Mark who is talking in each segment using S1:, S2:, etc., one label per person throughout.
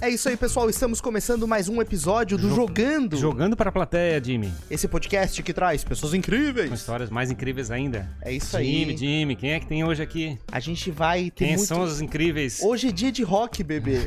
S1: É isso aí, pessoal. Estamos começando mais um episódio do
S2: Jo-
S1: Jogando.
S2: Jogando para a plateia, Jimmy.
S1: Esse podcast que traz pessoas
S2: Com
S1: incríveis.
S2: histórias mais incríveis ainda.
S1: É isso
S2: Jimmy,
S1: aí.
S2: Jimmy, quem é que tem hoje aqui?
S1: A gente vai ter
S2: Quem
S1: muito...
S2: são os incríveis?
S1: Hoje é dia de rock, bebê.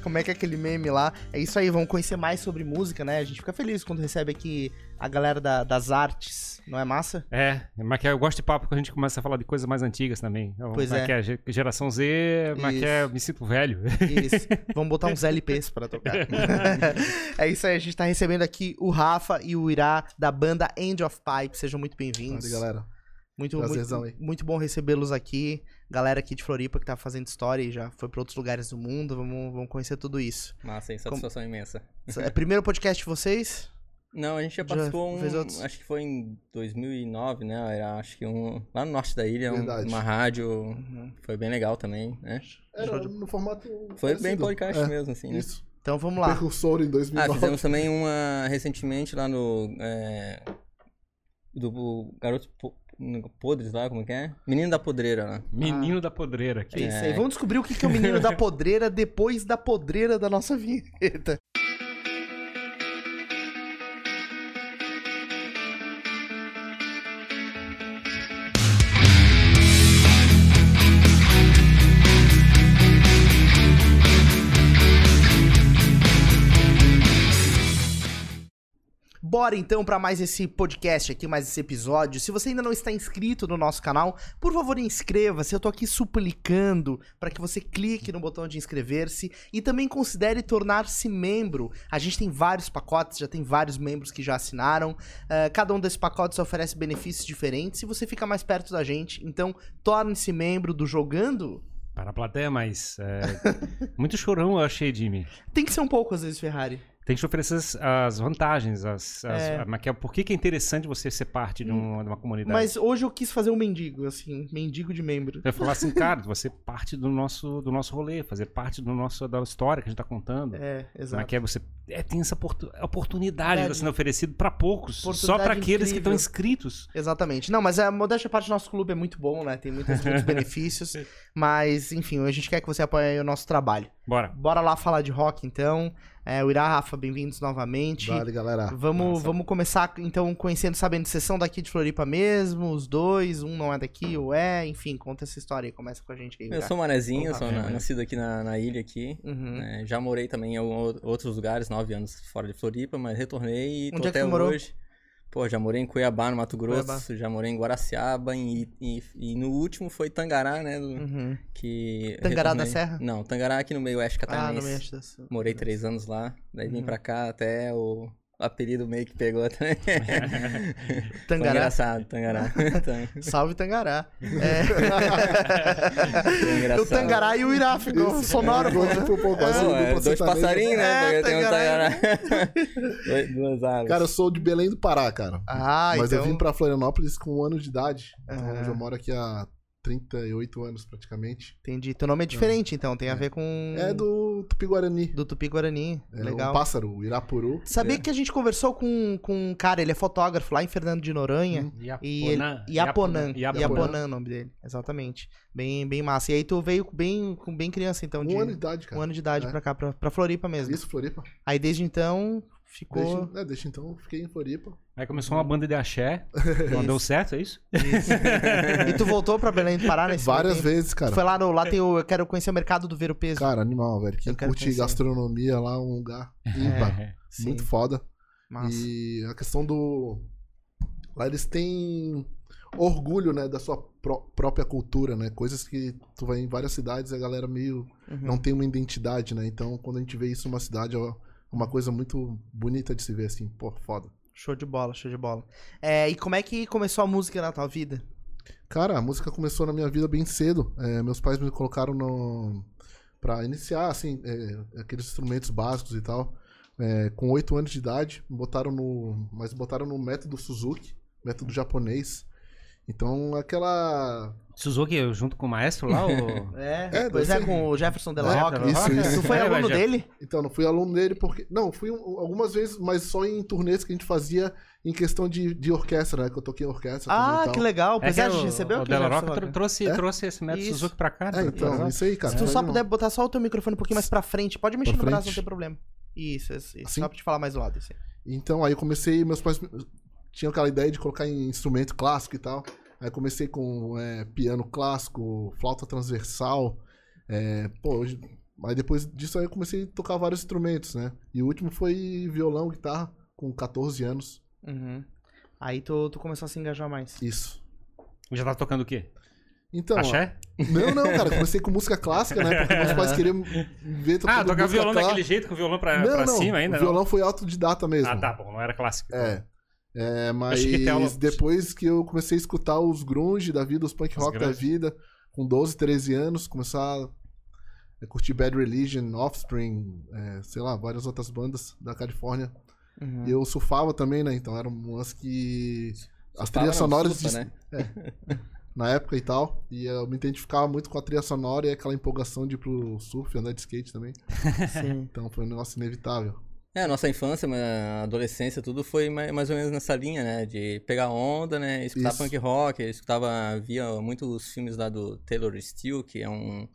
S1: Como é que é aquele meme lá? É isso aí, vamos conhecer mais sobre música, né? A gente fica feliz quando recebe aqui a galera da- das artes, não é massa?
S2: É, mas que eu gosto de papo quando a gente começa a falar de coisas mais antigas também. Eu-
S1: Pois
S2: mas
S1: é.
S2: que a ge- geração Z, mas que é- me sinto velho.
S1: Isso. Vamos botar uns LPs pra tocar. é isso aí, a gente tá recebendo aqui o Rafa e o Irá da banda End of Pipe. Sejam muito bem-vindos.
S3: Nossa, galera.
S1: Muito,
S3: Prazerzão
S1: muito,
S3: aí.
S1: muito bom recebê-los aqui. Galera aqui de Floripa que tá fazendo história e já foi pra outros lugares do mundo. Vamos, vamos conhecer tudo isso.
S4: Massa, hein? Satisfação imensa.
S1: Isso É primeiro podcast de vocês?
S4: Não, a gente já
S1: Já
S4: participou
S1: fez
S4: um.
S1: outros?
S4: Acho que foi em 2009, né? Era, acho que um. Lá no norte da ilha, um-
S3: Verdade.
S4: uma rádio. Foi bem legal também, né?
S3: Era no formato.
S4: Foi
S3: parecido.
S4: bem podcast
S3: É,
S4: mesmo, assim, né?
S3: Isso.
S1: Então vamos lá.
S3: Percursor em
S4: Ah,
S3: 2009.
S4: fizemos também uma recentemente lá no. é, do Garoto Po- no Podres lá, como que é? Menino da Podreira lá.
S2: Menino da podreira
S1: É
S2: aqui.
S1: isso aí. Vamos descobrir o que que é o menino da podreira depois da podreira da nossa vinheta. Bora então para mais esse podcast aqui, mais esse episódio. Se você ainda não está inscrito no nosso canal, por favor, inscreva-se. Eu tô aqui suplicando para que você clique no botão de inscrever-se e também considere tornar-se membro. A gente tem vários pacotes, já tem vários membros que já assinaram. Ah, cada um desses pacotes oferece benefícios diferentes e você fica mais perto da gente. Então, torne-se membro do Jogando.
S2: Para a plateia, mas. é, muito chorão eu achei, Jimmy.
S1: Tem que ser um pouco às vezes, Ferrari.
S2: Tem que oferecer as, as vantagens, as, as,
S1: É. Hum.
S2: mas que é- por que, que é interessante você ser parte de, um- de uma comunidade?
S1: Mas hoje eu quis fazer um mendigo, assim, mendigo de membro.
S2: Eu ia falar assim, cara, você é parte do nosso, do nosso rolê, fazer parte do nosso, da história que a gente tá contando.
S1: É,
S2: Como é
S1: exato.
S2: que é você é, tem essa oportu- oportunidade
S1: Verdade.
S2: de tá sendo oferecido para poucos, só
S1: Oportunidade
S2: para aqueles que estão
S1: incrível.
S2: inscritos.
S1: Exatamente. Não, mas a modéstia à parte do nosso clube é muito bom, né? Tem muitos, muitos benefícios. Mas, enfim, a gente quer que você apoie o nosso trabalho.
S2: Bora.
S1: Bora lá falar de rock, então. É, o Irá, Rafa, bem-vindos
S4: um
S1: novamente.
S3: Vale, galera.
S1: Vamos, vamos começar, então, conhecendo, sabendo, vocês são daqui de Floripa mesmo, os dois, um não é daqui ou é, enfim, conta essa história aí, começa com a gente aí.
S4: Eu
S1: Irá.
S4: sou manezinho,
S1: Opa,
S4: sou
S2: bem,
S4: na-
S2: né?
S4: nascido aqui na, na ilha aqui.
S1: Uhum.
S4: né? já morei também em o- outros lugares, nove anos fora de Floripa, mas retornei e tô
S1: Onde é que
S4: até
S1: tu morou?
S4: hoje. Pô, já morei em Cuiabá, no Mato Grosso,
S1: Cuiabá.
S4: já morei em Guaraciaba em- e, e no último foi Tangará, né? do-
S1: Uhum.
S4: Que
S1: Tangará da
S4: retornei.
S1: Serra?
S4: Não, Tangará aqui no meio oeste
S1: Ah,
S4: catarinense.
S1: não me acho dessa.
S4: Morei três anos lá, daí vim
S1: Uhum.
S4: pra cá até o apelido meio que pegou também. Foi
S1: Tangará.
S4: engraçado, Tangará. Tan-
S1: Salve Tangará. É. o
S4: engraçado.
S1: Tangará e o Irá ficou um
S3: Isso,
S1: sonoro.
S3: é, igual, tipo, o passarinho
S4: Pô,
S3: do
S4: é, dois
S3: sertanejo.
S4: passarinhos, né?
S1: É,
S4: Porque tem um
S1: Tangará.
S4: Tangará. Dois- Duas aves.
S3: Cara, eu sou de Belém do Pará, cara.
S1: Ah,
S3: Mas eu
S1: então.
S3: vim pra Florianópolis com um ano de idade. Então
S1: Aham.
S3: eu já moro aqui há 38 anos, praticamente.
S1: Entendi. Teu nome é diferente, então. Tem a ver com.
S3: É do Tupi Guarani.
S1: Do Tupi Guarani.
S3: É um
S1: Legal.
S3: pássaro, o Irapuru.
S1: Sabia que a gente conversou com, com um cara, ele é fotógrafo lá em Fernando de
S3: Hum.
S1: Noronha. E ele, Iaponan. Iaponan, é o nome dele. Exatamente. Bem, bem massa. E aí tu veio bem, com bem criança, então, de
S3: Um ano de idade, cara.
S1: um ano de idade
S3: É.
S1: pra cá, pra, pra Floripa mesmo.
S3: Isso, Floripa.
S1: Aí desde então ficou.
S3: Desde, é, desde então eu fiquei em Floripa.
S2: Aí começou uma banda de axé, não
S1: Isso.
S2: deu certo, é isso?
S1: e tu voltou pra Belém do Pará nesse
S3: então. Várias
S1: meio tempo?
S3: vezes, cara.
S1: Foi lá no. Lá tem o. Eu quero conhecer o mercado do Ver o Peso.
S3: Cara, animal, velho. Quem
S1: Eu quero
S3: curte
S1: conhecer.
S3: gastronomia lá é um lugar ímpar.
S2: É,
S1: Sim,
S3: Muito foda.
S1: massa.
S3: E a questão do. Lá eles têm orgulho, né, da sua pró- própria cultura, né? Coisas que tu vai em várias cidades e a galera meio
S1: Uhum.
S3: não tem uma identidade, né? Então, quando a gente vê isso numa cidade, é uma coisa muito bonita de se ver assim, pô, foda.
S1: Show de bola, show de bola. É, e como é que começou a música na tua vida?
S3: Cara, a música começou na minha vida bem cedo. É, meus pais me colocaram no para iniciar assim é, aqueles instrumentos básicos e tal. É, com oito anos de idade, me botaram no, mas botaram no método Suzuki, método japonês. Então aquela
S2: Você usou que eu junto com o maestro lá? o-
S1: É,
S3: É,
S1: pois
S3: deve
S1: é,
S3: ser.
S1: com o Jefferson
S2: É,
S1: Della Rocca.
S2: Della
S3: Isso,
S2: Rocca?
S3: isso.
S1: Tu foi
S2: É,
S1: aluno
S2: já-
S1: dele?
S3: Então, não fui aluno dele porque. Não, fui um- algumas vezes, mas só em turnês que a gente fazia em questão de, de orquestra, né? Que eu toquei em orquestra.
S1: Ah,
S3: também e
S1: que
S3: tal.
S1: legal. Pois é,
S2: que
S1: a gente
S2: o-
S1: recebeu
S2: O
S1: aqui o tá-
S2: Della
S1: Jefferson
S2: Roca
S1: Della
S2: tro- trouxe, trouxe esse método
S1: Isso.
S2: Suzuki pra cá.
S3: É,
S2: pra- pra-
S3: então, isso aí, cara.
S1: Se tu só
S3: Foi
S1: puder botar só o teu microfone um pouquinho mais pra frente, pode mexer
S3: Pra
S1: no braço, não
S3: frente?
S1: tem problema. Isso, isso. isso.
S3: Assim?
S1: Só pra te falar mais do lado. Assim.
S3: Então, aí eu comecei, meus pais tinham aquela ideia de colocar em instrumento clássico e tal. Aí comecei com é, piano clássico, flauta transversal. é, pô, hoje... Aí depois disso aí eu comecei a tocar vários instrumentos, né? E o último foi violão, guitarra, com 14 anos.
S1: Uhum. Aí tu, tu começou a se engajar mais.
S3: Isso.
S2: Já tá tocando o quê?
S3: Então, ó,
S2: Axé?
S3: não, não, cara, comecei com música clássica, né? Porque meus pais queriam ver
S2: Ah,
S3: tocando
S2: tocar
S3: música
S2: violão
S3: clá-
S2: daquele jeito, com o violão pra,
S3: Não,
S2: pra
S3: não,
S2: cima ainda?
S3: o
S2: não?
S3: violão foi autodidata mesmo.
S2: Ah, tá bom, não era clássico.
S3: É. É, mas
S2: achei que tem aula-
S3: depois que eu comecei a escutar os grunge da vida, os punk
S2: Os
S3: rock da
S2: grunge.
S3: vida, com 12, 13 anos, começar a curtir Bad Religion, Offspring, é, sei lá, várias outras bandas da Califórnia.
S1: Uhum.
S2: Hum.
S3: E eu surfava também, né? Então era um lance que... As trilhas
S4: Fala, não,
S3: sonoras
S4: surfa,
S3: de-
S4: né?
S3: na época e tal, e eu me identificava muito com a trilha sonora e aquela empolgação de ir pro surf, andar de skate também.
S1: Sim.
S3: Então foi um negócio inevitável.
S4: É, nossa infância, ma- adolescência, tudo foi mai- mais ou menos nessa linha, né? De pegar onda, né? Escutar
S3: Isso.
S4: punk rock, eu escutava, via muitos filmes lá do Taylor Steele, que é um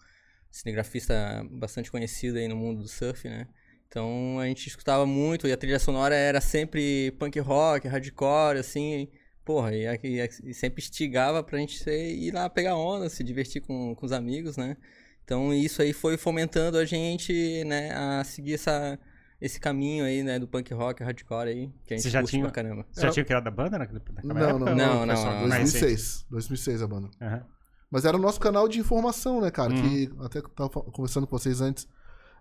S4: cinegrafista bastante conhecido aí no mundo do surf, né? Então a gente escutava muito e a trilha sonora era sempre punk rock, hardcore, assim, porra, e, a- e a- e sempre instigava pra gente ser- ir lá pegar onda, se divertir com, com os amigos, né? Então isso aí foi fomentando a gente, né, a seguir essa, esse caminho aí, né, do punk rock, hardcore aí, que a gente
S2: Você já
S4: curte
S2: tinha-
S4: pra caramba.
S2: Você já tinha criado a banda naquele naquela
S3: Não,
S2: época?
S3: não,
S4: não,
S2: Ou
S4: não,
S2: foi só
S4: não, não.
S2: mais recente?
S3: 2006, 2006 a banda.
S2: Aham.
S3: Mas era o nosso canal de informação, né, cara?
S2: Uhum.
S3: Que até que eu tava fa- conversando com vocês antes.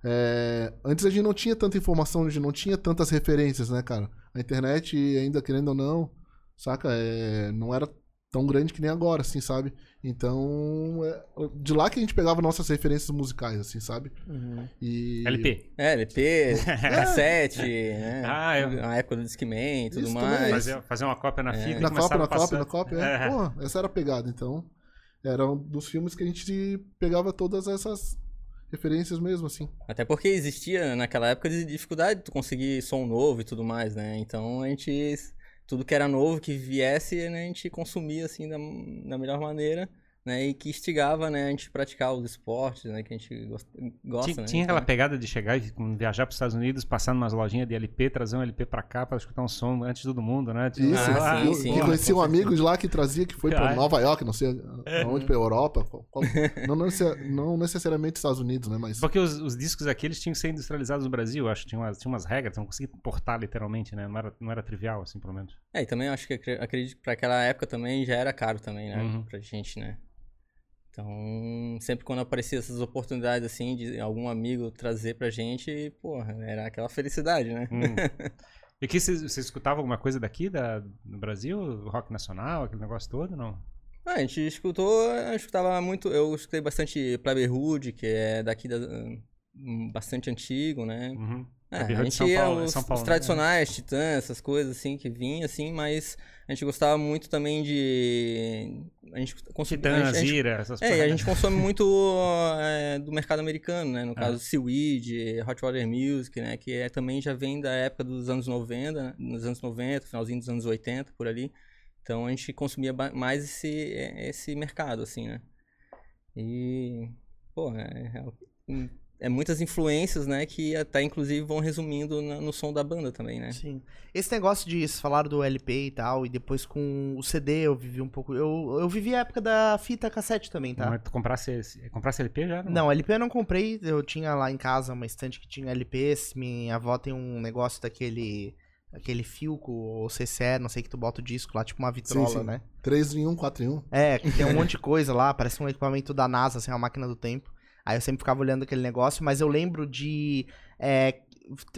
S3: É, Antes a gente não tinha tanta informação, a gente não tinha tantas referências, né, cara? A internet, ainda querendo ou não, saca? É, Não era tão grande que nem agora, assim, sabe? Então, é, de lá que a gente pegava nossas referências musicais, assim, sabe?
S1: Uhum.
S3: E...
S2: LP.
S4: É, LP, cassete, né?
S2: Ah, eu-
S4: A época do Discman e tudo
S3: É Isso também,
S4: mais.
S2: Fazer, fazer uma cópia na fita e
S3: Na Copa,
S2: né? começava
S3: na
S2: a passar.
S3: Copa, na Copa, é. Porra, essa era a pegada, então. Era um dos filmes que a gente pegava todas essas referências mesmo, assim.
S4: Até porque existia naquela época de dificuldade de tu conseguir som novo e tudo mais, né? Então a gente. Tudo que era novo, que viesse, né, a gente consumia assim da, da melhor maneira, né? E que instigava, né, a gente praticar os esportes, né? Que a gente gosta, gosta
S2: tinha
S4: né?
S3: é,
S2: tinha
S4: Então,
S2: aquela pegada de chegar e como, viajar pros Estados Unidos, passar numas lojinhas de LP, trazer um LP pra cá pra escutar um som antes de todo mundo, né? Tinha-
S3: Isso,
S4: Ah,
S3: eu,
S4: sim, sim.
S3: que conheci um amigo de lá que trazia, que foi pra
S2: Ah, é?
S3: Nova York, não sei
S1: É.
S3: aonde, pra Europa. qual- qual- não, nece- não necessariamente Estados Unidos, né? Mas.
S2: Porque os, os discos aqui, eles tinham que ser industrializados no Brasil, acho. Tinha umas, tinha umas regras, tu não conseguia importar literalmente, né? Não era, não era trivial, assim, pelo menos.
S4: É, e também acho que acre- acredito que pra aquela época também já era caro também, né?
S2: Uhum.
S4: Pra gente, né? Então, sempre quando aparecia essas oportunidades assim, de algum amigo trazer pra gente, porra, era aquela felicidade, né?
S2: Hum. e que vocês vocês escutavam alguma coisa daqui, da, do Brasil? Rock nacional, aquele negócio todo, não?
S4: Ah, a gente escutou, eu escutava muito, eu escutei bastante Plebe Hood, que é daqui da, hum, bastante antigo, né?
S2: Uhum.
S4: É,
S2: Plebe Hood
S4: a
S2: de
S4: gente
S2: São
S4: ia
S2: Paulo,
S4: os,
S2: São Paulo,
S4: os
S2: né?
S4: tradicionais, Titãs, essas coisas assim que vinha assim, mas a gente gostava muito também de a gente consumia, a
S2: Titãs,
S4: gente- a gente-
S2: Ira, essas
S4: é, e a
S2: paradas.
S4: gente consome muito é, do mercado americano, né? No
S2: É.
S4: caso, Seaweed, Hot Water Music, né? Que é, também já vem da época dos anos 90, né, nos anos 90, finalzinho dos anos 80, por ali. Então a gente consumia ba- mais esse, é, esse mercado, assim, né? E, pô, é, é- é muitas influências, né? Que até inclusive vão resumindo na- no som da banda também, né?
S1: Sim. Esse negócio de vocês falaram do LP e tal, e depois com o CD eu vivi um pouco. Eu, eu vivi a época da fita cassete também, tá?
S2: Mas tu comprasse, esse- comprasse LP já?
S1: Não, LP eu não comprei. Eu tinha lá em casa uma estante que tinha LPs. Minha avó tem um negócio daquele. Aquele Filco ou CCE, não sei que tu bota o disco lá, tipo uma vitrola,
S3: sim.
S1: né?
S3: 3 em 1, 4 em 1.
S1: É, que tem um monte de coisa lá, parece um equipamento da NASA, assim, uma máquina do tempo. Aí eu sempre ficava olhando aquele negócio, mas eu lembro de é,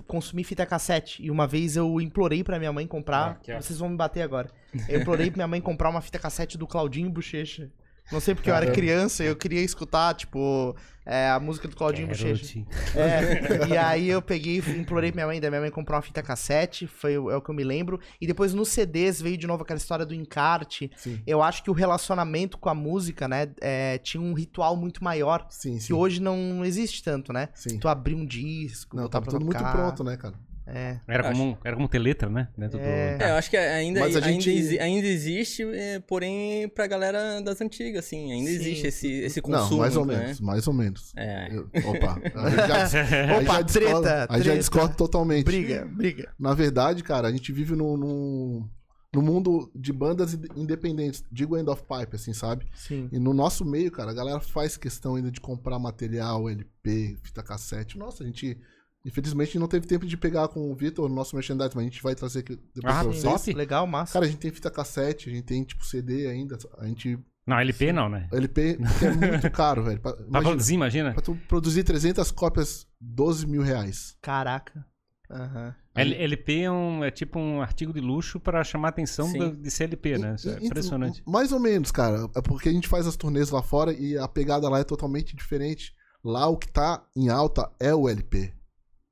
S1: consumir fita cassete. E uma vez eu implorei pra minha mãe comprar.
S2: Ah, que
S1: vocês vão me bater agora. Eu implorei pra minha mãe comprar uma fita cassete do Claudinho Bochecha. Não sei porque eu era
S3: Caramba.
S1: criança e eu queria escutar, tipo, é, a música do Claudinho Bochecha.
S2: um Garotinho.
S1: É, e aí eu peguei e implorei pra minha mãe, daí minha mãe comprou uma fita cassete, foi o- é o que eu me lembro. E depois nos CDs veio de novo aquela história do encarte.
S3: Sim.
S1: Eu acho que o relacionamento com a música, né, é, tinha um ritual muito maior,
S3: Sim,
S1: que
S3: sim.
S1: hoje não existe tanto, né?
S3: sim.
S1: Tu abrir um disco,
S3: Não,
S1: botar
S3: tá
S1: pra
S3: tudo muito
S1: tocar.
S3: pronto, né, cara?
S1: É.
S2: Era
S4: Acho.
S2: como, era como ter letra, né? Dentro
S1: É.
S2: do...
S4: É, eu acho que ainda,
S3: Mas a
S4: ainda
S3: gente-
S4: exi- ainda existe, é, porém, pra galera das antigas, assim, ainda
S1: Sim.
S4: existe esse, esse consumo,
S3: não, mais ou
S4: né?
S3: menos, mais ou menos.
S4: É.
S3: Eu- opa. Aí já, aí
S1: Opa,
S3: já discordo-
S1: treta,
S3: Aí já
S1: treta.
S3: discordo totalmente.
S1: Briga, briga.
S3: Na verdade, cara, a gente vive num, num, num mundo de bandas inde- independentes. Digo end of pipe, assim, sabe?
S1: Sim.
S3: E no nosso meio, cara, a galera faz questão ainda de comprar material, LP, fita cassete. Nossa, a gente. Infelizmente não teve tempo de pegar com o Vitor o nosso merchandising, mas a gente vai trazer aqui depois
S2: Ah,
S3: pra
S2: sim.
S3: vocês.
S2: top.
S1: Legal, massa.
S3: Cara, a gente tem fita cassete, a gente tem tipo CD ainda. A gente.
S2: Não, LP não, né?
S3: LP que é muito caro, velho. Pra,
S2: Pra
S3: imagina,
S2: produzir, imagina.
S3: pra tu produzir 300 cópias, 12 mil reais.
S1: Caraca. Aham.
S2: L- LP é, um, é tipo um artigo de luxo pra chamar a atenção
S4: Sim.
S2: do- de ser LP, né? Isso é
S3: E- e-
S2: impressionante.
S3: Mais ou menos, cara. É porque a gente faz as turnês lá fora e a pegada lá é totalmente diferente. Lá o que tá em alta é o LP.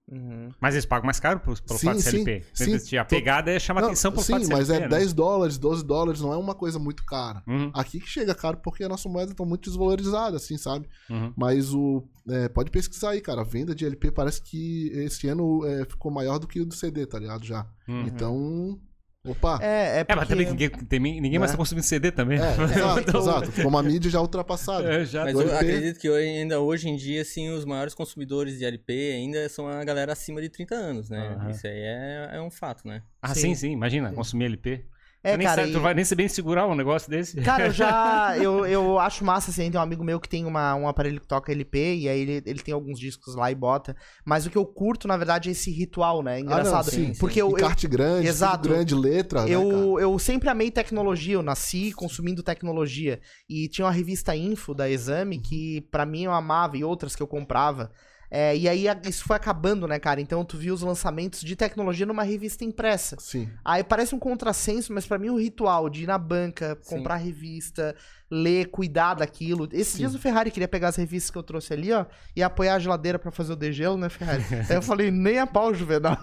S1: Uhum.
S2: Mas eles pagam mais caro pro, pelo
S3: Sim,
S2: fato de ser
S3: sim,
S2: LP.
S3: sim.
S2: A pegada é chamar
S3: Não,
S2: atenção pelo fato
S3: Sim,
S2: de ser
S3: mas
S2: LP,
S3: é
S2: né?
S3: 10 dólares, 12 dólares, não é uma coisa muito cara.
S2: Uhum,
S3: Aqui que chega caro porque a nossa moeda tá muito desvalorizada, assim, sabe?
S2: uhum.
S3: Mas o. é, pode pesquisar aí, cara. A venda de LP parece que esse ano é, ficou maior do que o do CD, tá ligado? Já.
S2: Uhum.
S3: Então. Opa!
S1: É, é
S2: É,
S1: porque...
S2: mas também ninguém, tem- ninguém mais tá consumindo CD também.
S3: É, exato, exato. Ficou uma mídia já ultrapassada.
S2: Então- É, já
S4: Mas
S3: do
S4: eu
S3: LP.
S4: acredito que hoje- ainda hoje em dia, assim, os maiores consumidores de LP ainda são a galera acima de 30 anos, né?
S2: Aham.
S4: Isso aí é, é um fato, né?
S2: Ah,
S1: Sim.
S2: sim, sim, imagina, consumir LP.
S1: É,
S2: tu nem
S1: cara, e-
S2: sabe, tu vai nem se bem segurar um negócio desse.
S1: Cara, eu já. Eu, eu acho massa assim. Tem um amigo meu que tem uma, um aparelho que toca LP e aí ele, ele tem alguns discos lá e bota. Mas o que eu curto, na verdade, é esse ritual, né? Engraçado.
S3: Ah, sim,
S1: porque
S4: sim.
S1: eu. eu
S3: Encarte grande,
S1: Exato.
S3: tudo grande letra. né, cara?
S1: eu, eu sempre amei tecnologia, eu nasci consumindo tecnologia. E tinha uma revista Info da Exame que,
S4: Uhum.
S1: pra mim, eu amava e outras que eu comprava. É, e aí a- isso foi acabando, né, cara? Então tu viu os lançamentos de tecnologia numa revista impressa.
S3: Sim.
S1: Aí parece um contrassenso, mas pra mim o ritual de ir na banca,
S4: Sim.
S1: comprar revista, ler, cuidar daquilo. Esses dias o Ferrari queria pegar as revistas que eu trouxe ali, ó, e apoiar a geladeira pra fazer o degelo, né, Ferrari? Aí eu falei, nem a pau, Juvenal.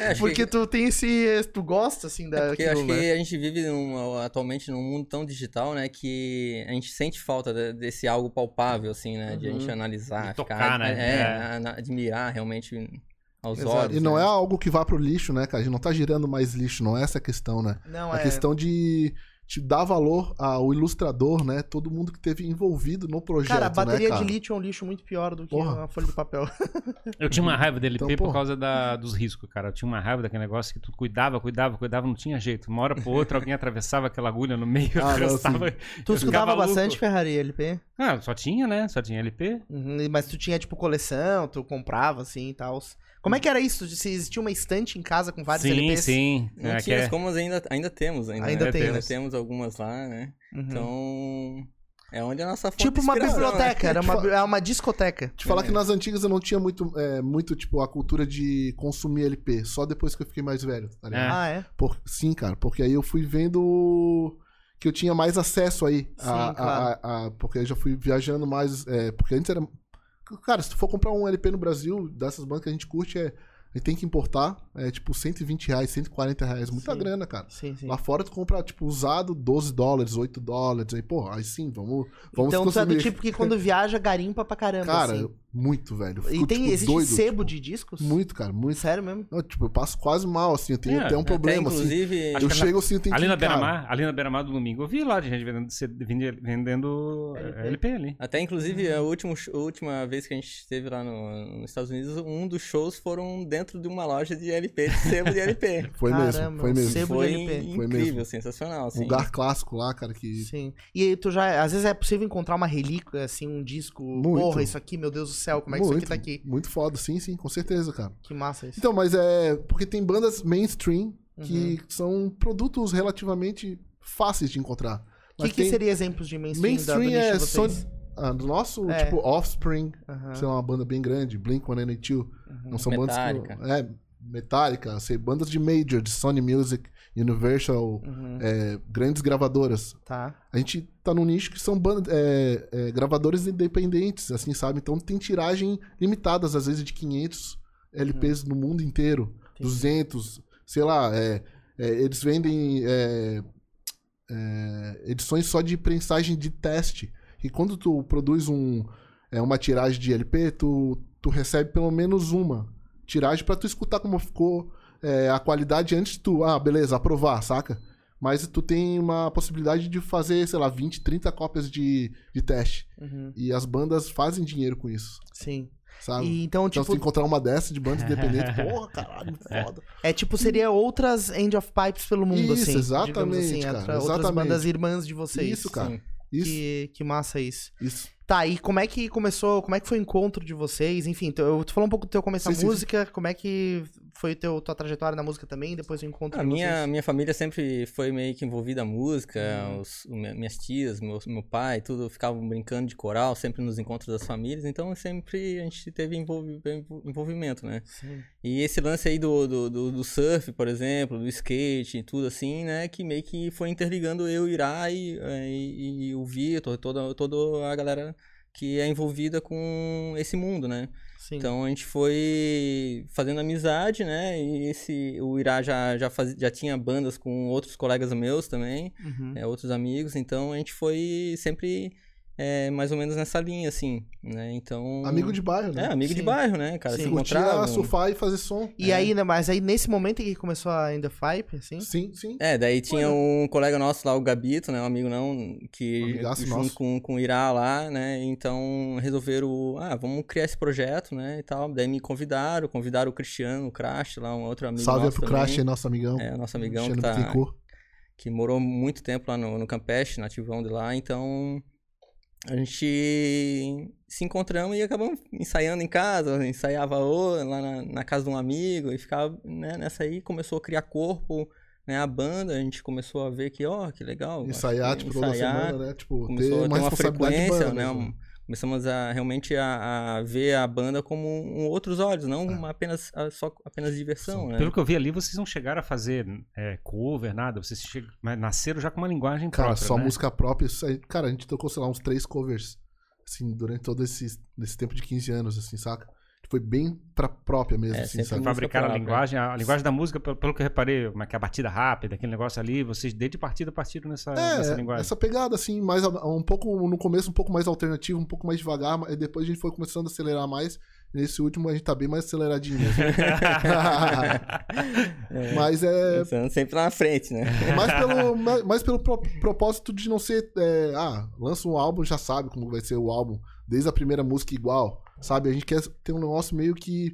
S4: É, acho
S1: Porque
S4: que...
S1: tu tem esse. Tu gosta, assim,
S4: É
S3: tá
S1: da.
S4: porque acho
S1: daquilo,
S4: que
S1: né?
S4: a gente vive num- atualmente num mundo tão digital, né? Que a gente sente falta de- desse algo palpável, assim, né? De a gente
S1: Uhum.
S4: analisar,
S2: De tocar, né?
S4: é,
S2: É.
S4: ana- admirar realmente aos
S1: Exato.
S4: olhos.
S3: E não
S4: né?
S3: é algo que vá pro lixo, né, cara? A gente não tá girando mais lixo, não é essa a questão, né?
S1: Não,
S3: a
S1: é.
S3: questão de te dar valor ao ilustrador, né? Todo mundo que teve envolvido no projeto,
S1: Cara, a
S3: né,
S1: bateria
S3: cara?
S1: de lítio é um lixo muito pior do que
S3: Porra.
S1: uma folha de papel.
S2: Eu tinha uma raiva do LP
S3: Então, pô.
S2: por causa da- dos riscos, cara. Eu tinha uma raiva daquele negócio que tu cuidava, cuidava, cuidava, não tinha jeito. Uma hora pra outra alguém atravessava aquela agulha no meio,
S3: Ah, não,
S2: atravessava.
S1: Tu
S2: eu ficava
S1: escutava
S2: louco.
S1: bastante Ferrari LP?
S2: Ah, só tinha, né? Só tinha LP.
S1: Uhum, mas tu tinha, tipo, coleção, tu comprava, assim e tal. Como é que era isso? Se existia uma estante em casa com vários
S2: sim,
S1: LPs?
S2: sim.
S4: Não
S2: É, que
S4: tinha,
S2: é-
S4: mas como ainda, ainda temos, ainda,
S1: Ainda
S4: né?
S1: temos.
S4: temos algumas lá, né?
S1: Uhum.
S4: Então, é onde a nossa fonte
S1: Tipo
S4: de
S1: uma
S4: inspiração, né?
S1: biblioteca, era um uma, era uma discoteca.
S3: Te falar que nas antigas eu não tinha muito, é, muito, tipo, a cultura de consumir LP. Só depois que eu fiquei mais velho, tá ligado?
S2: É.
S1: Ah, é?
S3: Por- sim, cara, porque aí eu fui vendo que eu tinha mais acesso aí. a-
S1: Sim,
S3: a,
S1: claro.
S3: a- a- porque eu já fui viajando mais. é, porque antes era. Cara, se tu for comprar um LP no Brasil, dessas bandas que a gente curte, é, a gente tem que importar. É tipo 120 reais, 140 reais. Muita
S1: Sim.
S3: grana, cara.
S1: Sim, sim.
S3: Lá fora tu compra, tipo, usado 12 dólares, 8 dólares. Aí, pô, aí sim, vamos, vamos
S1: então tu é do
S3: consumir.
S1: tipo que quando viaja, garimpa pra caramba,
S3: Cara,
S1: assim.
S3: eu- muito, velho. Eu
S1: E
S3: fico,
S1: tem,
S3: tipo,
S1: existe
S3: doido,
S1: sebo
S3: tipo,
S1: de discos?
S3: Muito, cara, muito.
S1: Sério mesmo?
S3: Não, tipo, eu passo quase mal, assim. Eu tenho
S2: É,
S3: até
S2: até
S3: um
S4: Até,
S3: problema, assim.
S4: inclusive,
S2: Acho
S3: Eu
S2: que é na-
S3: chego assim, eu tenho que
S2: Ali na
S3: ir, cara.
S2: Beira-Mar, ali na Beira-Mar do domingo, eu vi lá de gente vendendo, C- vende- vendendo LP, ali.
S4: até inclusive
S1: Uhum.
S4: a último sh- a última vez que a gente esteve lá no, nos Estados Unidos, um dos shows foram dentro de uma loja de LP, de sebo de LP.
S3: Foi mesmo,
S1: Caramba,
S3: foi mesmo.
S1: Sebo
S4: Foi
S1: de LP.
S3: Foi
S4: incrível,
S3: mesmo.
S4: sensacional, assim.
S3: Um lugar clássico lá, cara, que.
S1: Sim. E aí tu já. Às vezes é possível encontrar uma relíquia, assim, um disco.
S3: Muito.
S1: Porra, isso aqui, meu Deus do céu, como é que
S3: muito,
S1: isso aqui tá aqui?
S3: Muito foda, sim, sim, com certeza, cara.
S1: Que massa isso.
S3: Então, mas é. Porque tem bandas mainstream que
S1: Uhum.
S3: são produtos relativamente fáceis de encontrar.
S1: O que, que
S3: tem-
S1: seria exemplos de mainstream, da, do
S3: Mainstream
S1: nicho de
S3: é
S1: vocês?
S3: Sony. Ah, do nosso,
S1: É. Ah.
S3: tipo, Offspring,
S1: Aham. Uhum.
S3: sei lá, uma banda bem grande, Blink 182. Não são bandas que.
S4: Metallica.
S3: É, Metallica, sei, bandas de major, de Sony Music, Universal,
S1: Uhum,
S3: é, grandes gravadoras.
S1: Tá.
S3: A gente tá num nicho que são bandas, é, é, gravadores independentes, assim, sabe? Então tem tiragem limitadas, às vezes de 500 LPs no mundo inteiro, 200, sei lá. é, é, eles vendem é, é, edições só de prensagem de teste. E quando tu produz um, é, uma tiragem de LP, tu, tu recebe pelo menos uma tiragem pra tu escutar como ficou é, a qualidade antes de tu, ah, beleza, aprovar, saca? Mas tu tem uma possibilidade de fazer, sei lá, 20, 30 cópias de, de teste.
S1: Uhum,
S3: E as bandas fazem dinheiro com isso,
S1: Sim.
S3: sabe?
S1: E então,
S3: então,
S1: tipo,
S3: se tu encontrar uma dessa de banda independente, porra, caralho, muito foda.
S1: é tipo, seria outras End of Pipes pelo mundo,
S3: Isso,
S1: assim. digamos
S3: exatamente,
S1: assim,
S3: cara,
S1: outra- Outras
S3: exatamente.
S1: bandas irmãs de vocês.
S3: Isso, cara.
S4: Sim.
S3: Isso,
S1: Que, que massa isso.
S3: isso.
S1: Tá, e como é que começou, como é que foi o encontro de vocês? Enfim, tu- eu tu falou um pouco do teu começo
S3: Sim,
S1: na
S3: sim,
S1: música, como é que foi o teu, tua trajetória na música também, depois o encontro
S4: A
S1: de
S4: minha,
S1: vocês?
S4: minha família sempre foi meio que envolvida na música, os- o mi- minhas tias, meu, meu pai, tudo ficavam brincando de coral, sempre nos encontros das famílias, então sempre a gente teve envolvi- envol- envolvimento, né?
S1: Sim.
S4: E esse lance aí do, do, do, do surf, por exemplo, do skate e tudo assim, né? Que meio que foi interligando eu, Irá e, eh, e, e o Vitor, toda, toda a galera que é envolvida com esse mundo, né?
S1: Sim.
S4: Então a gente foi fazendo amizade, né? E esse, o Irá já, já, faz, já tinha bandas com outros colegas meus também,
S1: Uhum.
S3: é.
S4: né, outros amigos, então a gente foi sempre eh, mais ou menos nessa linha, assim, né? Então.
S3: Amigo de bairro,
S4: É,
S3: né?
S4: amigo de
S1: Sim.
S4: bairro, né, cara?
S1: Sim.
S4: Se
S3: Curtia,
S4: encontrava.
S3: surfar e fazer som.
S1: E
S4: É.
S1: aí, né, mas aí nesse momento em que começou a End of Pipe, assim?
S3: Sim, sim.
S4: É, daí tinha
S3: Olha.
S4: um colega nosso lá, o Gabito, né? Um amigo não,
S3: Um
S4: que
S3: amigaço
S4: junto
S3: nosso.
S4: com, com o Irá lá, né? Então resolveram, ah, vamos criar esse projeto, né? E tal. Daí me convidaram, convidaram o Cristiano, o Crash, lá, um outro amigo.
S3: Salve aí
S4: nosso
S3: pro Crash, né?
S4: também.
S3: aí, nosso amigão.
S4: É, nosso amigão que,
S3: Cristiano
S4: tá,
S3: Bittencourt.
S4: que morou muito tempo lá no, no Campeche, nativão de lá, então a gente se encontramos e acabamos ensaiando em casa, ensaiava o- lá na, na casa de um amigo e ficava, né, nessa aí começou a criar corpo, né, a banda, a gente começou a ver que, ó, que legal. acho
S3: Ensaiar,
S4: que
S3: tipo, toda
S4: ensaiar,
S3: semana, né? Tipo, ter
S4: começou a ter
S3: uma
S4: uma
S3: responsabilidade de
S4: frequência,
S3: banda.
S4: né,
S3: mesmo.
S4: um- começamos a realmente a, a ver a banda como um, outros olhos, não
S3: É.
S4: uma apenas, a- só apenas diversão, né.
S2: Pelo que eu vi ali, vocês não chegaram a fazer é, cover, nada. Vocês che- mas nasceram já com uma linguagem
S3: Cara,
S2: própria,
S3: só
S2: né?
S3: música própria. isso aí- cara, a gente tocou, sei lá, uns três covers, assim, durante todo esse, esse tempo de 15 anos, assim, saca? Foi bem pra própria mesmo,
S4: É,
S3: assim,
S4: sempre
S3: saca?
S4: música
S2: Fabricaram a
S4: própria.
S2: linguagem. A a linguagem da música, pelo pelo que eu reparei, como é que é a batida rápida, aquele negócio ali, vocês desde partida partiram nessa,
S3: É,
S2: nessa né, linguagem.
S3: essa pegada, assim, mais a- um pouco, no começo, um pouco mais alternativo, um pouco mais devagar, mas depois a gente foi começando a acelerar mais. Nesse último a gente tá bem mais aceleradinho mesmo. Mas é,
S4: Pensando sempre lá na frente, né.
S3: É mais pelo, mais, mais pelo pro- propósito de não ser. é, ah, lança um álbum, já sabe como vai ser o álbum, desde a primeira música igual, sabe? A gente quer ter um negócio meio que.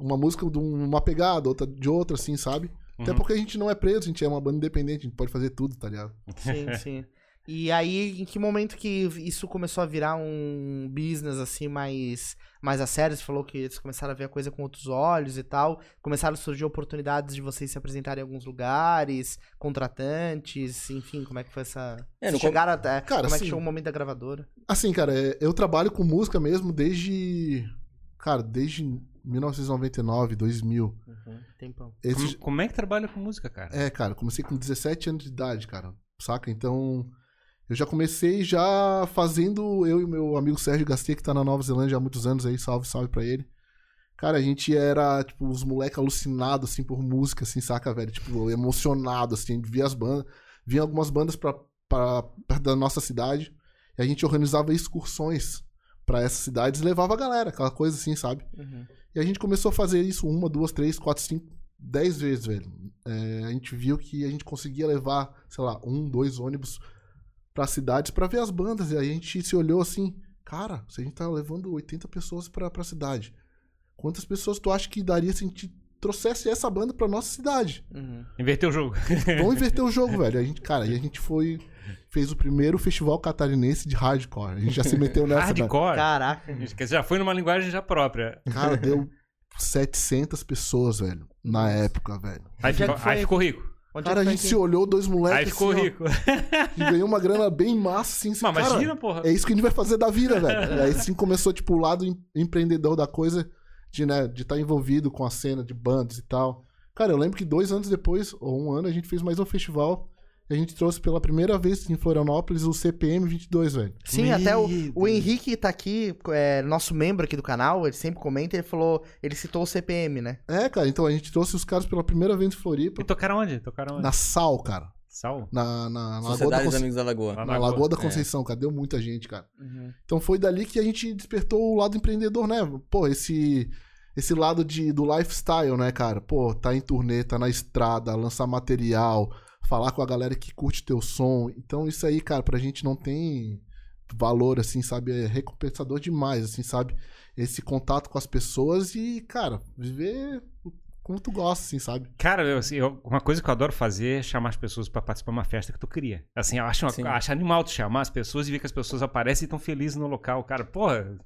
S3: Uma música de um- uma pegada, outra de outra, assim, sabe? Até
S2: Uhum.
S3: porque a gente não é preso, a gente é uma banda independente, a gente pode fazer tudo, tá ligado?
S1: Sim, sim. E aí, em que momento que isso começou a virar um business, assim, mais, mais a sério? Você falou que eles começaram a ver a coisa com outros olhos e tal. Começaram a surgir oportunidades de vocês se apresentarem em alguns lugares, contratantes, enfim, como é que foi essa...
S4: É,
S1: Vocês
S4: no com-
S1: chegaram até...
S3: Cara,
S1: como é que
S3: assim-
S1: chegou o momento da gravadora?
S3: Assim, cara, é, eu trabalho com música mesmo desde. Cara, desde 1999, 2000.
S1: Tempão.
S3: Esse,
S2: Como, como é que trabalha com música, cara?
S3: É, cara, comecei com 17 anos de idade, cara. Saca? Então, eu já comecei já fazendo. Eu e meu amigo Sérgio Gastia, que tá na Nova Zelândia há muitos anos aí, salve, salve pra ele. Cara, a gente era, tipo, os moleques alucinados, assim, por música, assim, saca, velho? Tipo, emocionado, assim, a gente via as bandas. Vinha algumas bandas pra, pra, perto da nossa cidade. E a gente organizava excursões pra essas cidades e levava a galera, aquela coisa assim, sabe?
S4: Uhum.
S3: E a gente começou a fazer isso uma, duas, três, quatro, cinco, dez vezes, velho. É, a gente viu que a gente conseguia levar, sei lá, um, dois ônibus pra cidades pra ver as bandas. E aí a gente se olhou assim, cara, se a gente tá levando 80 pessoas pra, pra cidade, quantas pessoas tu acha que daria se a gente trouxesse essa banda pra nossa cidade?
S1: Uhum.
S2: Inverteu o jogo.
S3: Vamos inverter o jogo, velho. A gente, cara, e a gente foi, fez o primeiro festival catarinense de hardcore. A gente já se meteu nessa, né?
S2: Hardcore.
S4: Tá.
S1: Caraca.
S2: Quer dizer, já foi numa linguagem já própria.
S3: Cara, deu 700 pessoas, velho, na época, velho.
S2: Aí,
S1: Já
S2: ficou,
S1: foi-
S2: aí ficou rico.
S1: Onde
S3: Cara, a
S1: é que
S3: gente
S1: foi
S3: se olhou, dois
S2: Aí
S3: moleques.
S2: ficou
S3: assim, ó,
S2: rico.
S3: e ganhou uma grana bem massa, assim.
S2: Mas
S3: cara,
S2: imagina, porra.
S3: É isso que a gente vai fazer da vida, velho. E aí sim começou, tipo, o lado em- empreendedor da coisa de né, de estar envolvido com a cena de bandas e tal. Cara, eu lembro que dois anos depois, ou um ano, a gente fez mais um festival. E a gente trouxe pela primeira vez em Florianópolis o CPM 22, velho.
S1: Sim,
S2: Meu
S1: até o, o
S2: Deus.
S1: Henrique tá aqui, é, nosso membro aqui do canal, ele sempre comenta, ele falou, ele citou o CPM, né?
S3: É, cara, então a gente trouxe os caras pela primeira vez em Floripa.
S2: E tocaram onde? Tocaram onde?
S3: Na Sal, cara.
S2: Sal?
S3: Na, na, na Lagoa da
S4: Sociedade dos
S3: Conceição.
S4: Amigos da Lagoa.
S2: Lá
S3: Na Lagoa da Conceição, cara. Deu muita gente, cara.
S1: Uhum.
S3: Então foi dali que a gente despertou o lado empreendedor, né? Pô, esse esse lado de, do lifestyle, né, cara? Pô, tá em turnê, tá na estrada, lançar material, falar com a galera que curte teu som. Então isso aí, cara, pra gente não tem valor, assim, sabe? É recompensador demais, assim, sabe? Esse contato com as pessoas e, cara, viver o- como tu gosta, assim, sabe?
S2: Cara, eu, assim, eu- uma coisa que eu adoro fazer é chamar as pessoas pra participar de uma festa que tu cria. Assim, eu acho, uma-
S4: Sim.
S2: acho animal tu chamar as pessoas e ver que as pessoas aparecem e estão felizes no local. Cara, porra,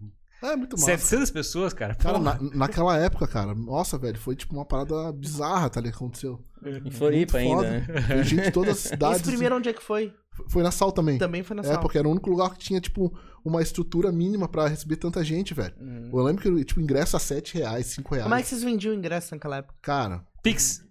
S3: É muito massa.
S2: 700 pessoas, cara.
S3: Cara,
S2: porra.
S3: na- naquela época, cara, nossa, velho, foi tipo uma parada bizarra, tá ali, que aconteceu.
S4: Em Floripa
S3: Muito
S4: ainda,
S3: foda.
S4: né?
S3: Foi gente de todas as cidades.
S1: Esse primeiro onde é que foi?
S3: Foi na Sal também.
S1: Também foi na
S3: É,
S1: sala.
S3: porque era o único lugar que tinha, tipo, uma estrutura mínima pra receber tanta gente, velho.
S4: Uhum.
S3: Eu lembro que, tipo, ingresso a 7 reais, 5 reais.
S1: Como é que vocês vendiam o ingresso naquela época?
S3: Cara.
S2: Pix.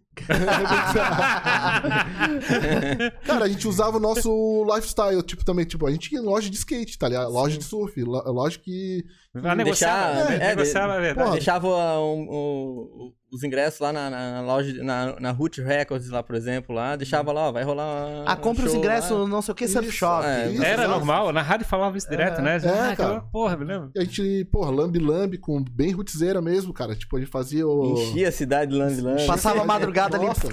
S3: Cara, a gente usava o nosso lifestyle, tipo, também, tipo, a gente ia em loja de skate, tá ligado? Loja de surf, lo- loja que.
S2: Vai negociar,
S4: Deixar-
S2: vai
S4: é, é,
S2: negociar, na verdade.
S3: Porra.
S4: Deixava um- um- os ingressos lá na, na- na loja, na, na Root Records lá, por exemplo, lá. Deixava lá, ó, vai rolar.
S1: ah, compra os ingressos
S4: no
S1: no não sei o que, surf
S3: Isso,
S1: shop.
S4: é.
S3: isso,
S2: Era
S3: exato.
S2: normal, na rádio falava isso direto, né?
S3: É,
S2: Ah,
S3: cara.
S2: Porra, me lembro.
S3: E a gente, porra, lambe-lambe, com bem rutzeira mesmo, cara. Tipo, a gente fazia o.
S4: Enchia a cidade de Lambi Lambi.
S1: Passava a madrugada ali.
S3: né? Nossa.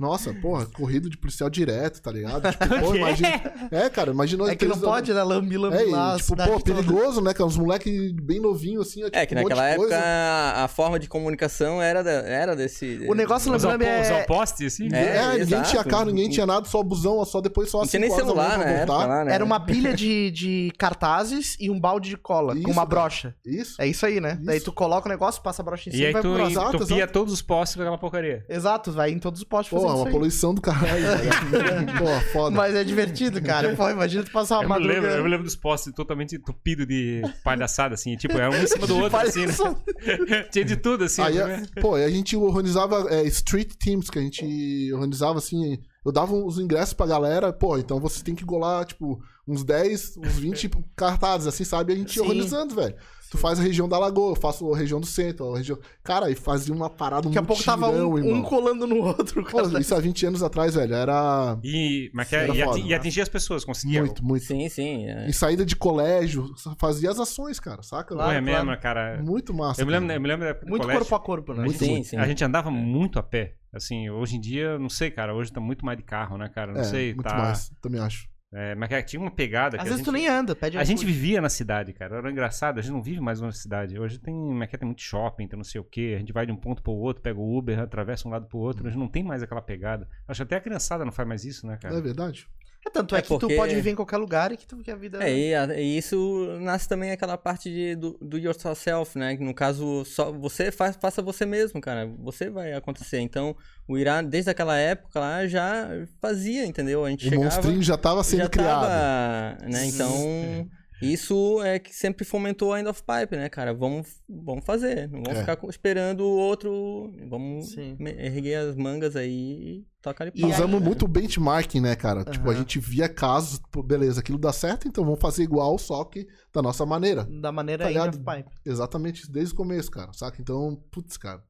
S3: Nossa, porra, corrido de policial direto, tá ligado? Tipo, pô, imagina. É, cara, imagina nós
S1: É que não
S3: três andando-
S1: pode, né? Lambi, lambi
S3: É,
S1: lá.
S3: e, tipo,
S1: cidade
S3: pô,
S1: toda.
S3: perigoso, né, cara? Uns moleque bem novinho, assim,
S4: É que
S3: um monte
S4: naquela
S3: de
S4: época
S3: coisa.
S4: a, a forma de comunicação era, da- era desse.
S1: O negócio
S2: Os,
S1: lambi,
S2: alpo,
S1: lambi
S2: os
S1: é,
S2: alpostes, assim.
S3: É,
S4: É,
S3: ninguém
S4: exato.
S3: tinha carro, ninguém tinha nada, só busão, só depois só
S4: Não
S3: às
S4: tinha nem
S3: cinco horas da
S4: celular
S3: manhã
S4: na
S3: pra
S4: época
S3: voltar.
S4: lá, né?
S1: era uma pilha de, de cartazes e um balde de cola
S3: Isso,
S1: com uma
S3: cara.
S1: brocha.
S3: Isso.
S1: É isso aí, né?
S3: Isso.
S1: Daí tu coloca o negócio, passa a brocha em cima
S2: E
S1: e,
S2: aí
S1: vai
S2: tu
S1: pro
S3: exato,
S2: entupia
S3: exato.
S2: todos os postes com aquela porcaria.
S1: Exato, vai em todos os postes fazendo
S3: Porra, uma né?
S1: isso aí.
S3: poluição do caralho. velho. Porra, foda.
S1: Mas é divertido, cara. Pô, imagina tu
S3: Tá
S1: passar uma
S2: Eu me,
S1: madrugada.
S2: lembro, eu me lembro dos postes totalmente entupidos de palhaçada, assim. Tipo, era um em cima do outro, assim. né?
S1: Palhaçada.
S2: Tinha de tudo, assim.
S3: Aí, é-
S2: né?
S3: a- pô, aí a gente organizava é, street teams, que a gente organizava assim. Eu dava os ingressos pra galera, pô, então vocês têm que golar, tipo, uns 10, uns 20 cartazes, assim, sabe? A gente ia
S1: Sim.
S3: organizando, velho. Tu faz a região da Lagoa, eu faço a região do centro, a região. Cara, aí fazia uma parada muito
S1: Daqui a pouco tava um, um
S3: irmão.
S1: colando no outro.
S3: Pô,
S1: cara.
S3: isso há 20 anos atrás, velho, era
S2: E, mas que- é,
S3: Era
S2: e,
S3: foda. né?
S2: ati- e atingir as pessoas, conseguia.
S3: muito, muito.
S4: Sim, sim. é.
S3: Em saída de colégio, fazia as ações, cara, saca?
S2: Porra, é
S1: Claro,
S2: mesmo,
S1: claro.
S2: cara.
S3: Muito massa.
S2: Eu me lembro, né?
S3: cara.
S2: eu me lembro da época do
S1: Muito
S2: colégio.
S1: corpo a corpo, né?
S4: Muito,
S2: Sim,
S4: muito.
S2: A gente andava muito a pé. Assim, hoje em dia, não sei, cara. Hoje tá muito mais de carro, né, cara? Não
S3: É,
S2: sei,
S3: muito
S2: tá.
S3: massa, também acho.
S2: É, mas que tinha uma pegada.
S1: Às
S2: que a
S1: vezes
S2: gente-
S1: tu nem é anda, pede
S2: A gente
S1: iFood.
S2: vivia na cidade, cara. Era engraçado, a gente não vive mais na cidade. Hoje tem, como é que é? tem muito shopping, tem não sei o quê. A gente vai de um ponto pro outro, pega o Uber, atravessa um lado pro outro.
S3: Uhum.
S2: A gente não tem mais aquela pegada. Acho que até a criançada não faz mais isso, né,
S3: Não é
S2: cara?
S3: verdade?
S1: É, tanto é,
S4: É
S1: que tu
S4: porque-
S1: pode viver em qualquer lugar e que, tu, que a vida.
S4: É, e, a- e isso nasce também aquela parte de do, do yourself, né? Que No caso, só você faz, faça você mesmo, cara. Você vai acontecer. Então, o Irá, desde aquela época lá, já fazia, entendeu? A gente
S3: O
S4: chegava...
S3: monstrinho já tava sendo
S4: já
S3: criado.
S4: Tava, né? Então, isso é que sempre fomentou a End of Pipe, né, cara? Vamos, vamos fazer. Não vamos
S3: É.
S4: ficar co- esperando o outro. Vamos
S1: Sim.
S4: me- erguer as mangas aí e tocar ali
S1: E
S4: pau,
S3: Usamos
S4: né?
S3: muito benchmarking, né, cara? Tipo, a
S1: Aham.
S3: gente via casos, pô, beleza, aquilo dá certo, então vamos fazer igual, só que da nossa maneira.
S1: Da maneira é
S3: Tá
S1: ainda
S3: ligado?
S1: pai.
S3: Exatamente isso desde o começo, cara, saca? Então, putz, cara.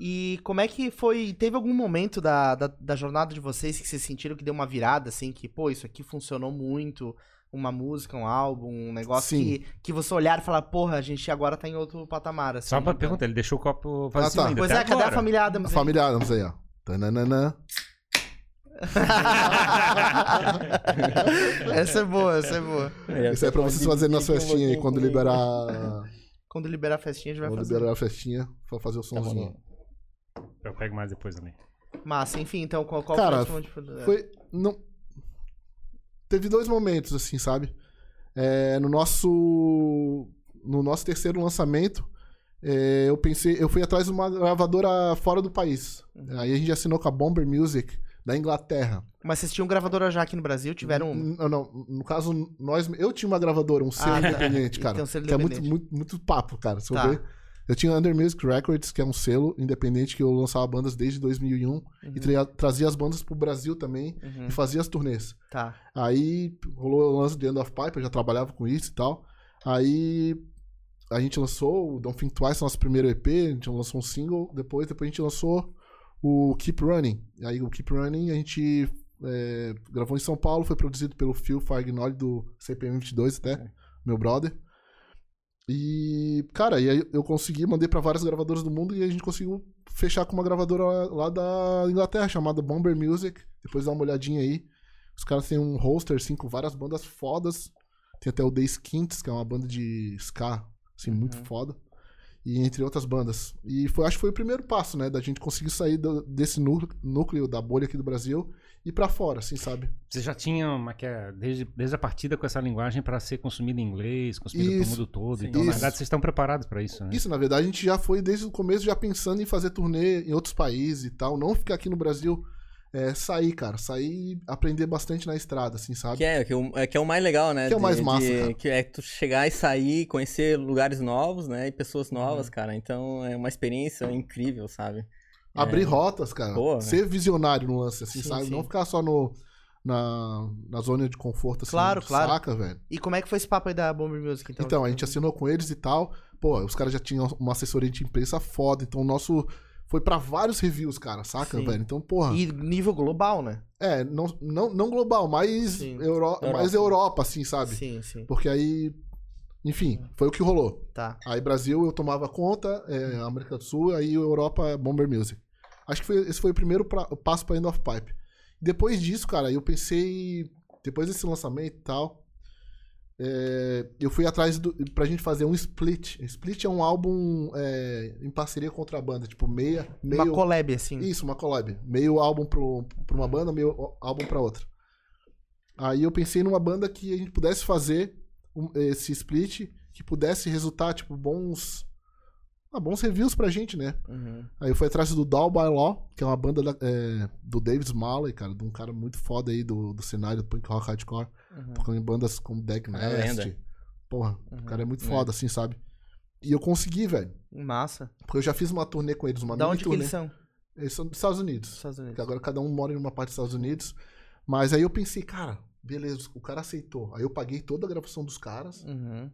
S1: E como é que foi? Teve algum momento da, da, da jornada de vocês que vocês sentiram que deu uma virada, assim, que, pô, isso aqui funcionou muito? Uma música, um álbum, um negócio
S3: Sim.
S1: que, que você olhar e falar, porra, a gente agora tá em outro patamar, assim.
S2: Só pra pergunta, ele deixou o copo
S3: Ah,
S2: vazio
S3: tá.
S2: ainda.
S1: Pois
S2: até
S1: é, cadê a
S2: agora.
S1: família Adams?
S3: A
S1: aí?
S3: família Adams aí, ó. Tananana.
S1: essa é boa, essa é boa.
S4: É,
S3: Isso aí é pra vocês fazerem nas festinhas aí, quando liberar,
S1: Quando liberar a festinha, a gente vai
S3: quando
S1: fazer.
S3: liberar a festinha, pra fazer o
S4: Tá bom,
S3: somzinho.
S2: Eu pego mais depois também.
S1: Massa, enfim, então qual, qual
S3: Cara,
S1: foi o próximo?
S3: Foi. Não... Teve dois momentos, assim, sabe? É, no nosso. No nosso terceiro lançamento, é, eu pensei. Eu fui atrás de uma gravadora fora do país.
S1: Uhum.
S3: Aí a gente assinou com a Bomber Music, da Inglaterra.
S1: Mas vocês tinham gravadora já aqui no Brasil, tiveram uma.
S3: N- Não, não, no caso, nós. Eu tinha uma gravadora, um selo
S1: Ah, tá.
S3: independente,
S1: E
S3: cara.
S1: tem um selo
S3: que é muito,
S1: independente.
S3: muito, muito papo, cara. Se eu
S1: Tá.
S3: ver. Eu tinha Under Music Records, que é um selo independente que eu lançava bandas desde 2001 e tra- trazia as bandas pro Brasil também
S1: Uhum.
S3: e fazia as turnês.
S1: Tá.
S3: Aí rolou o lance de End of Pipe, eu já trabalhava com isso e tal. Aí a gente lançou o Don't Think Twice, nosso primeiro EP, a gente lançou um single, depois, depois a gente lançou o Keep Running. Aí o Keep Running a gente é, gravou em São Paulo, foi produzido pelo Phil Fagnoli do CPM22 até, meu brother. E, cara, e aí eu consegui, mandei pra várias gravadoras do mundo e a gente conseguiu fechar com uma gravadora lá da Inglaterra, chamada Bomber Music. Depois dá uma olhadinha aí. Os caras têm um roster, assim, com várias bandas fodas. Tem até o The Skints, que é uma banda de ska, assim, muito foda. E entre outras bandas. E foi, acho que foi o primeiro passo, né? Da gente conseguir sair do- desse núcleo, núcleo da bolha aqui do Brasil e pra fora, assim, sabe?
S2: Você já tinha uma que é, desde, desde a partida com essa linguagem para ser consumida em inglês, consumida pelo
S3: Isso.
S2: mundo todo.
S4: Sim.
S2: então, na
S3: Isso.
S2: verdade, vocês estão preparados para isso, né?
S3: Isso, na verdade, a gente já foi desde o começo já pensando em fazer turnê em outros países e tal. Não ficar aqui no Brasil, é, sair, cara. Sair e aprender bastante na estrada, assim, sabe?
S4: Que é, que, o- é, que é o mais legal, né?
S3: Que é o mais massa, cara.
S4: que é tu chegar e sair, conhecer lugares novos, né? E pessoas
S3: Uhum.
S4: novas, cara. Então é uma experiência incrível, sabe?
S3: Abrir
S4: É.
S3: rotas, cara.
S4: Boa,
S3: ser visionário no lance, assim,
S4: Sim,
S3: sabe?
S4: sim.
S3: Não ficar só no, na, na zona de conforto, assim.
S1: Claro, claro.
S3: Saca, velho.
S1: E como é que foi esse papo aí da Bomber Music, então?
S3: Então, a gente assinou com eles e tal. Pô, os caras já tinham uma assessoria de imprensa foda. Então, o nosso... Foi pra vários reviews, cara, saca,
S1: Sim.
S3: velho? Então, porra...
S1: E nível global, né?
S3: É, não, não, não global, mas,
S1: Sim.
S3: Euro- mais
S4: Europa.
S3: Europa, assim, sabe?
S1: Sim, sim.
S3: Porque aí... Enfim, foi o que rolou.
S1: Tá.
S3: Aí Brasil eu tomava conta, é, América do Sul, aí Europa Bomber Music. Acho que foi- esse foi o primeiro pra- o passo pra End of Pipe. Depois disso, cara, eu pensei. Depois desse lançamento e tal, é, eu fui atrás do, pra gente fazer um split. Split é um álbum é, em parceria com outra banda, tipo meia. meio,
S1: Uma collab, assim.
S3: isso, uma collab. Meio álbum pro- pra uma banda, meio ó- álbum pra outra. Aí eu pensei numa banda que a gente pudesse fazer um- esse split, que pudesse resultar, tipo, bons. ah, bons reviews pra gente, né?
S1: Uhum.
S3: Aí eu fui atrás do Down by Law, que é uma banda da- é, do Davis Malley, cara, de um cara muito foda aí do, do cenário do punk rock hardcore,
S1: Uhum.
S3: tocando em bandas como Deck
S4: Ah, é
S3: Nest.
S4: lenda.
S3: Porra, o cara é muito foda, assim, sabe? E eu consegui, velho.
S1: Uhum. Massa.
S3: Porque eu já fiz uma turnê com eles, é uma né?
S1: da
S3: mini
S1: onde que
S3: turnê.
S1: eles são?
S3: Eles são dos Estados Unidos.
S1: Dos Estados
S3: Porque
S1: Unidos.
S3: agora cada um mora em uma parte dos Estados Unidos. Mas aí eu pensei, cara, beleza, o cara aceitou. Aí eu paguei toda a gravação dos caras,
S1: Uhum.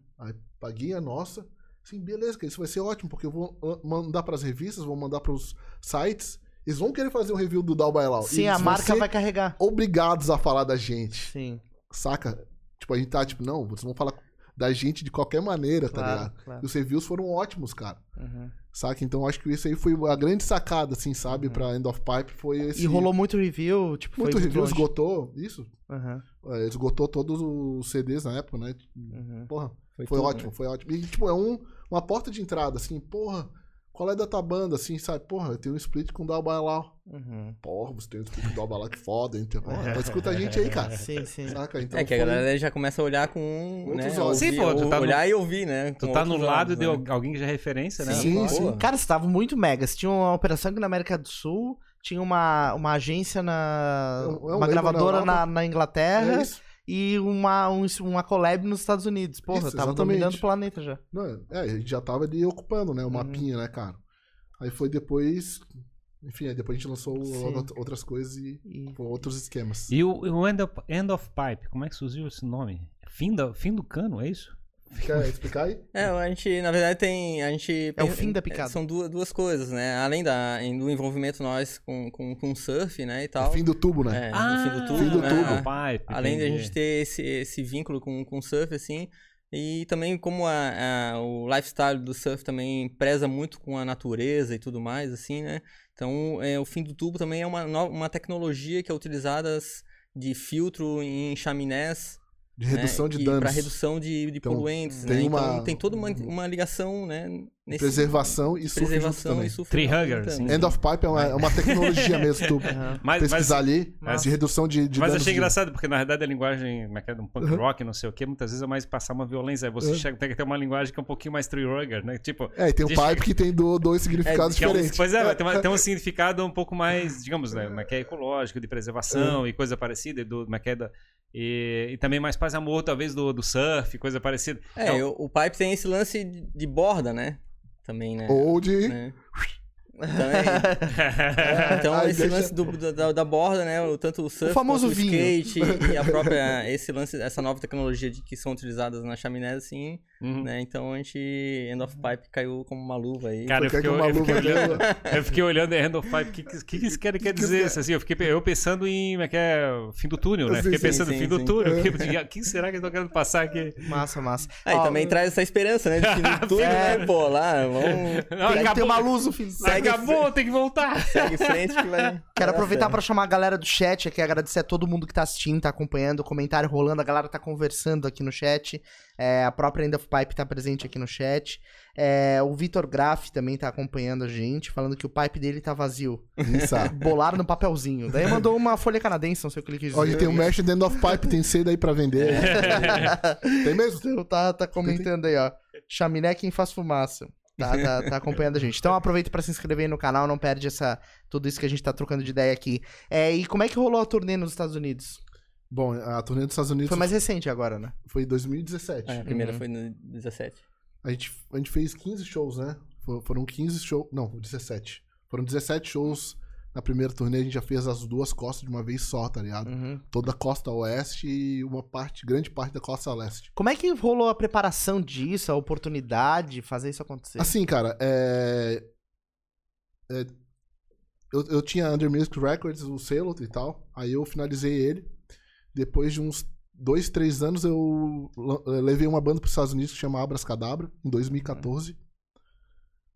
S3: paguei a nossa. Assim, beleza, cara, isso vai ser ótimo, porque eu vou ah, mandar pras revistas, vou mandar pros sites. Eles vão querer fazer um review do Down by Law.
S1: Sim,
S3: E
S1: a
S3: tá eles vão
S1: marca
S3: ser
S1: vai carregar.
S3: Obrigados a falar da gente,
S1: Sim,
S3: saca? Tipo, a gente tá tipo, não, vocês vão falar da gente de qualquer maneira, tá
S1: claro,
S3: ligado? E
S1: claro.
S3: os reviews foram ótimos, cara.
S1: Uhum.
S3: Saca? Então acho que isso aí foi a grande sacada, assim, sabe, pra End of Pipe. Foi esse.
S1: E rolou muito review, tipo, foi
S3: Muito review,
S1: longe. Uhum.
S3: esgotou. Isso,
S1: Aham,
S3: É, esgotou todos os CDs na época, né?
S1: uhum.
S3: Porra, foi,
S4: tudo,
S3: ótimo, foi ótimo. E, tipo, é um, uma porta de entrada, assim, porra, qual é da tua banda, assim, sabe? Porra, eu tenho um split com o Dalbalau.
S1: Uhum.
S3: Porra, você tem um split com o Dalbalau, que foda, hein? Então, porra, então escuta a gente aí, cara.
S1: Sim, sim.
S3: Saca? Então,
S4: É que a
S3: foi-
S4: galera já começa a olhar com.
S3: Outros
S4: Né,
S3: olhos.
S4: ouvir,
S2: Sim, pô, tu
S4: ou-
S2: tá no-
S4: olhar e ouvir, né?
S2: Tu
S4: com
S2: tá no
S4: outros
S2: lado
S4: olhos,
S2: de
S4: né?
S2: al- alguém que já é referência, né?
S3: Sim,
S4: Pô,
S3: sim.
S1: Cara, você tava muito mega. Você tinha uma operação aqui na América do Sul, tinha uma, uma agência na.
S3: É um- é um
S1: uma
S3: label
S1: gravadora
S3: na
S1: na,
S3: Europa.
S1: na Inglaterra
S3: É isso.
S1: e uma, um- uma collab nos Estados Unidos. Porra,
S3: Isso,
S1: tava
S3: exatamente.
S1: dominando o planeta já.
S3: Não, é, a gente já tava ali ocupando, né? O mapinha, né, cara? Aí foi depois. Enfim, aí depois a gente lançou
S1: Sim.
S3: out- outras coisas e
S1: E-
S3: com outros esquemas.
S2: E o, e o end, of, End of Pipe, como é que surgiu esse nome? Fim, da, fim do cano, é isso?
S3: Quer explicar aí?
S4: É, a gente, na verdade, tem. A gente
S1: É o fim da picada.
S4: São duas, duas coisas, né? Além da, do envolvimento nós com, com, com surf, né? E
S3: É O
S4: tal.
S3: fim do tubo, né?
S4: É,
S2: Ah.
S4: o fim do tubo.
S3: fim do
S4: né?
S3: tubo.
S4: A-
S2: Pipe,
S4: Além de a
S2: entendi.
S4: gente ter esse, esse vínculo com, com o surf, assim, e também como a- a- o lifestyle do surf também preza muito com a natureza e tudo mais, assim, né? Então, é, o fim do tubo também é uma, no- uma tecnologia que é utilizada s- de filtro em chaminés
S3: De redução
S2: né?
S3: de
S4: para
S3: danos.
S4: redução de, de
S3: Então,
S4: poluentes,
S3: tem
S4: né?
S3: uma-
S4: Então, tem toda uma, uma ligação, né? Nesse
S3: Preservação e surf junto
S4: preservação
S3: também.
S4: e surf.
S2: Tree
S4: junto então, né?
S2: hugger,
S4: também.
S2: sim.
S3: End of Pipe é uma, é uma tecnologia mesmo, tu
S1: Aham.
S2: Mas- mas-
S3: pesquisar ali,
S1: mas-
S3: de redução de, de
S2: Mas
S3: danos
S2: achei
S3: de-
S2: engraçado, porque na verdade a linguagem, como é que é, de um punk
S3: Uhum.
S2: rock, não sei o que, muitas vezes é mais passar uma violência. Aí Você
S3: É.
S2: chega, tem que ter uma linguagem que é um pouquinho mais tree rugger, né? Tipo,
S3: É, e tem um
S2: Deixa-
S3: pipe que tem do- dois significados
S2: que é um-
S3: diferentes.
S2: pois é, tem, uma- tem um significado um pouco mais, digamos, né, como é que é ecológico, de preservação e coisa parecida, e do, como é que é da- e, e também mais paz e amor, talvez, do, do surf, coisa parecida.
S4: É,
S2: Então,
S4: o, o pipe tem esse lance de de borda, né? também, né?
S3: É, Ou de.
S4: né? é Também. Então,
S3: Ai,
S4: esse
S3: deixa-
S4: lance do- do- da, da borda, né? o- Tanto o surf
S1: famoso
S4: quanto o
S1: vinho.
S4: skate e a própria... Esse lance, essa nova tecnologia de que são utilizadas na chaminés, assim,
S2: Uhum.
S4: né? Então, a gente... End of Pipe caiu como uma luva aí.
S2: Cara, eu
S3: Porque é que
S2: fiquei,
S3: uma
S2: eu fiquei
S3: luva
S2: olhando,
S3: dela-
S2: eu fiquei olhando a Hand of Pipe, o que, que, que que isso quer, quer dizer? Assim, eu, fiquei, pe- eu pensando em como é que é, fim do túnel, né?
S3: Sim,
S2: Fiquei
S3: sim,
S2: pensando
S4: sim,
S2: em fim do
S4: sim.
S2: túnel. O que, "Ah, que será que eles estão querendo passar aqui?
S1: Massa, massa.
S4: Aí
S1: Ó,
S4: É, também traz essa esperança, né? De que no túnel, né? Pô, lá,
S2: Não,
S4: vamos...
S1: Tem que ter
S2: acabou,
S1: uma luz no fim.
S4: Segue
S2: acabou tem que voltar.
S4: Segue em frente que vai...
S1: Quero aproveitar pra chamar a galera do chat aqui, agradecer a todo mundo que tá assistindo, tá acompanhando, o comentário rolando, a galera tá conversando aqui no chat. É, a própria End of Pipe tá presente aqui no chat. É, o Vitor Graff também tá acompanhando a gente, falando que o pipe dele tá vazio.
S3: Insá.
S1: Bolaram no papelzinho. Daí mandou uma folha canadense, não sei o que ele quis dizer.
S3: Ó, e tem um o Mesh dentro of Pipe, tem cedo aí pra vender.
S2: É.
S3: tem mesmo?
S1: Então tá, tá comentando aí, ó. Chaminé quem faz fumaça. Tá, tá, tá acompanhando a gente. Então aproveita pra se inscrever aí no canal, não perde essa tudo isso que a gente tá trocando de ideia aqui. É, e como é que rolou a turnê nos Estados Unidos?
S3: Bom, a turnê dos Estados Unidos
S1: Foi mais recente agora, né?
S3: foi em 2017.
S4: É, a primeira
S1: Uhum.
S4: foi no 17.
S3: A gente, a gente fez 15 shows, né? For- Foram 15 shows. Não, 17. Foram 17 shows na primeira turnê. A gente já fez as duas costas de uma vez só, tá ligado? Toda a costa oeste e uma parte, grande parte da costa leste.
S1: Como é que rolou a preparação disso, a oportunidade de fazer isso acontecer?
S3: Assim, cara, é. é, eu, eu tinha Under Music Records, o selo e tal. Aí eu finalizei ele. Depois de uns dois, três anos, eu la- eu levei uma banda pros Estados Unidos que chama Abras Cadabra, em 2014.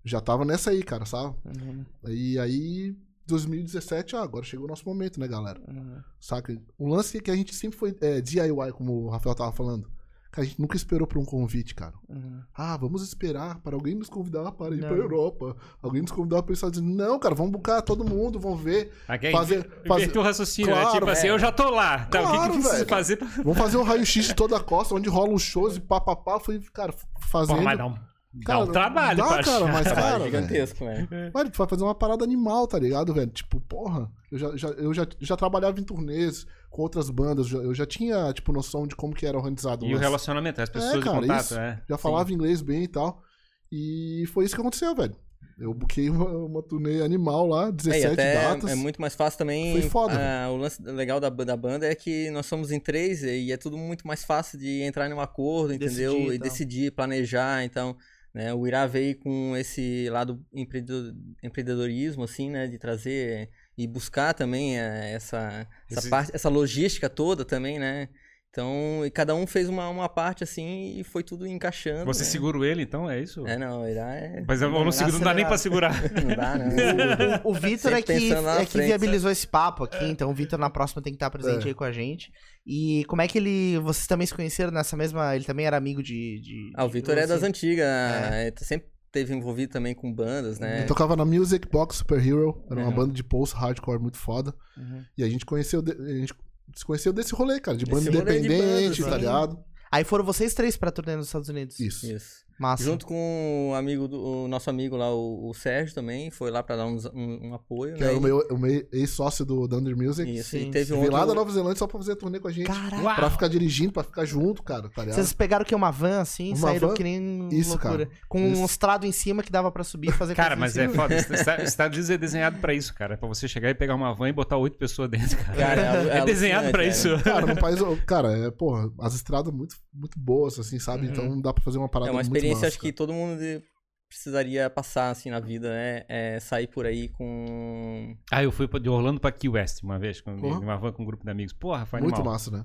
S3: Já tava nessa aí, cara, sabe?
S1: Uhum,
S3: E aí, 2017, ah, agora chegou o nosso momento, né, galera?
S1: uhum.
S3: Saca? O lance é que a gente sempre foi é, DIY, como o Rafael tava falando. Cara, a gente nunca esperou por um convite, cara.
S1: Uhum.
S3: Ah, vamos esperar para alguém nos convidar para ir
S1: Não.
S3: pra Europa. Alguém nos convidar para os Estados Unidos. Não, cara, vamos buscar todo mundo, vamos ver.
S2: Aqui,
S3: Fazer- fazer-
S2: o raciocínio, né?
S3: Claro,
S2: Tipo assim,
S3: velho.
S2: eu já tô lá. Tá, o que que,
S3: Claro,
S2: eu preciso
S3: velho.
S2: fazer pra...
S3: Vamos fazer um raio-x de toda a costa, onde rolam os shows e papapá. Fui, cara, fazendo.
S2: Pô, mas dá um, dá um trabalho
S3: dá,
S2: pra
S3: cara,
S2: achar.
S3: mas, cara,
S4: Trabalho
S3: velho,
S4: gigantesco, velho.
S3: Mano, tu vai fazer uma parada animal, tá ligado, velho? Tipo, porra, eu já, já- eu já, já trabalhava em turnês com outras bandas, já- eu já tinha, tipo, noção de como que era organizado.
S2: E o
S3: lance.
S2: relacionamento, as pessoas de
S3: É, cara,
S2: contato,
S3: isso.
S2: é.
S3: Já falava inglês bem e tal. E foi isso que aconteceu, velho. Eu buquei uma, uma turnê animal lá,
S4: É, e
S3: 17
S4: até
S3: datas.
S4: é muito mais fácil também.
S3: Foi foda,
S4: ah, o lance legal da, ba- da banda é que nós somos em três e é tudo muito mais fácil de entrar em um acordo, entendeu?
S1: Decidir,
S4: e
S1: então.
S4: decidir, planejar, então. Né, o Irá veio com esse lado empreendedor- empreendedorismo, assim, né? De trazer e buscar também eh, essa, essa,
S2: Esse-
S4: parte, essa logística toda também, né? Então, e cada um fez uma, uma parte, assim, e foi tudo encaixando.
S2: Você
S4: né?
S2: segura ele, então? É isso?
S4: É, não, o Irá é...
S2: Mas eu não,
S1: Não,
S2: seguro, não dá nem
S1: acelerado.
S2: pra segurar.
S4: Não dá, né?
S1: O, o Vitor
S4: Sempre
S1: é que,
S4: pensando lá na
S1: é que
S4: frente, né? É.
S1: viabilizou esse papo aqui, então o Vitor na próxima tem que estar presente
S3: É.
S1: aí com a gente. E como é que ele. Vocês também se conheceram nessa mesma. Ele também era amigo de. de
S4: Ah, o
S1: de-
S4: Vitor é das
S1: assim,
S4: antigas. é, tu sempre teve envolvido também com bandas, né?
S3: Eu tocava na Music Box Superhero, era uma
S4: Uhum.
S3: banda de post hardcore muito foda.
S1: Uhum.
S3: E a gente conheceu, de- a gente se conheceu desse rolê, cara, de banda
S4: Esse rolê de
S3: independente,
S4: bandas,
S3: tá
S4: né?
S3: ligado?
S1: Aí foram vocês três pra turnê nos Estados Unidos.
S3: Isso.
S4: Isso.
S1: Massa.
S4: Junto com o amigo do o nosso amigo lá, o, o Sérgio também, foi lá pra dar uns- um, um apoio,
S3: Que
S4: né?
S3: era o meu, o meu ex-sócio do da Under Music.
S4: Isso,
S1: sim,
S4: e teve um
S3: Veio lá da
S4: outro...
S3: Nova Zelândia só pra fazer a turnê com a gente.
S1: Caraca.
S2: Uau!
S3: Pra ficar dirigindo, pra ficar junto, cara, tá ligado?
S1: Vocês pegaram que uma van assim,
S3: Uma
S1: saíram
S3: van?
S1: que nem
S3: Isso,
S1: loucura. Com um
S3: Isso.
S1: estrado em cima que dava pra subir e fazer
S2: Cara,
S1: coisa em
S2: mas é
S1: cima.
S2: foda. Os Estados- os Estados Unidos é desenhado pra isso, cara. Pra você chegar e pegar uma van e botar oito pessoas dentro, cara.
S4: Cara,
S2: É,
S4: alucinante,
S2: desenhado pra
S4: cara.
S2: isso.
S3: Cara, no país, cara, é, porra, as estradas muito, muito boas, assim, sabe? Então dá pra fazer uma parada
S4: Uhum. É uma
S3: muito
S4: experiência,
S3: massa,
S4: acho que todo mundo de- precisaria passar, assim, na vida, né? É sair por aí com...
S2: Ah, eu fui pra- de Orlando pra Key West uma vez, com
S3: Porra.
S2: uma van com um grupo de amigos. Porra, foi
S3: cara. Muito
S2: animal.
S3: massa, né?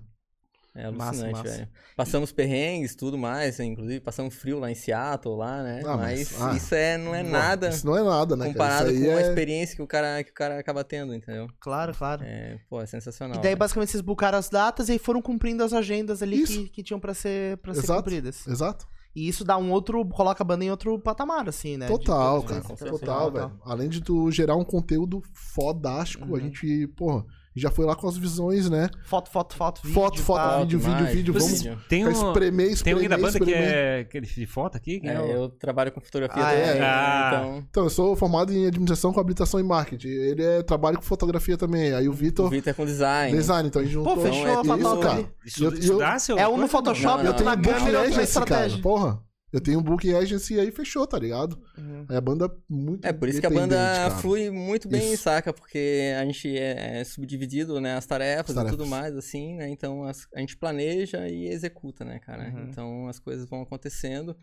S4: É
S1: Massa,
S4: alucinante,
S1: massa.
S4: velho. Passamos perrengues, tudo mais, inclusive passamos frio lá em Seattle, lá, né?
S3: Ah,
S4: mas
S3: mas- ah.
S4: isso é, não é
S3: Pô,
S4: nada...
S3: Isso não é nada, né?
S4: comparado
S3: cara? Isso
S4: com a
S3: aí é...
S4: experiência que o, cara, que o cara acaba tendo, entendeu?
S1: Claro, claro.
S4: É, pô, é sensacional.
S1: E daí,
S4: né?
S1: basicamente, vocês bucaram as datas e aí foram cumprindo as agendas ali
S3: Isso.
S1: que, que tinham pra ser, pra ser
S3: Exato.
S1: cumpridas.
S3: Exato.
S1: E isso dá um outro. coloca a banda em outro patamar, assim, né? De
S3: Total,
S1: produção,
S3: cara.
S4: com
S1: produção,
S4: certeza.
S3: Total,
S1: tal.
S3: velho. Além de tu gerar um conteúdo fodástico,
S1: Uhum.
S3: a gente, porra, já foi lá com as visões, né?
S1: Foto, foto, foto, vídeo. tá?
S3: foto, foto,
S1: tal.
S3: vídeo, vídeo,
S4: mais,
S3: vídeo, vamos
S4: vídeo.
S2: Tem
S3: Pra
S2: um,
S3: espremer,
S2: tem
S3: espremer,
S2: alguém da banda que
S3: espremer.
S2: é aquele de foto aqui? Quem é,
S4: É,
S2: o-
S4: eu trabalho com fotografia
S1: Ah, é?
S4: também, né?
S2: Ah.
S4: então
S3: Então, eu sou formado em administração com habilitação em marketing. Ele é trabalho com fotografia também. Aí o
S4: o
S3: Vitor,
S4: Vitor é com design.
S3: design. Então a gente
S1: Pô,
S3: juntou...
S1: fechou
S4: é
S1: a
S4: tudo
S1: fatal
S3: isso,
S4: isso,
S1: ali.
S3: cara.
S2: Isso,
S3: Eu-
S2: isso
S3: eu-
S2: dá seu...
S1: É um no
S2: Não,
S1: Photoshop,
S4: não,
S1: outro
S3: Tem
S1: na
S3: um
S1: câmera, outro
S3: multilege
S1: na
S3: esse cara,
S1: estratégia.
S3: porra. Eu tenho um booking agency e aí fechou, tá ligado?
S1: Uhum.
S3: Aí a banda muito
S4: É, por isso que a banda
S3: dependente, cara.
S4: flui muito bem,
S3: Isso.
S4: saca? Porque a gente é subdividido, né? As tarefas,
S3: As tarefas.
S4: e tudo mais, assim, né? Então as- a gente planeja e executa, né, cara?
S1: Uhum.
S4: Então as coisas vão acontecendo,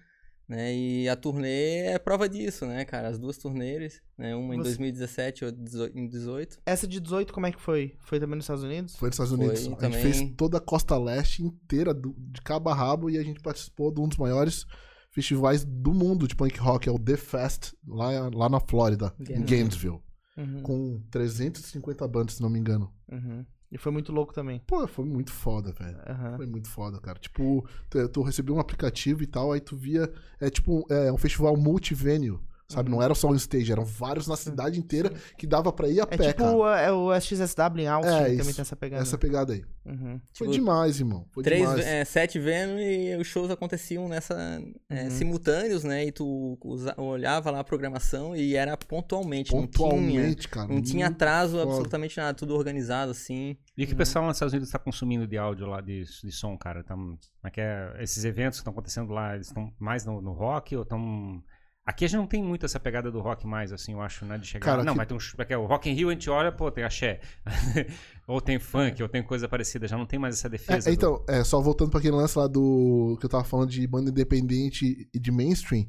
S4: né? E a turnê é prova disso, né, cara? As duas turnês, né? Uma em
S1: Você-
S4: 2017 e outra dezo- em 2018.
S1: Essa de 18, como é que foi? Foi também nos Estados Unidos?
S3: Foi nos Estados Unidos.
S4: Foi,
S3: a
S4: também-
S3: gente fez toda a costa leste inteira, do- de cabo a rabo, e a gente participou de um dos maiores festivais do mundo de punk rock, é o The Fest, lá, lá na Flórida, em
S4: Gainesville.
S3: Gainesville.
S1: Uhum,
S3: Com 350 bandas, se não me engano.
S1: uhum. E foi muito louco também.
S3: Pô, foi muito foda, velho.
S1: Aham.
S3: Foi muito foda, cara. Tipo, tu, tu recebia um aplicativo e tal, aí tu via. É tipo é, um festival multivenue, sabe?
S4: Uhum.
S3: Não era só um stage, eram vários na cidade inteira que dava pra ir a
S1: É
S3: pé,
S1: tipo
S3: cara.
S1: a- é o SXSW em Austin,
S3: É,
S1: que também
S3: isso.
S1: tem essa pegada.
S4: né?
S3: Essa pegada aí.
S1: Uhum.
S3: Foi
S4: Tipo,
S3: demais, irmão. Foi
S4: Três,
S3: demais.
S4: é, sete Venom e os shows aconteciam nessa é,
S1: Uhum.
S4: simultâneos, né? E tu usa- olhava lá a programação e era pontualmente. Não tinha,
S3: Pontualmente, cara.
S4: não tinha
S3: muito
S4: atraso
S3: foda.
S4: absolutamente nada, tudo organizado assim.
S2: E
S3: Uhum.
S2: o que o pessoal nos Estados Unidos está consumindo de áudio lá, de, de som, cara? Tá, como é que é? esses eventos que estão acontecendo lá, eles estão mais no, no rock ou estão... Aqui a gente não tem muito essa pegada do rock mais, assim, eu acho, né? De chegar...
S3: Cara,
S2: não,
S3: aqui-
S2: vai ter um... show- é que é o Rock in Rio a gente olha, pô, tem axé. ou tem funk, ou tem coisa parecida. Já não tem mais essa defesa.
S3: É,
S2: do-
S3: então, é, só voltando pra aquele lance lá do. que eu tava falando de banda independente e de mainstream.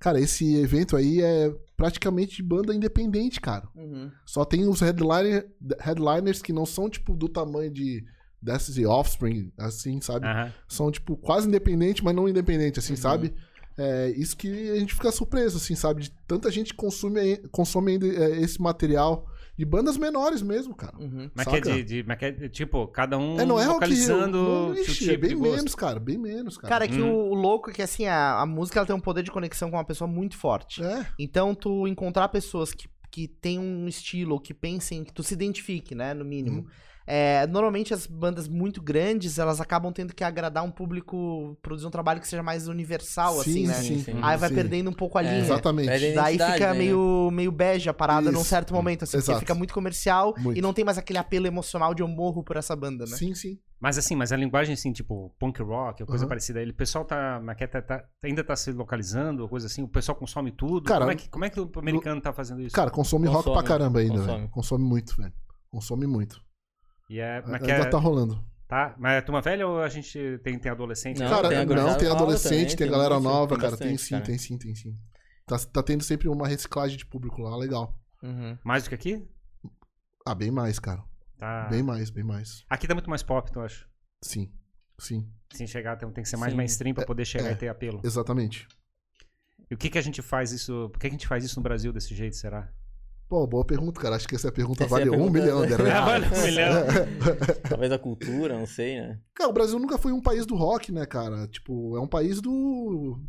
S3: Cara, esse evento aí é praticamente de banda independente, cara.
S1: Uhum.
S3: Só tem os headliner, headliners que não são, tipo, do tamanho de Dessas e Offspring, assim, sabe?
S2: Aham.
S3: São, tipo, quase independente, mas não independente, assim,
S4: Uhum.
S3: sabe? É, isso que a gente fica surpreso, assim, sabe? De tanta gente consome, ai- consome ainda é, esse material de bandas menores mesmo, cara.
S4: Uhum.
S2: Mas que é
S3: Saca?
S2: de, de- mas que é de- tipo, cada um
S3: É, não é rock in Rio.
S2: localizando
S3: Não,
S2: seu
S3: ixi,
S2: tipo
S3: é bem
S2: de gosto.
S3: menos, cara. Bem menos, cara.
S1: Cara, é que o, o louco é que assim, a, a música ela tem um poder de conexão com uma pessoa muito forte.
S3: É,
S1: Então, tu encontrar pessoas que, que têm um estilo, que pensem, que tu se identifique, né, no mínimo.
S3: Uhum.
S1: É, normalmente as bandas muito grandes, elas acabam tendo que agradar um público, produzir um trabalho que seja mais universal, assim, né?
S4: sim, sim.
S1: Aí vai
S3: sim.
S1: perdendo um pouco a
S4: É,
S1: linha.
S3: Exatamente.
S4: perde a
S1: Daí
S4: identidade,
S1: fica
S4: né?
S1: meio, meio bege a parada num
S3: Isso.
S1: certo momento, assim, porque
S3: Exato.
S1: fica muito comercial
S3: Muito.
S1: e não tem mais aquele apelo emocional de eu morro por essa banda, né?
S3: Sim, sim.
S2: Mas assim, mas a linguagem assim, tipo punk rock, ou coisa
S3: Aham.
S2: parecida, ele, o pessoal tá, maqueta tá, ainda tá se localizando, ou coisa assim, o pessoal consome tudo.
S3: Cara,
S2: como, é que, como é que o americano tá fazendo isso?
S3: Cara, consome, rock
S4: Consome,
S3: pra caramba ainda,
S4: consome.
S3: velho. Consome muito, velho. Consome muito.
S2: e é, mas que
S3: Ainda
S2: é-
S3: tá rolando.
S2: tá, mas é turma velha ou a gente tem, tem adolescente? é
S4: Não,
S3: cara,
S4: tem a
S3: não,
S4: gurizada
S3: tem
S4: nova
S3: adolescente,
S4: também,
S3: tem
S4: tem
S3: galera
S4: muito,
S3: nova,
S4: tem
S3: cara. tem
S4: bastante,
S3: sim,
S4: cara.
S3: tem sim, tem sim. Tá, tá tendo sempre uma reciclagem de público lá, legal.
S1: Uhum.
S2: Mais do que aqui?
S3: Ah, bem mais, cara.
S4: Ah.
S2: Tá.
S3: Bem mais, bem mais.
S2: Aqui tá muito mais pop, então eu acho.
S3: Sim. Sim,
S2: Sem chegar, tem, tem que ser mais
S4: Sim.
S2: mainstream pra poder chegar
S3: é.
S2: e ter apelo.
S3: exatamente.
S2: E o que que a gente faz isso? Por que que a gente faz isso no Brasil desse jeito, será?
S3: Pô, boa pergunta, cara. Acho que essa pergunta
S4: Essa é a
S3: vale um
S4: pergunta-
S3: milhão de
S2: Ah,
S3: reais.
S2: valeu, um milhão.
S4: Talvez a cultura, não sei, né?
S3: Cara, o Brasil nunca foi um país do rock, né, cara? Tipo, é um país do.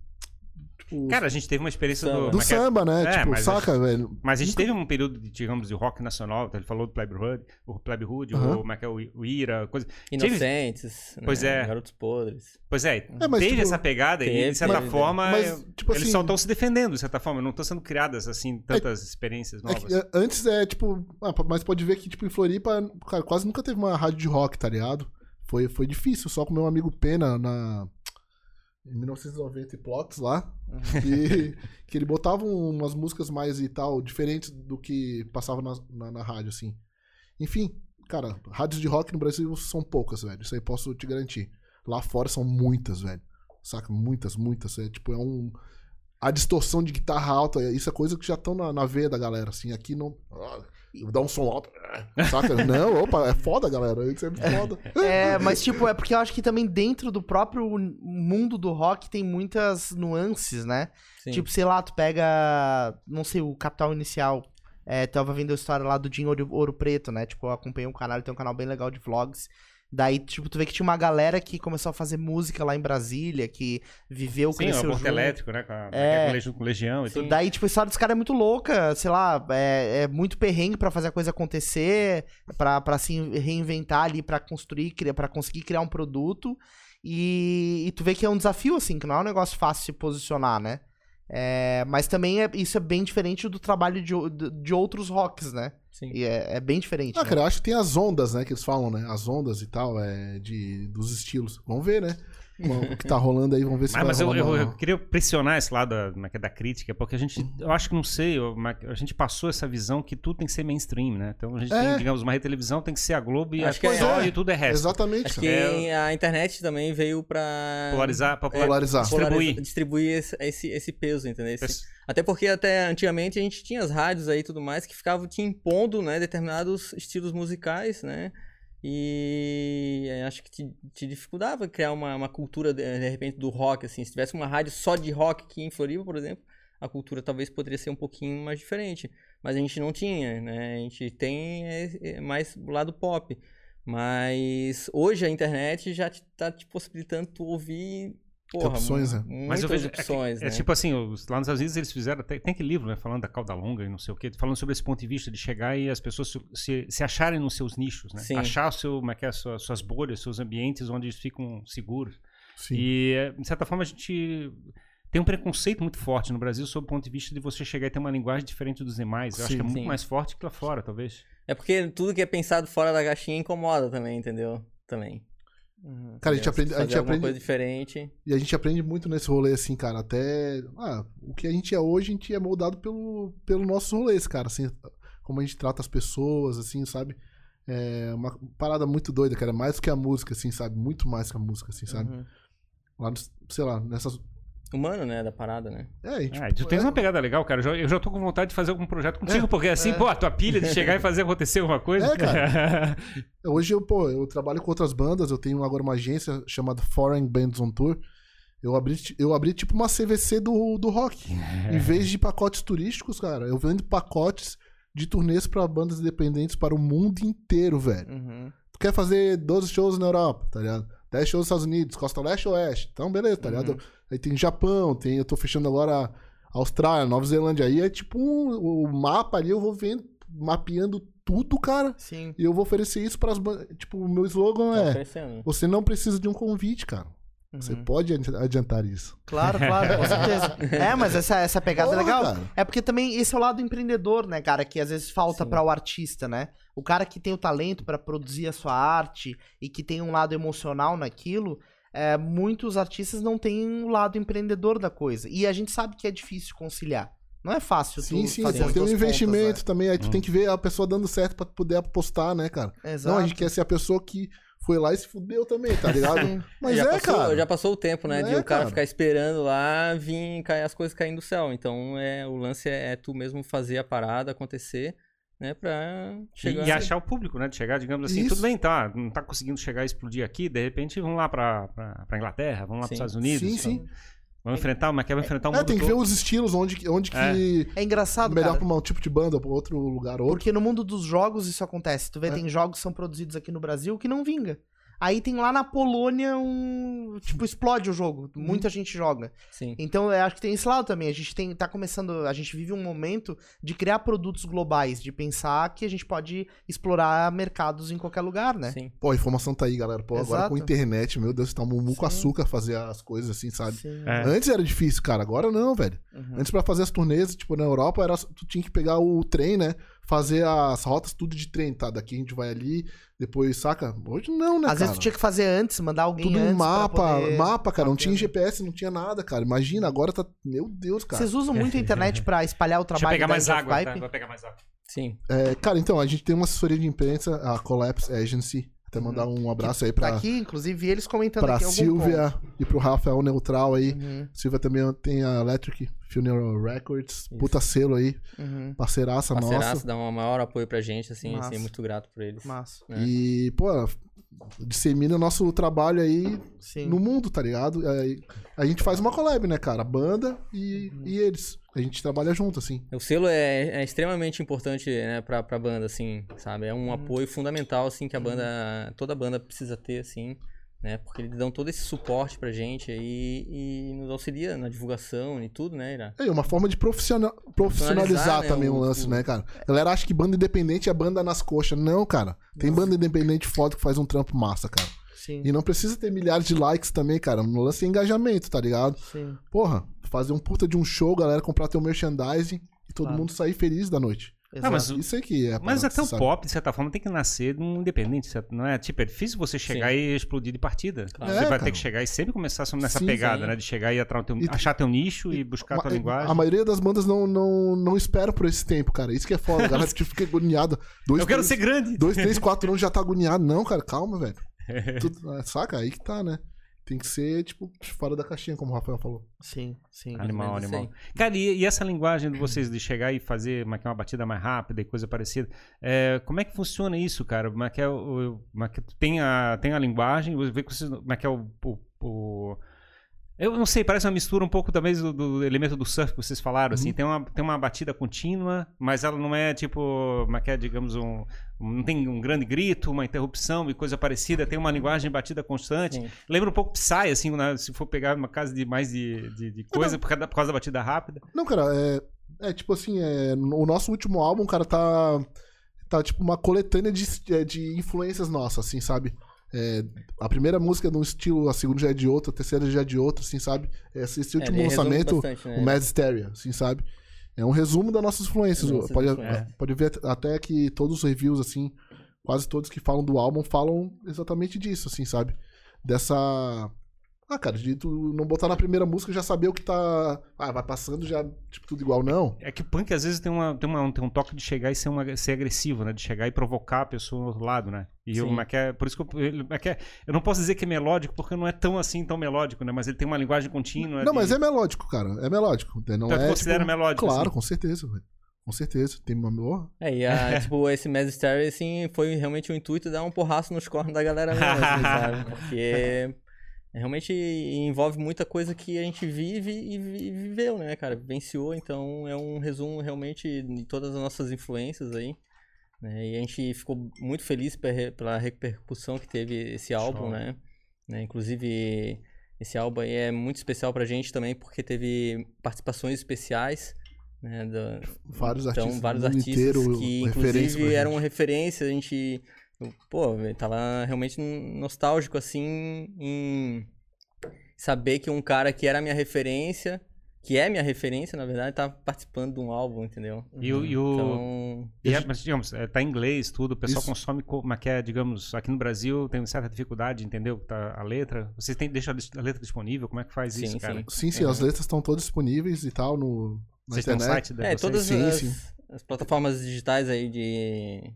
S3: Tipo,
S2: Cara, a gente teve uma experiência do.
S4: Do
S3: do
S2: como é que é?
S3: samba, né?
S2: É,
S3: tipo,
S2: mas-
S3: saca, velho?
S2: Mas a gente teve um período, de, digamos, de rock nacional, então ele falou do Plebe Hood, o Plebe Hood,
S3: Aham.
S2: o, como é que é, o Ira, coisa.
S4: Inocentes, né?
S2: Pois é.
S4: Garotos podres.
S2: Pois é,
S3: É, mas,
S2: teve
S3: tipo,
S2: essa pegada e,
S4: teve,
S2: de certa
S4: mas-
S2: forma,
S3: Mas,
S2: eu-
S3: tipo
S2: eles
S3: assim-
S2: só estão se defendendo, de certa forma. Não estão sendo criadas, assim, tantas experiências
S3: É
S2: novas.
S3: que, é, antes é tipo. ah, mas pode ver que, tipo, em Floripa, cara, quase nunca teve uma rádio de rock, tá ligado? Foi, foi difícil, só com meu amigo Pena na. Em 1990 e Plots lá. E, que ele botava um, umas músicas mais e tal, diferentes do que passava na, na, na rádio, assim. Enfim, cara, rádios de rock no Brasil são poucas, velho. Isso aí posso te garantir. Lá fora são muitas, velho. Saca? Muitas, muitas. É tipo, é um. A distorção de guitarra alta, isso é coisa que já estão na, na veia da galera, assim. Aqui não. Ah, Dá um som alto. ah, Saca? não, opa, é foda, galera. Isso é foda.
S1: É, mas tipo, é porque eu acho que também dentro do próprio mundo do rock tem muitas nuances, né?
S4: Sim.
S1: Tipo, sei lá, tu pega, não sei, o Capital Inicial. É, tava vendo a história lá do Jim Ouro, Ouro Preto, né? Tipo, eu acompanhei um canal, ele tem um canal bem legal de vlogs. Daí, tipo, tu vê que tinha uma galera que começou a fazer música lá em Brasília, que viveu,
S2: Sim, o
S1: cresceu
S2: aborto
S1: junto.
S2: elétrico, né? Com, a,
S1: É.
S2: com, legião, com legião e
S4: Sim.
S2: tudo.
S1: Daí, tipo, a história dos caras é muito louca, sei lá, é, é muito perrengue pra fazer a coisa acontecer, pra, pra se reinventar ali, pra construir, criar- pra conseguir criar um produto. E, e tu vê que é um desafio, assim, que não é um negócio fácil se posicionar, né? É, mas também é- isso é bem diferente do trabalho de, o- de- de outros rocks, né?
S4: Sim.
S1: E é, é bem diferente.
S3: Ah,
S1: né?
S3: cara, eu acho que tem as ondas, né? Que eles falam, né? As ondas e tal, é, de, dos estilos. Vamos ver, né? com o que tá rolando aí, vamos ver se
S2: Mas,
S3: vai
S2: mas eu,
S3: rolar
S2: eu-
S3: uma-
S2: eu queria pressionar esse lado da, como é que é, da crítica, porque a gente, eu acho que não sei, eu- mas a gente passou essa visão que tudo tem que ser mainstream, né? Então a gente
S3: É.
S2: tem, digamos, uma rede televisão tem que ser a Globo e
S4: Acho
S2: a
S4: que é.
S2: Sony e tudo é resto.
S3: Exatamente.
S4: Acho
S3: cara.
S4: que
S2: É.
S4: a internet também veio pra.
S2: Polarizar, pra
S3: Polarizar.
S2: distribuir.
S4: polariza- distribuir esse, esse, esse peso, entendeu? Esse- Até porque até antigamente a gente tinha as rádios aí e tudo mais que ficavam te impondo, né, determinados estilos musicais, né? E é, acho que te, te dificultava criar uma, uma cultura, de, de repente, do rock, assim. Se tivesse uma rádio só de rock aqui em Floripa, por exemplo, a cultura talvez poderia ser um pouquinho mais diferente. Mas a gente não tinha, né? A gente tem é, é, mais o lado pop. Mas hoje a internet já te, tá te possibilitando tu ouvir, porra,
S3: opções, né?
S4: muitas
S2: Mas eu vejo, é que-
S4: opções,
S2: é,
S4: né?
S2: tipo assim, os- lá nos Estados Unidos eles fizeram, até- tem, aquele livro, né, falando da cauda longa e não sei o quê, falando sobre esse ponto de vista de chegar e as pessoas se, se- se acharem nos seus nichos, né?
S4: Sim.
S2: Achar o seu, como é que é, suas, suas bolhas, seus ambientes onde eles ficam seguros.
S3: Sim.
S2: E, é, de certa forma, a gente tem um preconceito muito forte no Brasil sob o ponto de vista de você chegar e ter uma linguagem diferente dos demais. Eu acho
S3: Sim.
S2: que é muito
S4: Sim.
S2: mais forte que lá fora, talvez.
S4: É porque tudo que é pensado fora da caixinha incomoda também, entendeu? Também.
S3: Cara, a
S4: Entendeu?
S3: gente aprende- a
S4: Fazer
S3: gente
S4: alguma
S3: aprende-
S4: coisa diferente.
S3: E a gente aprende muito nesse rolê, assim, cara. Até. Ah, o que a gente é hoje, a gente é moldado pelo, pelo nossos rolês, cara. Assim, como a gente trata as pessoas, assim, sabe? É uma parada muito doida, cara. Mais do que a música, assim, sabe? Muito mais que a música, assim, sabe?
S4: Uhum.
S3: Lá, nos- sei lá, nessas.
S4: Humano, né? Da parada, né?
S3: É, a gente.
S2: Ah, tu tens
S3: é,
S2: uma pegada legal, cara. Eu já, eu já tô com vontade de fazer algum projeto contigo, porque assim, pô, a tua pilha de chegar e fazer acontecer alguma coisa.
S3: É, Hoje eu, pô, eu trabalho com outras bandas, eu tenho agora uma agência chamada Foreign Bands on Tour. Eu abri, ti- eu abri tipo uma CVC do, do rock. Em vez de pacotes turísticos, cara, eu vendo pacotes de turnês pra bandas independentes para o mundo inteiro, velho.
S4: Uhum.
S3: Tu quer fazer 12 shows na Europa, tá ligado? 10 shows nos Estados Unidos, Costa Leste Oeste. Então, beleza, tá ligado? Aí tem Japão, tem, eu tô fechando agora a Austrália, Nova Zelândia. Aí é tipo um, o mapa ali, eu vou vendo, mapeando tudo, cara.
S1: Sim.
S3: E eu vou oferecer isso para as bandas. Tipo, o meu slogan
S4: Tá
S3: é:
S4: crescendo.
S3: você não precisa de um convite, cara. Você
S1: Uhum.
S3: pode adi- adiantar isso.
S1: Claro, claro, com certeza. É, mas essa, essa pegada é
S3: Porra,
S1: legal.
S3: cara.
S1: É porque também esse é o lado empreendedor, né, cara, que às vezes falta pra o artista, né? O cara que tem o talento pra produzir a sua arte e que tem um lado emocional naquilo, é, muitos artistas não têm o lado empreendedor da coisa. E a gente sabe que é difícil conciliar. Não é fácil tu
S3: Sim, sim,
S1: fazer
S3: tem
S1: as
S3: que ter um
S1: duas né? pontas,
S3: investimento também. Aí tu
S2: Hum.
S3: tem que ver a pessoa dando certo pra poder apostar, né, cara?
S1: né? Exato.
S3: Não, a gente quer ser a pessoa que foi lá e se fudeu também, tá ligado? Mas
S4: já
S3: é,
S4: passou,
S3: cara.
S4: Já passou o tempo, né?
S3: É,
S4: de o cara,
S3: cara.
S4: ficar esperando lá vir cair as coisas caindo do céu. Então, é, o lance é, é tu mesmo fazer a parada acontecer, né? Pra chegar...
S2: E, e achar o público, né? De chegar, digamos assim,
S3: Isso.
S2: tudo bem, tá? Não tá conseguindo chegar e explodir aqui, de repente vão lá pra, pra, pra Inglaterra, vão lá pros
S4: Sim.
S2: Estados Unidos.
S3: Sim, sim.
S2: vão- Vão enfrentar, mas quer enfrentar o
S3: É,
S2: mundo
S3: tem que ver
S2: todo.
S3: os estilos, onde, que- onde
S2: É.
S3: que.
S1: É engraçado,
S3: melhor
S1: cara.
S3: pra um tipo de banda, pra outro lugar, outro.
S1: Porque no mundo dos jogos isso acontece. Tu vê,
S3: É.
S1: tem jogos que são produzidos aqui no Brasil que não vinga. Aí tem lá na Polônia um. Tipo, explode o jogo.
S3: Uhum.
S1: Muita gente joga.
S4: Sim.
S1: Então, eu acho que tem esse lado também. A gente tem, tá começando. A gente vive um momento de criar produtos globais, de pensar que a gente pode explorar mercados em qualquer lugar, né?
S4: Sim.
S3: Pô, a informação tá aí, galera. Pô, agora
S1: Exato.
S3: com internet, meu Deus, tá um mumu com
S1: Sim.
S3: açúcar fazer as coisas assim, sabe? Né,
S1: Sim.
S2: É.
S3: Antes era difícil, cara. Agora não, velho.
S1: Uhum.
S3: Antes pra fazer as turnês, tipo, na Europa, era, tu tinha que pegar o trem, né? Fazer as rotas tudo de trem, tá? Daqui a gente vai ali, depois, saca? Hoje não, né,
S1: Às
S3: cara?
S1: vezes tu tinha que fazer antes, mandar alguém
S3: tudo
S1: antes.
S3: em
S1: pra
S3: mapa,
S1: poder-
S3: mapa, cara. Não
S1: bater,
S3: tinha
S1: né?
S3: GPS, não tinha nada, cara. Imagina, agora tá... Meu Deus, cara.
S1: Vocês usam muito a internet pra espalhar o
S2: Deixa eu
S1: trabalho
S2: pegar
S1: da
S2: mais
S1: Age of
S2: água, tá?
S1: Pipe?
S2: Vou pegar mais água.
S4: Sim.
S3: É, cara, então, a gente tem uma assessoria de imprensa, a Collapse Agency.
S1: Uhum.
S3: Até mandar um abraço aí
S1: Tá
S3: pra,
S1: aqui, inclusive, eles comentando
S3: pra
S1: aqui algum
S3: Silvia e pro Rafael Neutral aí.
S1: ponto. Uhum,
S3: Silvia também tem a Electric Funeral Records.
S4: Isso.
S3: Puta selo aí.
S1: uhum.
S3: Parceiraça,
S4: Parceiraço,
S3: nossa.
S4: dá um maior apoio pra gente, assim.
S1: Massa.
S4: assim muito grato por eles.
S1: Massa.
S4: né?
S3: E, pô, dissemina o nosso trabalho aí
S1: Sim.
S3: no mundo, tá ligado? Aí, a gente faz uma collab, né, cara? A banda e, e eles. A gente trabalha junto, assim.
S4: O selo é, é extremamente importante, né, pra, pra banda, assim, sabe? É um apoio fundamental, assim, que a banda, toda banda precisa ter, assim, né? Porque eles dão todo esse suporte pra gente aí e nos auxilia na divulgação e tudo, né, Ira?
S3: É uma forma de profissional, profissionalizar
S4: Profissionalizar, né,
S3: também o
S4: o-
S3: lance,
S4: o-
S3: né, cara? A galera acha que banda independente é banda nas coxas. Não, cara. Tem banda independente foda que faz um trampo massa, cara.
S1: Sim,
S3: E não precisa ter milhares de likes também, cara. No lance é engajamento, tá ligado?
S1: sim.
S3: Porra, fazer um puta de um show, galera comprar teu merchandising e todo
S1: Claro.
S3: mundo sair feliz da noite.
S2: Ah, mas
S3: Isso aí que é. a
S2: Mas
S3: parada,
S2: até o
S3: sabe?
S2: pop, de certa forma, tem que nascer de um independente, certo? não é? Tipo, é difícil você chegar e explodir de partida.
S4: Claro.
S2: Você
S3: É,
S2: vai ter
S3: cara.
S2: que chegar e sempre começar assim, nessa
S3: Sim,
S2: pegada,
S4: sim.
S2: né? De chegar e, atrar o teu-
S3: E-
S2: achar teu nicho e, buscar a tua
S3: Ma-
S2: linguagem.
S3: A maioria das bandas não, não, não espera por esse tempo, cara. Isso que é foda. A galera tipo, fica agoniada. Dois,
S2: Eu quero
S3: três,
S2: ser grande!
S3: Dois, três, quatro anos já tá agoniado. Não, cara, calma, velho. Tudo- é, saca? Aí que tá, né? Tem que ser, tipo, fora da caixinha, como o Rafael falou.
S1: Sim, sim.
S4: Ah,
S2: Animal,
S4: menos
S2: animal. Cara, e, e essa linguagem de vocês de chegar e fazer uma, uma batida mais rápida e coisa parecida, é, como é que funciona isso, cara? Como é que é o- o- como é que tem, a, tem a linguagem, eu vejo que vocês- como é que é o, o- o- Eu não sei, parece uma mistura um pouco talvez do, do elemento do surf que vocês falaram, assim, tem uma, tem uma batida contínua, mas ela não é tipo, como é que é, digamos, um... um- Não tem um grande grito, uma interrupção e coisa parecida, tem uma linguagem batida constante.
S4: Sim.
S2: Lembra um pouco Psy, assim, na- se for pegar uma casa de mais de, de, de coisa, por causa, da- por causa da batida rápida.
S3: Não, cara, é, é tipo assim, é, no- o nosso último álbum, cara, tá. Tá tipo uma coletânea de, es- é, de influências nossas, assim, sabe? É, a primeira música é de um estilo, a segunda já é de outro, a terceira já é de outro, assim, sabe? Esse, esse
S4: É, ele
S3: último
S4: resume
S3: lançamento,
S4: bastante, né?
S3: o Mad Hysteria, assim, sabe? É um resumo das nossas influências.
S4: Nossas
S3: pode,
S4: influências.
S3: pode ver at- até que todos os reviews, assim, quase todos que falam do álbum falam exatamente disso, assim, sabe? Dessa. Ah, cara, de tu não botar na primeira música e já saber o que tá. Ah, vai passando já, tipo, tudo igual, não.
S2: É que o punk às vezes tem, uma, tem, uma- tem um toque de chegar e ser, uma, ser agressivo, né? De chegar e provocar a pessoa do outro lado, né? E eu,
S4: Sim.
S2: como é que é- por isso que eu, ele- como é que é- eu não posso dizer que é melódico, porque não é tão assim, tão melódico, né? Mas ele tem uma linguagem contínua.
S3: Não,
S2: de-
S3: mas é melódico, cara. É melódico. né? Não
S2: Então, tu
S3: é.
S2: considera
S3: tipo,
S2: melódico,
S3: Claro,
S2: assim?
S3: com certeza, velho. Com certeza. Tem uma melhor.
S4: É, e a, tipo, esse Mad Story, assim, foi realmente o intuito de dar um porraço nos cornos da galera mesmo, assim, sabe? Porque realmente envolve muita coisa que a gente vive e vi- viveu, né, cara? Vivenciou, então é um resumo realmente de todas as nossas influências aí. né? E a gente ficou muito feliz pe- pela repercussão que teve esse álbum, né? né? Inclusive, esse álbum aí é muito especial pra gente também, porque teve participações especiais, né? da-
S3: Vários
S4: então,
S3: artistas.
S4: vários
S3: do mundo
S4: artistas
S3: inteiro,
S4: que,
S3: referência pra
S4: inclusive,
S3: gente.
S4: eram referência. A gente, pô, eu tava realmente nostálgico, assim, em saber que um cara que era minha referência, que é minha referência, na verdade, tava participando de um álbum, entendeu?
S2: E, o- e o-
S4: Então,
S2: e é- mas, digamos, é, tá em inglês, tudo, o pessoal
S3: Isso.
S2: consome co- como é que é, digamos, aqui no Brasil tem certa dificuldade, entendeu? Tá, a letra. Vocês têm, deixam a letra disponível? Como é que faz
S4: Sim,
S2: isso, cara?
S4: sim.
S3: Sim, sim, as letras estão todas disponíveis e tal no, na
S2: Vocês têm um
S3: internet.
S2: site da
S4: é,
S2: vocês?
S4: todas
S3: Sim,
S4: as,
S3: sim.
S4: as plataformas digitais aí de,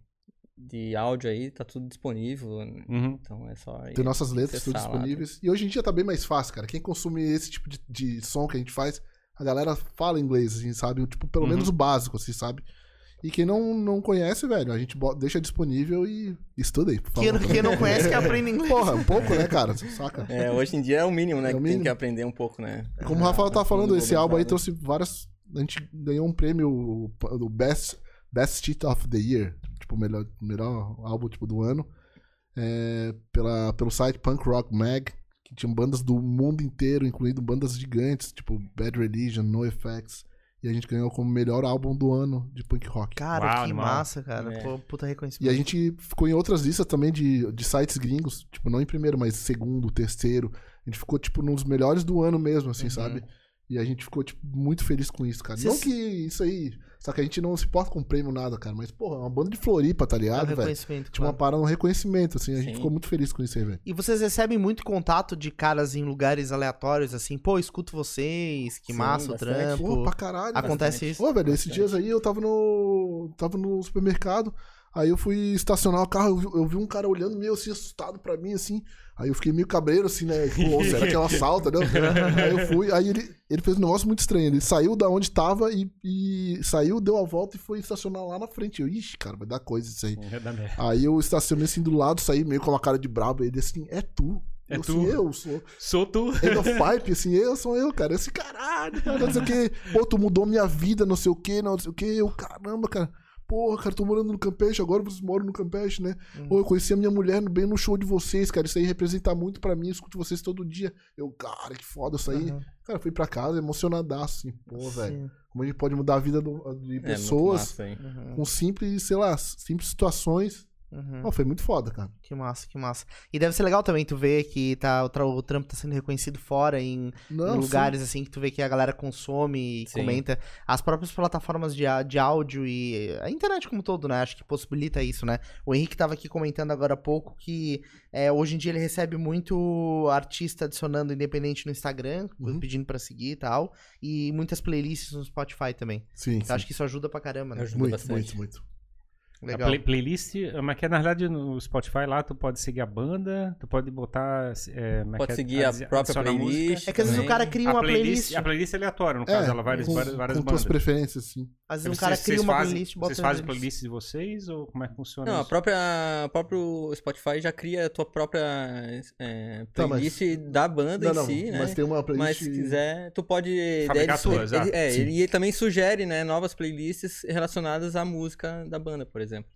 S4: de áudio aí, tá tudo disponível.
S2: Uhum.
S4: Então, é só... ir-
S3: Tem nossas letras, tudo
S4: acessar lá, né?
S3: disponíveis. E hoje em dia tá bem mais fácil, cara. Quem consome esse tipo de, de som que a gente faz, a galera fala inglês, assim, sabe? Tipo, pelo
S2: Uhum.
S3: menos o básico, assim, sabe? E quem não, não conhece, velho, a gente bo- deixa disponível e estuda aí, por favor.
S1: Quem, quem não conhece que aprende inglês.
S3: Porra, um pouco, né, cara? Saca?
S4: É, hoje em dia é o mínimo, né?
S3: É o
S4: que
S3: mínimo.
S4: tem que aprender um pouco, né?
S3: Como o Rafael
S4: tá
S3: tava falando, esse álbum aí trouxe várias. A gente ganhou um prêmio do Best, Best Sheet of the Year, tipo, o melhor, melhor álbum tipo, do ano, é, pela, pelo site Punk Rock Mag, que tinha bandas do mundo inteiro, incluindo bandas gigantes, tipo Bad Religion, No Effects, e a gente ganhou como melhor álbum do ano de punk rock.
S1: Cara,
S2: Uau,
S1: que
S2: animal.
S1: massa, cara.
S4: É.
S1: Pô, puta
S3: E
S1: reconhecimento.
S3: a gente ficou em outras listas também de, de sites gringos, tipo, não em primeiro, mas segundo, terceiro. A gente ficou, tipo, nos melhores do ano mesmo, assim,
S4: Uhum.
S3: sabe? E a gente ficou, tipo, muito feliz com isso, cara.
S1: Vocês-
S3: Não que isso aí. Só que a gente não se importa com prêmio nada, cara. Mas, porra, é uma banda de Floripa, tá
S1: É o
S3: ligado, velho?
S1: reconhecimento,
S3: Tinha
S1: claro.
S3: uma parada, um reconhecimento, assim. A gente
S4: Sim.
S3: ficou muito feliz com isso aí, velho.
S1: E vocês recebem muito contato de caras em lugares aleatórios, assim, pô, escuto vocês, que
S4: Sim,
S1: massa o
S4: bastante.
S1: trampo.
S3: Pô, pra caralho. velho.
S1: Acontece isso.
S3: Ô, velho, esses
S4: Bastante.
S3: dias aí eu tava no. tava no supermercado. Aí eu fui estacionar o carro, eu vi, eu vi um cara olhando meio assim, assustado pra mim, assim. Aí eu fiquei meio cabreiro, assim, né? Pô, será que é um assalto, né? aí eu fui, aí ele, ele fez um negócio muito estranho. Ele saiu da onde tava e, e saiu, deu a volta e foi estacionar lá na frente. Eu, ixi, cara, vai dar coisa isso aí.
S2: É da merda.
S3: Aí eu estacionei assim do lado, saí meio com uma cara de brabo. Ele disse assim, é tu.
S2: É
S3: eu,
S2: tu.
S3: Assim, eu sou.
S2: Sou tu.
S3: End of Pipe, assim, eu sou eu, cara. Esse caralho, cara, não sei o que. Pô, tu mudou minha vida, não sei o que, não sei o que. Eu, caramba, cara. Porra, cara, tô morando no Campeche, agora vocês moram no Campeche, né?
S1: Hum.
S3: Pô, eu conheci a minha mulher no- bem no show de vocês, cara. Isso aí representa muito pra mim, eu escuto vocês todo dia. Eu, cara, que foda isso aí.
S1: Aham.
S3: Cara, fui pra casa emocionadaço, assim, pô, velho.
S1: Sim,
S3: Como a gente pode mudar a vida do- de
S4: É, muito
S3: pessoas
S4: massa, hein?
S1: aham.
S3: com simples, sei lá, simples situações
S1: Uhum.
S3: Não, foi muito foda, cara.
S1: Que massa, que massa. E deve ser legal também tu ver que tá, o, tra- o trampo tá sendo reconhecido fora, em,
S3: Não,
S1: em
S3: sim.
S1: lugares assim que tu vê que a galera consome e
S4: Sim.
S1: comenta. As próprias plataformas de, á- de áudio e a internet como um todo, né? Acho que possibilita isso, né? O Henrique tava aqui comentando agora há pouco que é, hoje em dia ele recebe muito artista adicionando independente no Instagram,
S3: Uhum.
S1: pedindo pra seguir e tal. E muitas playlists no Spotify também.
S3: Sim,
S1: Então acho que isso ajuda pra caramba, né?
S4: Ajuda.
S3: Muito,
S4: bastante.
S3: muito, muito.
S1: Legal.
S2: A play- playlist, é, mas que na verdade no Spotify lá tu pode seguir a banda, tu pode botar. É, como é
S4: Pode
S2: que é?
S4: seguir a
S2: Adi-
S4: própria
S2: adicionar música.
S4: playlist
S1: É que às vezes o
S4: também.
S1: cara cria
S2: a
S1: uma
S2: playlist,
S1: playlist.
S2: A playlist é aleatória, no caso, ela várias,
S3: com,
S2: várias, várias
S3: com
S2: bandas. um
S3: tuas preferências, sim.
S1: Às
S2: Vocês-
S1: vezes o cara
S2: vocês
S1: cria uma
S2: fazem-
S1: playlist e bota
S2: Vocês fazem
S1: eles.
S2: playlist de vocês ou como é que funciona
S4: Não, a
S2: isso?
S4: própria, o próprio Spotify já cria a tua própria é,
S3: Tá, mas-
S4: playlist da banda
S3: Não,
S4: em
S3: não,
S4: si, né?
S3: mas tem uma
S4: Mas
S3: playlist...
S4: se quiser, tu pode. daí
S2: Fabricar
S4: ele-
S2: tuas,
S4: ele-
S2: ah,
S4: é,
S3: sim.
S4: ele, e ele também sugere, né, novas playlists relacionadas à música da banda, por exemplo.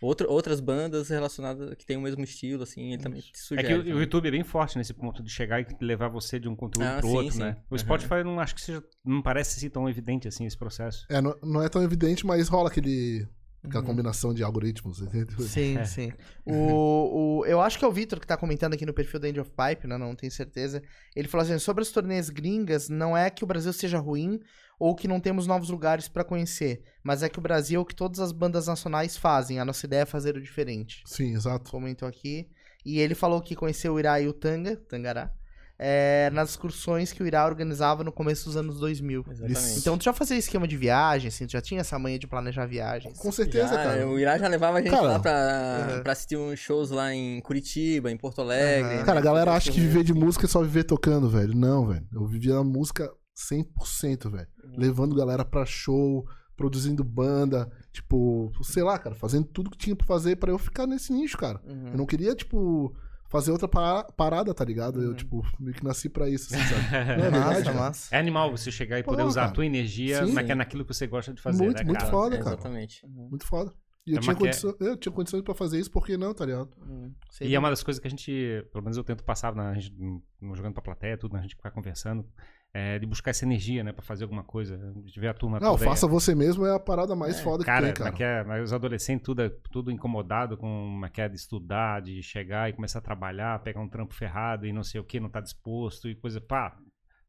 S4: Outro, outras bandas relacionadas que têm o mesmo estilo, assim, ele também te
S2: É
S4: sugere.
S2: que o, o
S4: também.
S2: YouTube é bem forte nesse ponto de chegar e levar você de um conteúdo
S4: Ah,
S2: pro
S4: sim,
S2: outro,
S4: sim.
S2: né? O
S4: Aham.
S2: Spotify não acho que seja, não parece assim tão evidente assim esse processo.
S3: É, não, não é tão evidente, mas rola aquele... Aquela
S1: Uhum.
S3: combinação de algoritmos, entendeu?
S1: Sim, sim. O, o, eu acho que é o Vitor que tá comentando aqui no perfil da End of Pipe, né? Não tenho certeza. Ele falou assim: sobre as turnês gringas, não é que o Brasil seja ruim ou que não temos novos lugares pra conhecer, mas é que o Brasil é o que todas as bandas nacionais fazem. A nossa ideia é fazer o diferente.
S3: Sim, exato.
S1: Comentou aqui. E ele falou que conheceu o Irá e o Tanga, Tangará, é, nas excursões que o Irá organizava no começo dos anos 2000.
S4: Exatamente.
S1: Então tu já fazia esquema de viagem, assim, tu já tinha essa manha de planejar viagens.
S3: Com certeza,
S4: Já, é,
S3: cara.
S4: O Irá já levava a gente
S3: tá Cara, é.
S4: lá pra,
S1: Uhum.
S4: pra assistir uns shows lá em Curitiba, em Porto Alegre.
S1: Aham.
S4: né?
S3: Cara, a galera acha que
S4: Fazia
S3: viver de música é só viver tocando, velho. Não, velho. Eu vivia na música 100%, velho. Levando galera pra show, produzindo banda, tipo, sei lá, cara, fazendo tudo que tinha pra fazer pra eu ficar nesse nicho, cara.
S1: Uhum.
S3: Eu não queria, tipo, fazer outra pa- parada, tá ligado? Eu, tipo, meio que nasci pra isso, assim, sabe? Não é verdade,
S1: Massa,
S3: cara?
S1: massa.
S2: É animal você chegar e
S3: Pô,
S2: poder usar
S3: cara.
S2: a tua energia
S3: Sim.
S2: naque- naquilo que você gosta de fazer,
S3: Muito,
S2: né,
S3: muito
S2: cara?
S3: foda,
S4: É,
S3: cara.
S4: Exatamente.
S3: Muito foda. E eu,
S2: É
S3: tinha
S2: uma que-
S3: condição, eu tinha condições pra fazer isso, por que não, tá ligado?
S1: Hum, sei
S3: um
S2: E é uma das coisas que a gente, pelo menos eu tento passar na, a gente, no jogando pra plateia, tudo, na gente que vai conversando, é, de buscar essa energia, né, pra fazer alguma coisa. De ver a turma
S3: Não,
S2: toda-
S3: faça você mesmo é a parada mais
S4: É,
S3: foda que
S2: Cara,
S3: tem, cara.
S2: como é que é? Mas os adolescentes tudo, tudo incomodado com uma queda de estudar, de chegar e começar a trabalhar, pegar um trampo ferrado e não sei o que, não tá disposto e coisa, pá.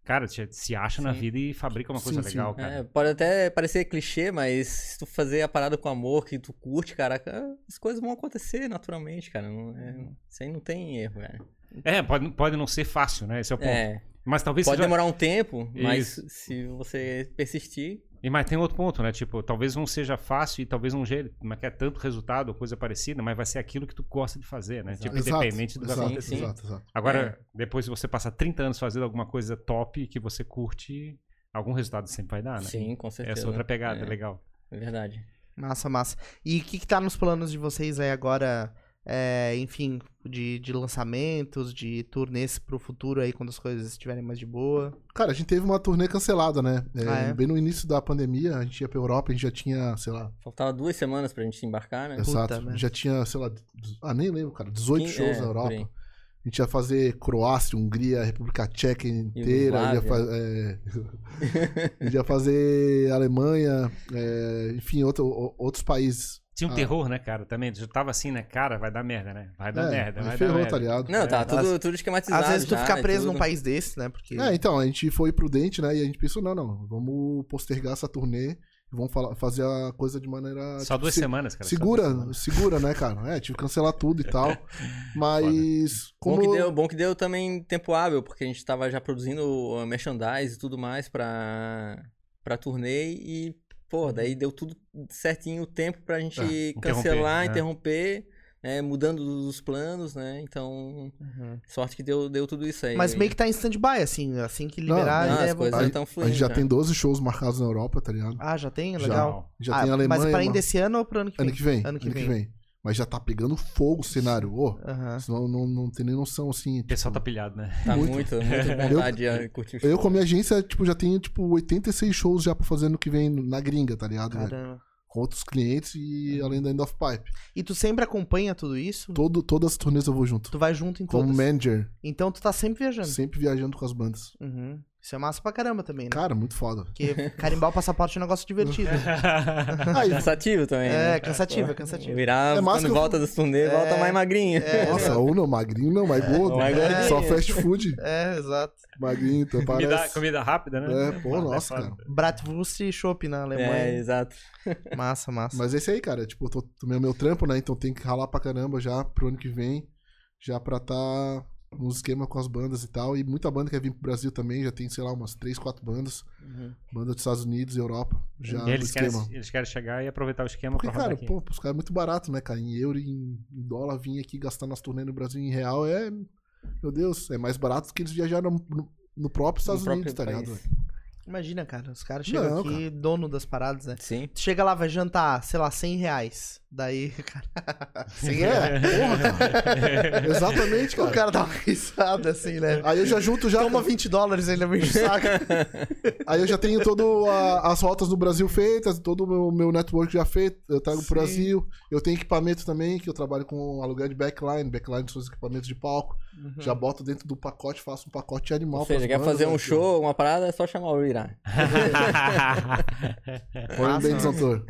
S2: Cara, se- se acha na
S4: Sim.
S2: vida e fabrica uma coisa
S3: Sim, sim.
S2: legal, cara.
S4: É, pode até parecer clichê, mas se tu fazer a parada com amor que tu curte, caraca, as coisas vão acontecer naturalmente, cara. Não, é-
S2: Uhum.
S4: isso aí não tem erro, cara.
S2: É, pode, pode não ser fácil, né? Esse é o ponto.
S4: É,
S2: Mas talvez
S4: pode
S2: seja-
S4: demorar um tempo, mas
S2: Isso.
S4: se você persistir,
S2: E mas tem outro ponto, né? Tipo, talvez não seja fácil e talvez não gere, não quer tanto resultado ou coisa parecida, mas vai ser aquilo que tu gosta de fazer, né? Tipo,
S3: Exato,
S2: independente do assim. que
S3: exato,
S2: acontecer.
S4: acontecer.
S3: exato, exato.
S2: Agora,
S4: É.
S2: depois se você passa 30 anos fazendo alguma coisa top que você curte, algum resultado sempre vai dar, né?
S4: sim, com certeza.
S2: Essa outra pegada,
S4: É.
S2: legal.
S4: É verdade.
S1: Massa, massa. E o que, que tá nos planos de vocês aí agora, é, enfim, de, de lançamentos, de turnês pro futuro aí, quando as coisas estiverem mais de boa?
S3: Cara, a gente teve uma turnê cancelada, né? É,
S1: Ah, é?
S3: Bem no início da pandemia, a gente ia pra Europa, a gente já tinha, sei lá,
S4: Faltava duas semanas pra gente embarcar, né?
S3: exato,
S1: merda.
S3: já tinha, sei lá, dezo- ah, nem lembro, cara, 18
S4: Quin-
S3: shows
S4: é,
S3: na
S4: por aí.
S3: Europa. A gente ia fazer Croácia, Hungria, República Tcheca inteira, ia,
S4: Iugoslávia.
S3: fa- é, a gente ia fazer Alemanha, é, enfim, outro- o- outros países.
S2: Tinha um
S3: Ah.
S2: terror, né, cara? Também. Já tava assim, né? Cara, vai dar merda, né? Vai dar
S3: É,
S2: merda,
S3: aí
S2: vai dar
S3: ferrou,
S2: merda.
S3: tá ligado?
S4: Não, tá
S2: É,
S4: tudo, tudo esquematizado.
S1: Às vezes tu
S4: já
S1: ficar
S4: e
S1: preso
S4: tudo.
S1: num país desse, né? Porque.
S3: É, então, a gente foi prudente, né? E a gente pensou, não, não, vamos postergar essa turnê e vamos falar- fazer a coisa de maneira...
S2: Só
S3: tipo,
S2: duas
S3: se-
S2: semanas, cara. só
S3: Segura,
S2: duas semanas.
S3: segura, né, cara? É, tive que cancelar tudo e tal. Mas.
S4: Bom,
S3: Como...
S4: que deu, bom que deu também tempo hábil, porque a gente tava já produzindo uh, merchandise e tudo mais pra, pra turnê e, pô, daí deu tudo certinho o tempo pra gente
S2: Ah,
S4: cancelar,
S2: interromper,
S4: interromper, né, mudando os planos, né? Então,
S1: Uhum.
S4: sorte que deu, deu tudo isso aí.
S1: Mas meio que tá em stand-by, assim, assim que liberar.
S4: Não,
S1: já é
S4: as coisas
S1: voltar.
S4: estão
S3: tá, né? A
S4: fluindo.
S3: gente já tem 12 shows marcados na Europa, tá ligado?
S1: Ah, já tem?
S3: Já.
S1: Legal.
S3: Já
S1: Ah,
S3: tem a Alemanha.
S1: Mas pra ainda
S3: mar-
S1: esse ano ou pro ano que
S3: ano
S1: vem?
S3: que vem.
S1: Ano que
S3: ano que
S1: vem. É.
S3: vem. Mas já tá pegando fogo o cenário. Ô,
S1: Aham.
S3: senão não, não tem nem noção, assim.
S2: O pessoal tá pilhado, né?
S4: Tá
S3: muito.
S4: muito, muito, com vontade de uh, curtir o
S3: Eu,
S4: show.
S3: com a minha agência, tipo, já tenho, tipo, 86 shows já pra fazer ano que vem na gringa, tá ligado? velho?
S1: Caramba.
S3: Com outros clientes
S1: Uhum.
S3: e além da End of Pipe.
S1: E tu sempre acompanha tudo isso?
S3: Todo, todas as turnês eu vou junto.
S1: Tu vai junto em
S3: Como
S1: todas.
S3: manager,
S1: Então tu tá sempre viajando.
S3: sempre viajando com as bandas.
S1: Uhum. Isso é massa pra caramba também, né?
S3: Cara, muito foda.
S1: Porque carimbar o passaporte é um negócio divertido.
S3: Aí,
S4: Cansativo também. né?
S1: É, cansativo, é cansativo.
S4: Virar,
S3: É massa
S4: quando
S3: que eu-
S4: volta dos turnês, volta mais magrinho.
S2: É.
S3: nossa, ou não, magrinho não, mais gordo.
S4: mais gordinho.
S3: Só fast food,
S1: É, exato.
S3: magrinho, então
S2: comida,
S3: parece.
S2: comida rápida, né?
S3: É, pô, nossa,
S2: foda.
S3: cara.
S1: Bratwurst e chopp na
S4: É,
S1: Alemanha.
S4: exato.
S1: Massa, massa.
S3: Mas é isso aí, cara. Tipo, eu tô, tomei o meu trampo, né? Então tem que ralar pra caramba já pro ano que vem. Já pra tá nos esquema com as bandas e tal. E muita banda quer vir pro Brasil também. Já tem, sei lá, umas três, quatro bandas. Banda dos Estados Unidos, Europa. Já
S2: E
S3: no
S2: eles, querem,
S3: esquema.
S2: eles querem chegar e aproveitar o esquema
S3: Porque,
S2: pra rodar
S3: cara,
S2: aqui.
S3: pô, os caras é muito barato, né, cara? Em euro e em em dólar, vir aqui gastar nas turnê no Brasil em real é. Meu Deus, é mais barato que eles viajaram no, no- no próprio Estados
S4: próprio
S3: Unidos, tá
S4: país.
S3: ligado?
S1: Imagina, cara. Os caras chegam
S3: Não,
S1: aqui, dono das paradas, né?
S4: Sim.
S1: Tu chega lá, vai jantar, sei lá, 100 reais. Daí, cara.
S3: Sim, é. Porra, cara. Exatamente,
S1: O
S3: cara.
S1: cara dá uma risada assim, né?
S3: Aí eu já junto já.
S1: Toma 20 dólares,
S3: é
S1: ele é me saca.
S3: Aí eu já tenho todas as rotas do Brasil feitas, todo o meu, meu network já feito. Eu trago
S1: Sim.
S3: pro Brasil. Eu tenho equipamento também, que eu trabalho com aluguel de backline. Backline são os equipamentos de palco.
S1: Uhum.
S3: Já boto dentro do pacote, faço um pacote animal.
S4: Ou seja,
S3: pras
S4: quer
S3: bandas,
S4: fazer um
S3: né,
S4: show, uma parada, é só chamar o Irá.
S3: tio? Foi
S4: Ah,
S3: um
S1: Massa,
S3: bem
S1: né?
S3: desautor.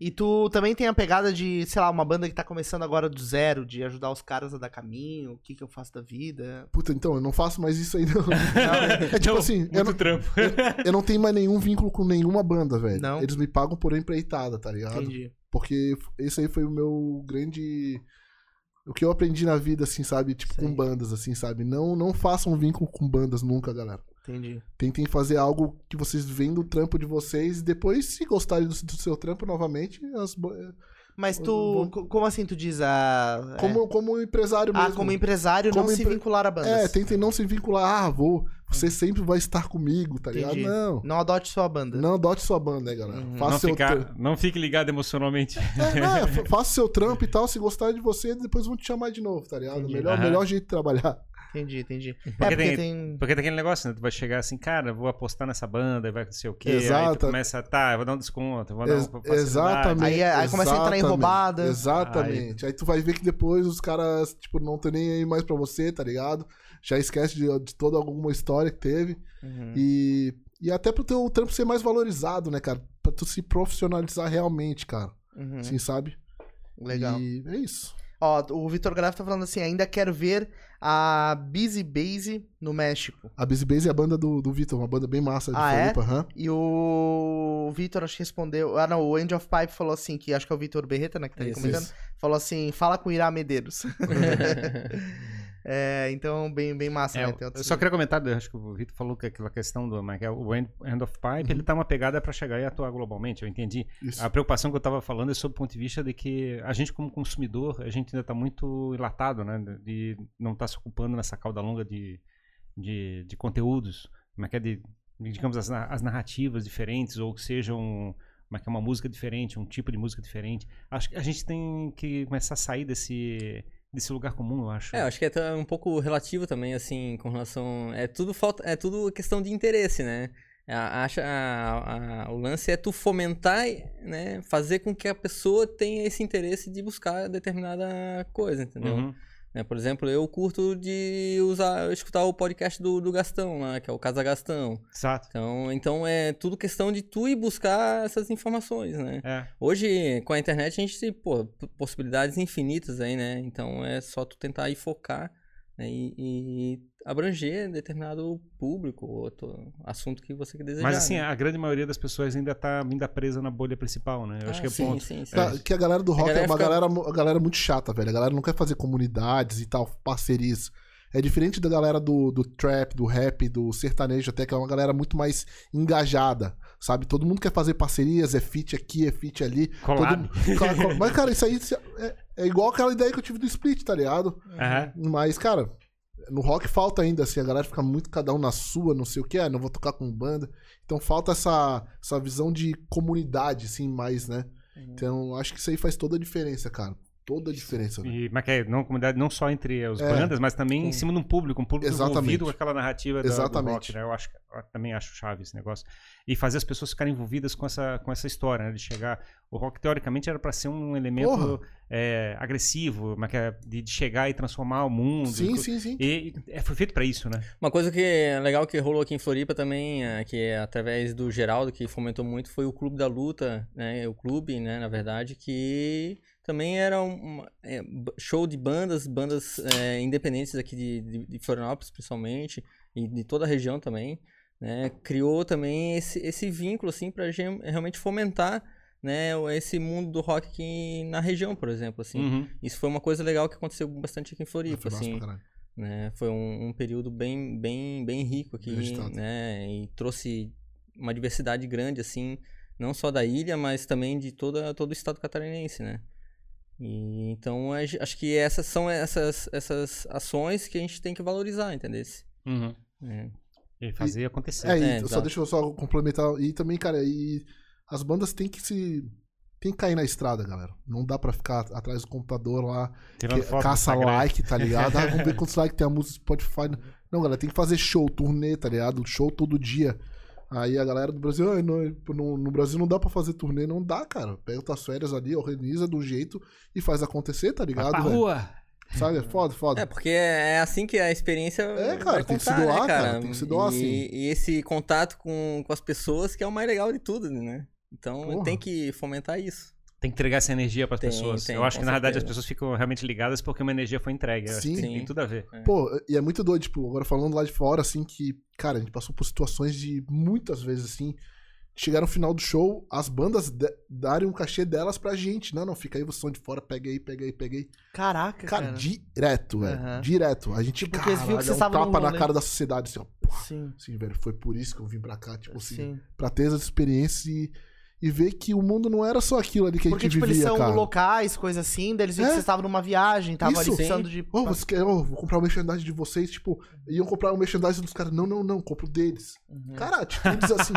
S1: E tu também tem a pegada de, sei lá, uma banda que tá começando agora do zero, de ajudar os caras a dar caminho, o que que eu faço da vida.
S3: Puta, então, eu não faço mais isso aí, não. É tipo assim,
S2: muito
S3: eu não,
S2: trampo.
S3: eu não tenho mais nenhum vínculo com nenhuma banda, velho.
S1: Não.
S3: Eles me pagam por empreitada, tá ligado?
S1: Entendi.
S3: Porque f- esse aí foi o meu grande. O que eu aprendi na vida, assim, sabe? Tipo,
S1: Sei.
S3: com bandas, assim, sabe? Não, não façam vínculo com bandas nunca, galera.
S1: Entendi.
S3: Tentem fazer algo que vocês veem do trampo de vocês e depois, se gostarem do, do seu trampo novamente, as ba-
S1: Mas
S3: Eu
S1: tu. co- Como assim tu diz? A...
S3: como, como um empresário
S1: é. ah,
S3: mesmo.
S1: como empresário não
S3: Como
S1: se
S3: empre-
S1: vincular a
S3: É,
S1: bandas.
S3: tentem não se vincular. Ah, vou. Você sempre vai estar comigo, tá ligado?
S1: Entendi.
S3: Não.
S1: Não adote sua banda.
S3: Não adote sua banda, né, galera?
S1: Uhum.
S3: Faça
S2: Não,
S3: seu trampo.
S2: ficar, não fique ligado emocionalmente.
S3: É, né? fa- Faça seu trampo e tal. Se gostar de você, depois vão te chamar de novo, tá ligado?
S1: Entendi.
S3: Melhor,
S2: Aham.
S3: melhor jeito de trabalhar.
S1: Entendi, entendi. é
S2: Porque
S1: porque tem.
S2: tem- Porque tem aquele negócio, né? Tu vai chegar assim, cara, vou apostar nessa banda, vai não sei o quê. Aí tu
S3: Exata-
S2: começa, tá, eu vou dar um desconto, eu vou dar
S3: Ex-
S2: uma facilidade.
S3: exatamente.
S1: Aí- aí começa a entrar em
S3: exatamente,
S1: roubada.
S3: Exatamente. Aí... tu vai ver que depois os caras, tipo, não tem nem aí mais pra você, tá ligado? Já esquece de, de toda alguma história que teve.
S1: Uhum.
S3: E, e até pro teu trampo ser mais valorizado, né, cara? Pra tu se profissionalizar realmente, cara.
S1: Uhum.
S3: Assim, sabe?
S1: Legal.
S3: E é isso.
S1: Ó, o Vitor Graf tá falando assim: ainda quero ver a Busy Base no México.
S3: A Busy Base é a banda do, do Vitor, uma banda bem massa de
S1: Ah, é?
S3: Floripa, aham.
S1: E o Vitor, acho que respondeu. Ah, não, o End of Pipe falou assim: que acho que é o Vitor Berreta, né? Que tá aí
S4: Isso,
S1: comentando. Falou assim: fala com o Irá Medeiros. é, então, bem, bem massa,
S2: É,
S1: né?
S2: eu-
S1: Tem
S2: eu
S1: outros-
S2: só queria comentar, eu acho que o Vitor falou que aquela questão do mas que é o end, end of pipe, ele tá uma pegada pra chegar e atuar globalmente, eu entendi.
S3: Isso.
S2: A preocupação que eu tava falando é sob o ponto de vista de que a gente como consumidor, a gente ainda tá muito enlatado, né? De não estar se ocupando nessa cauda longa de, de, de conteúdos, como é que é de, digamos, as, na- as narrativas diferentes ou que sejam como é que é uma música diferente, um tipo de música diferente. Acho que a gente tem que começar a sair desse, desse lugar comum, eu acho.
S4: É, eu acho que é até um pouco relativo também, assim, com relação. É tudo falta. É tudo questão de interesse, né? A- Acha, a- a- o lance é tu fomentar, né? Fazer com que a pessoa tenha esse interesse de buscar determinada coisa, entendeu?
S2: Uhum.
S4: Né, Por exemplo, eu curto de usar, escutar o podcast do, do Gastão lá, que é o Casa Gastão.
S2: Exato.
S4: Então, então é tudo questão de tu ir buscar essas informações, né?
S2: É.
S4: Hoje, com a internet, a gente tem pô, p- possibilidades infinitas aí, né? Então é só tu tentar aí focar né? e, e abranger determinado público, ou to- assunto que você desejar.
S2: Mas assim,
S4: né?
S2: a grande maioria das pessoas ainda tá ainda presa na bolha principal, né? Eu acho
S4: Ah,
S2: que é
S4: sim,
S2: ponto.
S4: Sim, sim.
S3: Tá, que a galera do rock
S4: galera
S3: é uma
S4: fica-
S3: galera, mu- a galera muito chata, velho. A galera não quer fazer comunidades e tal, parcerias. É diferente da galera do, do trap, do rap, do sertanejo, até que é uma galera muito mais engajada, sabe? Todo mundo quer fazer parcerias, é feat aqui, é feat ali. Todo...
S2: Collab.
S3: mundo- Cara, co- Mas, cara, isso aí se- é, é igual aquela ideia que eu tive do split, tá ligado?
S2: Aham.
S3: Mas, cara, no rock falta ainda, assim, a galera fica muito cada um na sua, não sei o que, ah, não vou tocar com banda. Então falta essa, essa visão de comunidade, assim, mais, né?
S4: É.
S3: Então acho que isso aí faz toda a diferença, cara. Toda a diferença. velho.
S2: E, mas que é não, comunidade não só entre as
S3: É.
S2: bandas, mas também em
S4: Sim.
S2: cima de um público, um público
S3: Exatamente.
S2: envolvido com aquela narrativa da, do
S3: Exatamente.
S2: rock, né? Eu, acho, que- eu também acho chave esse negócio. E fazer as pessoas ficarem envolvidas com essa, com essa história, né? De chegar... O rock, teoricamente, era para ser um elemento
S3: Porra.
S2: é, agressivo, mas que é de, de chegar e transformar o mundo.
S3: Sim, sim, sim.
S2: E é, foi feito pra isso, né?
S4: Uma coisa que é legal que rolou aqui em Floripa também, é, que é através do Geraldo, que fomentou muito, foi o Clube da Luta, né? O clube, né, na verdade, que também era um é, b- show de bandas, bandas é, independentes aqui de, de, de Florianópolis, principalmente, e de toda a região também, né? Criou também esse, esse vínculo, assim, pra gen- realmente fomentar, né, o- esse mundo do rock aqui na região, por exemplo, assim.
S2: Uhum.
S4: Isso foi uma coisa legal que aconteceu bastante aqui em
S3: Hum. Ah,
S4: Floripa,
S3: foi massa
S4: assim
S3: pra caralho.
S4: né? Foi um, um período bem, bem, bem rico aqui,
S3: Agitado.
S4: né? E trouxe uma diversidade grande, assim, não só da ilha, mas também de toda, todo o estado catarinense, né? E, então, a ge- acho que essas são essas, essas ações que a gente tem que valorizar, entendeu?
S2: Uhum.
S4: É.
S2: E fazer acontecer.
S3: É, e
S4: É,
S3: só
S4: exato.
S3: deixa eu só complementar. E também, cara, e as bandas têm que se. Tem que cair na estrada, galera. Não dá pra ficar atrás do computador lá,
S2: Tirando
S3: que-
S2: foto do
S3: caça
S2: Instagram.
S3: like, tá ligado? Ah, vamos ver quantos likes tem a música do Spotify. Não, galera, tem que fazer show, turnê, tá ligado? Show todo dia. Aí a galera do Brasil, "Ai, não, no, no Brasil não dá pra fazer turnê, não dá, cara. Pega tuas férias ali, organiza do jeito e faz acontecer, tá
S2: Vai
S3: ligado?
S2: pra
S3: velho?
S2: rua.
S3: Sabe? É foda, foda.
S4: É, porque é assim que a experiência.
S3: É, cara,
S4: vai
S3: tem que se
S4: contar, né,
S3: doar, cara, tem que se doar,
S4: e,
S3: assim.
S4: e esse contato com, com as pessoas que é o mais legal de tudo, né? Então
S3: Porra.
S4: tem que fomentar isso.
S2: Tem que entregar essa energia pras
S4: Tem,
S2: pessoas.
S4: tem,
S2: Eu acho
S4: com
S2: que, na verdade, as
S4: certeza.
S2: pessoas ficam realmente ligadas porque uma energia foi entregue. Eu acho que
S3: Sim.
S2: Tem, tem tudo a ver.
S3: Pô, e é muito doido, tipo, agora falando lá de fora, assim, que, cara, a gente passou por situações de muitas vezes, assim, chegar no final do show, as bandas de- darem um cachê delas pra gente. Não, não, fica aí, vocês são de fora, pega aí, pega aí, pega aí.
S1: Caraca,
S3: Cara,
S1: cara.
S3: direto, velho.
S1: Aham.
S3: Direto. A gente,
S1: Tipo, porque
S3: caralho,
S1: eles viram que
S3: é
S1: vocês
S3: um
S1: estavam num
S3: tapa na
S1: rolê.
S3: cara da sociedade, assim, ó.
S1: Sim,
S3: Assim, velho, foi por isso que eu vim pra cá, tipo assim,
S1: sim.
S3: pra ter essas experiências e, e ver que o mundo não era só aquilo ali que
S1: Porque,
S3: a gente
S1: tipo,
S3: vivia,
S1: eles são
S3: cara.
S1: locais, coisa assim, daí eles viram
S3: É.
S1: que vocês estavam numa viagem, tava ali
S3: Isso.
S1: precisando de.
S3: Ô, você quer, ô, vou comprar o merchandising de vocês, tipo, iam comprar o merchandising dos caras. Não, não, não, compro deles.
S4: Hum.
S1: Uhum.
S3: Cara, atitudes assim.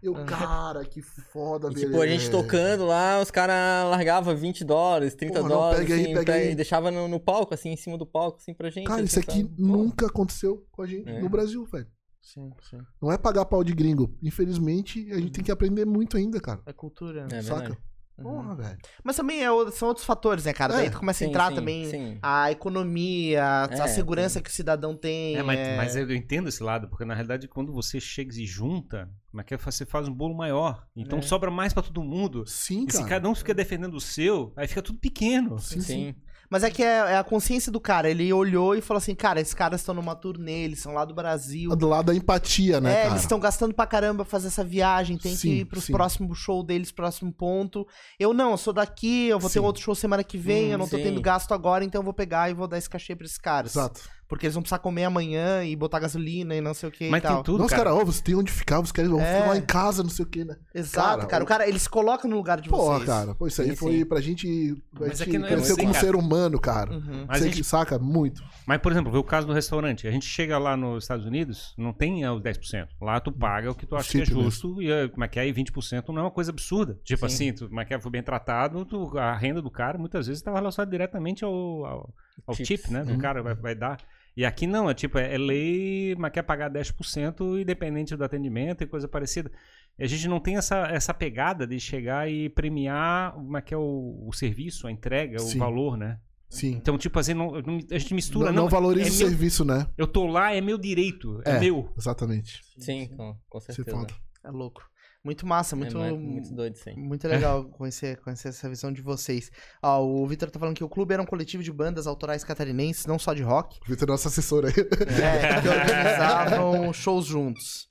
S3: Eu, cara, que foda,
S4: E,
S3: velho.
S4: tipo, a gente tocando lá, os caras largavam 20 dólares, 30
S3: Porra, não,
S4: dólares,
S3: pega aí,
S4: assim,
S3: pega aí.
S4: e deixava no, no palco, assim, em cima do palco, assim, pra gente.
S3: Cara,
S4: assim,
S3: isso aqui
S4: sabe? Pô,
S3: nunca aconteceu com a gente
S4: É.
S3: no Brasil, velho.
S1: Sim, sim.
S3: Não é pagar pau de gringo. Infelizmente, a gente tem que aprender muito ainda, cara.
S1: É cultura.
S4: Uhum. É
S3: saca?
S4: verdade. Uhum.
S3: Porra, velho.
S1: Mas também é o- são outros fatores, né, cara?
S3: É.
S1: Daí tu começa a
S4: Sim,
S1: entrar
S4: sim,
S1: também
S4: sim.
S3: Ah,
S1: a economia, a
S4: É,
S1: segurança que o cidadão tem.
S2: É, mas,
S1: é-
S2: mas eu entendo esse lado, porque na realidade quando você chega e junta, mas que você faz um bolo maior. Então
S1: É.
S2: sobra mais pra todo mundo.
S3: Sim,
S2: E se
S3: cara.
S2: cada um fica defendendo o seu, aí fica tudo pequeno.
S3: Sim, sim.
S4: Sim.
S1: Mas é que é, é a consciência do cara. Ele olhou e falou assim: cara, esses caras estão numa turnê, eles são lá do Brasil.
S3: Tá Do lado da empatia, né,
S1: é,
S3: cara?
S1: eles estão gastando pra caramba fazer essa viagem, tem
S3: Sim,
S1: que ir pros
S3: sim.
S1: próximos show deles, próximo ponto. Eu não, eu sou daqui, eu vou ter
S3: Sim.
S1: outro show semana que vem,
S4: Hum,
S1: eu não tô
S4: sim.
S1: tendo gasto agora, então eu vou pegar e vou dar esse cachê pra esses caras.
S3: Exato.
S1: Porque eles vão precisar comer amanhã e botar gasolina e não sei o que
S2: Mas
S1: e tal.
S2: tem tudo,
S3: Nossa,
S2: cara.
S3: cara, ó, você tem onde ficar, você quer vamos
S1: É.
S3: ficar lá em casa, não sei o quê, né?
S1: Exato,
S3: Cara,
S1: cara,
S3: o-
S1: O cara, ele se coloca no lugar de
S3: Pô,
S1: vocês.
S3: cara, pô, isso aí
S4: Sim,
S3: foi
S4: sim.
S3: pra gente, pra
S2: Mas
S3: gente
S2: é que não- eu
S3: crescer
S4: sei,
S3: como
S4: cara.
S3: ser humano, cara.
S1: Uhum.
S2: Mas
S3: Você
S2: a gente-
S3: que saca muito.
S2: Mas, por exemplo, o caso do restaurante. A gente chega lá nos Estados Unidos, não tem é, os 10%. Lá tu paga o que tu acha que é
S3: Sim, mesmo.
S2: justo, e é, mas que aí 20% não é uma coisa absurda. Tipo
S4: Sim.
S2: assim, tu, mas que é, foi bem tratado, tu- a renda do cara muitas vezes estava relacionada diretamente ao, ao, ao
S4: Chips.
S2: tip, né? Do
S3: Uhum.
S2: cara vai, vai dar. E aqui não, é tipo, é, é lei, mas quer pagar 10% independente do atendimento e coisa parecida. E a gente não tem essa, essa pegada de chegar e premiar mas que é o, o serviço, a entrega,
S3: Sim.
S2: o valor, né?
S3: Sim.
S2: Então, tipo assim, não- não- a gente mistura.
S3: não, não valoriza
S2: é
S3: o
S2: meu-
S3: serviço, né?
S2: eu tô lá, é meu direito, é,
S3: É.
S2: meu.
S3: Exatamente.
S4: Sim, com, com
S3: Você tá
S4: certeza.
S3: falta.
S1: É louco. Muito massa,
S4: É,
S1: muito.
S4: mas- muito doido, sim.
S1: Muito legal conhecer, conhecer essa visão de vocês. Ó, o Vitor tá falando que o clube era um coletivo de bandas autorais catarinenses, não só de rock,
S3: Vitor é nosso assessor aí. né?
S1: é, que organizavam shows juntos.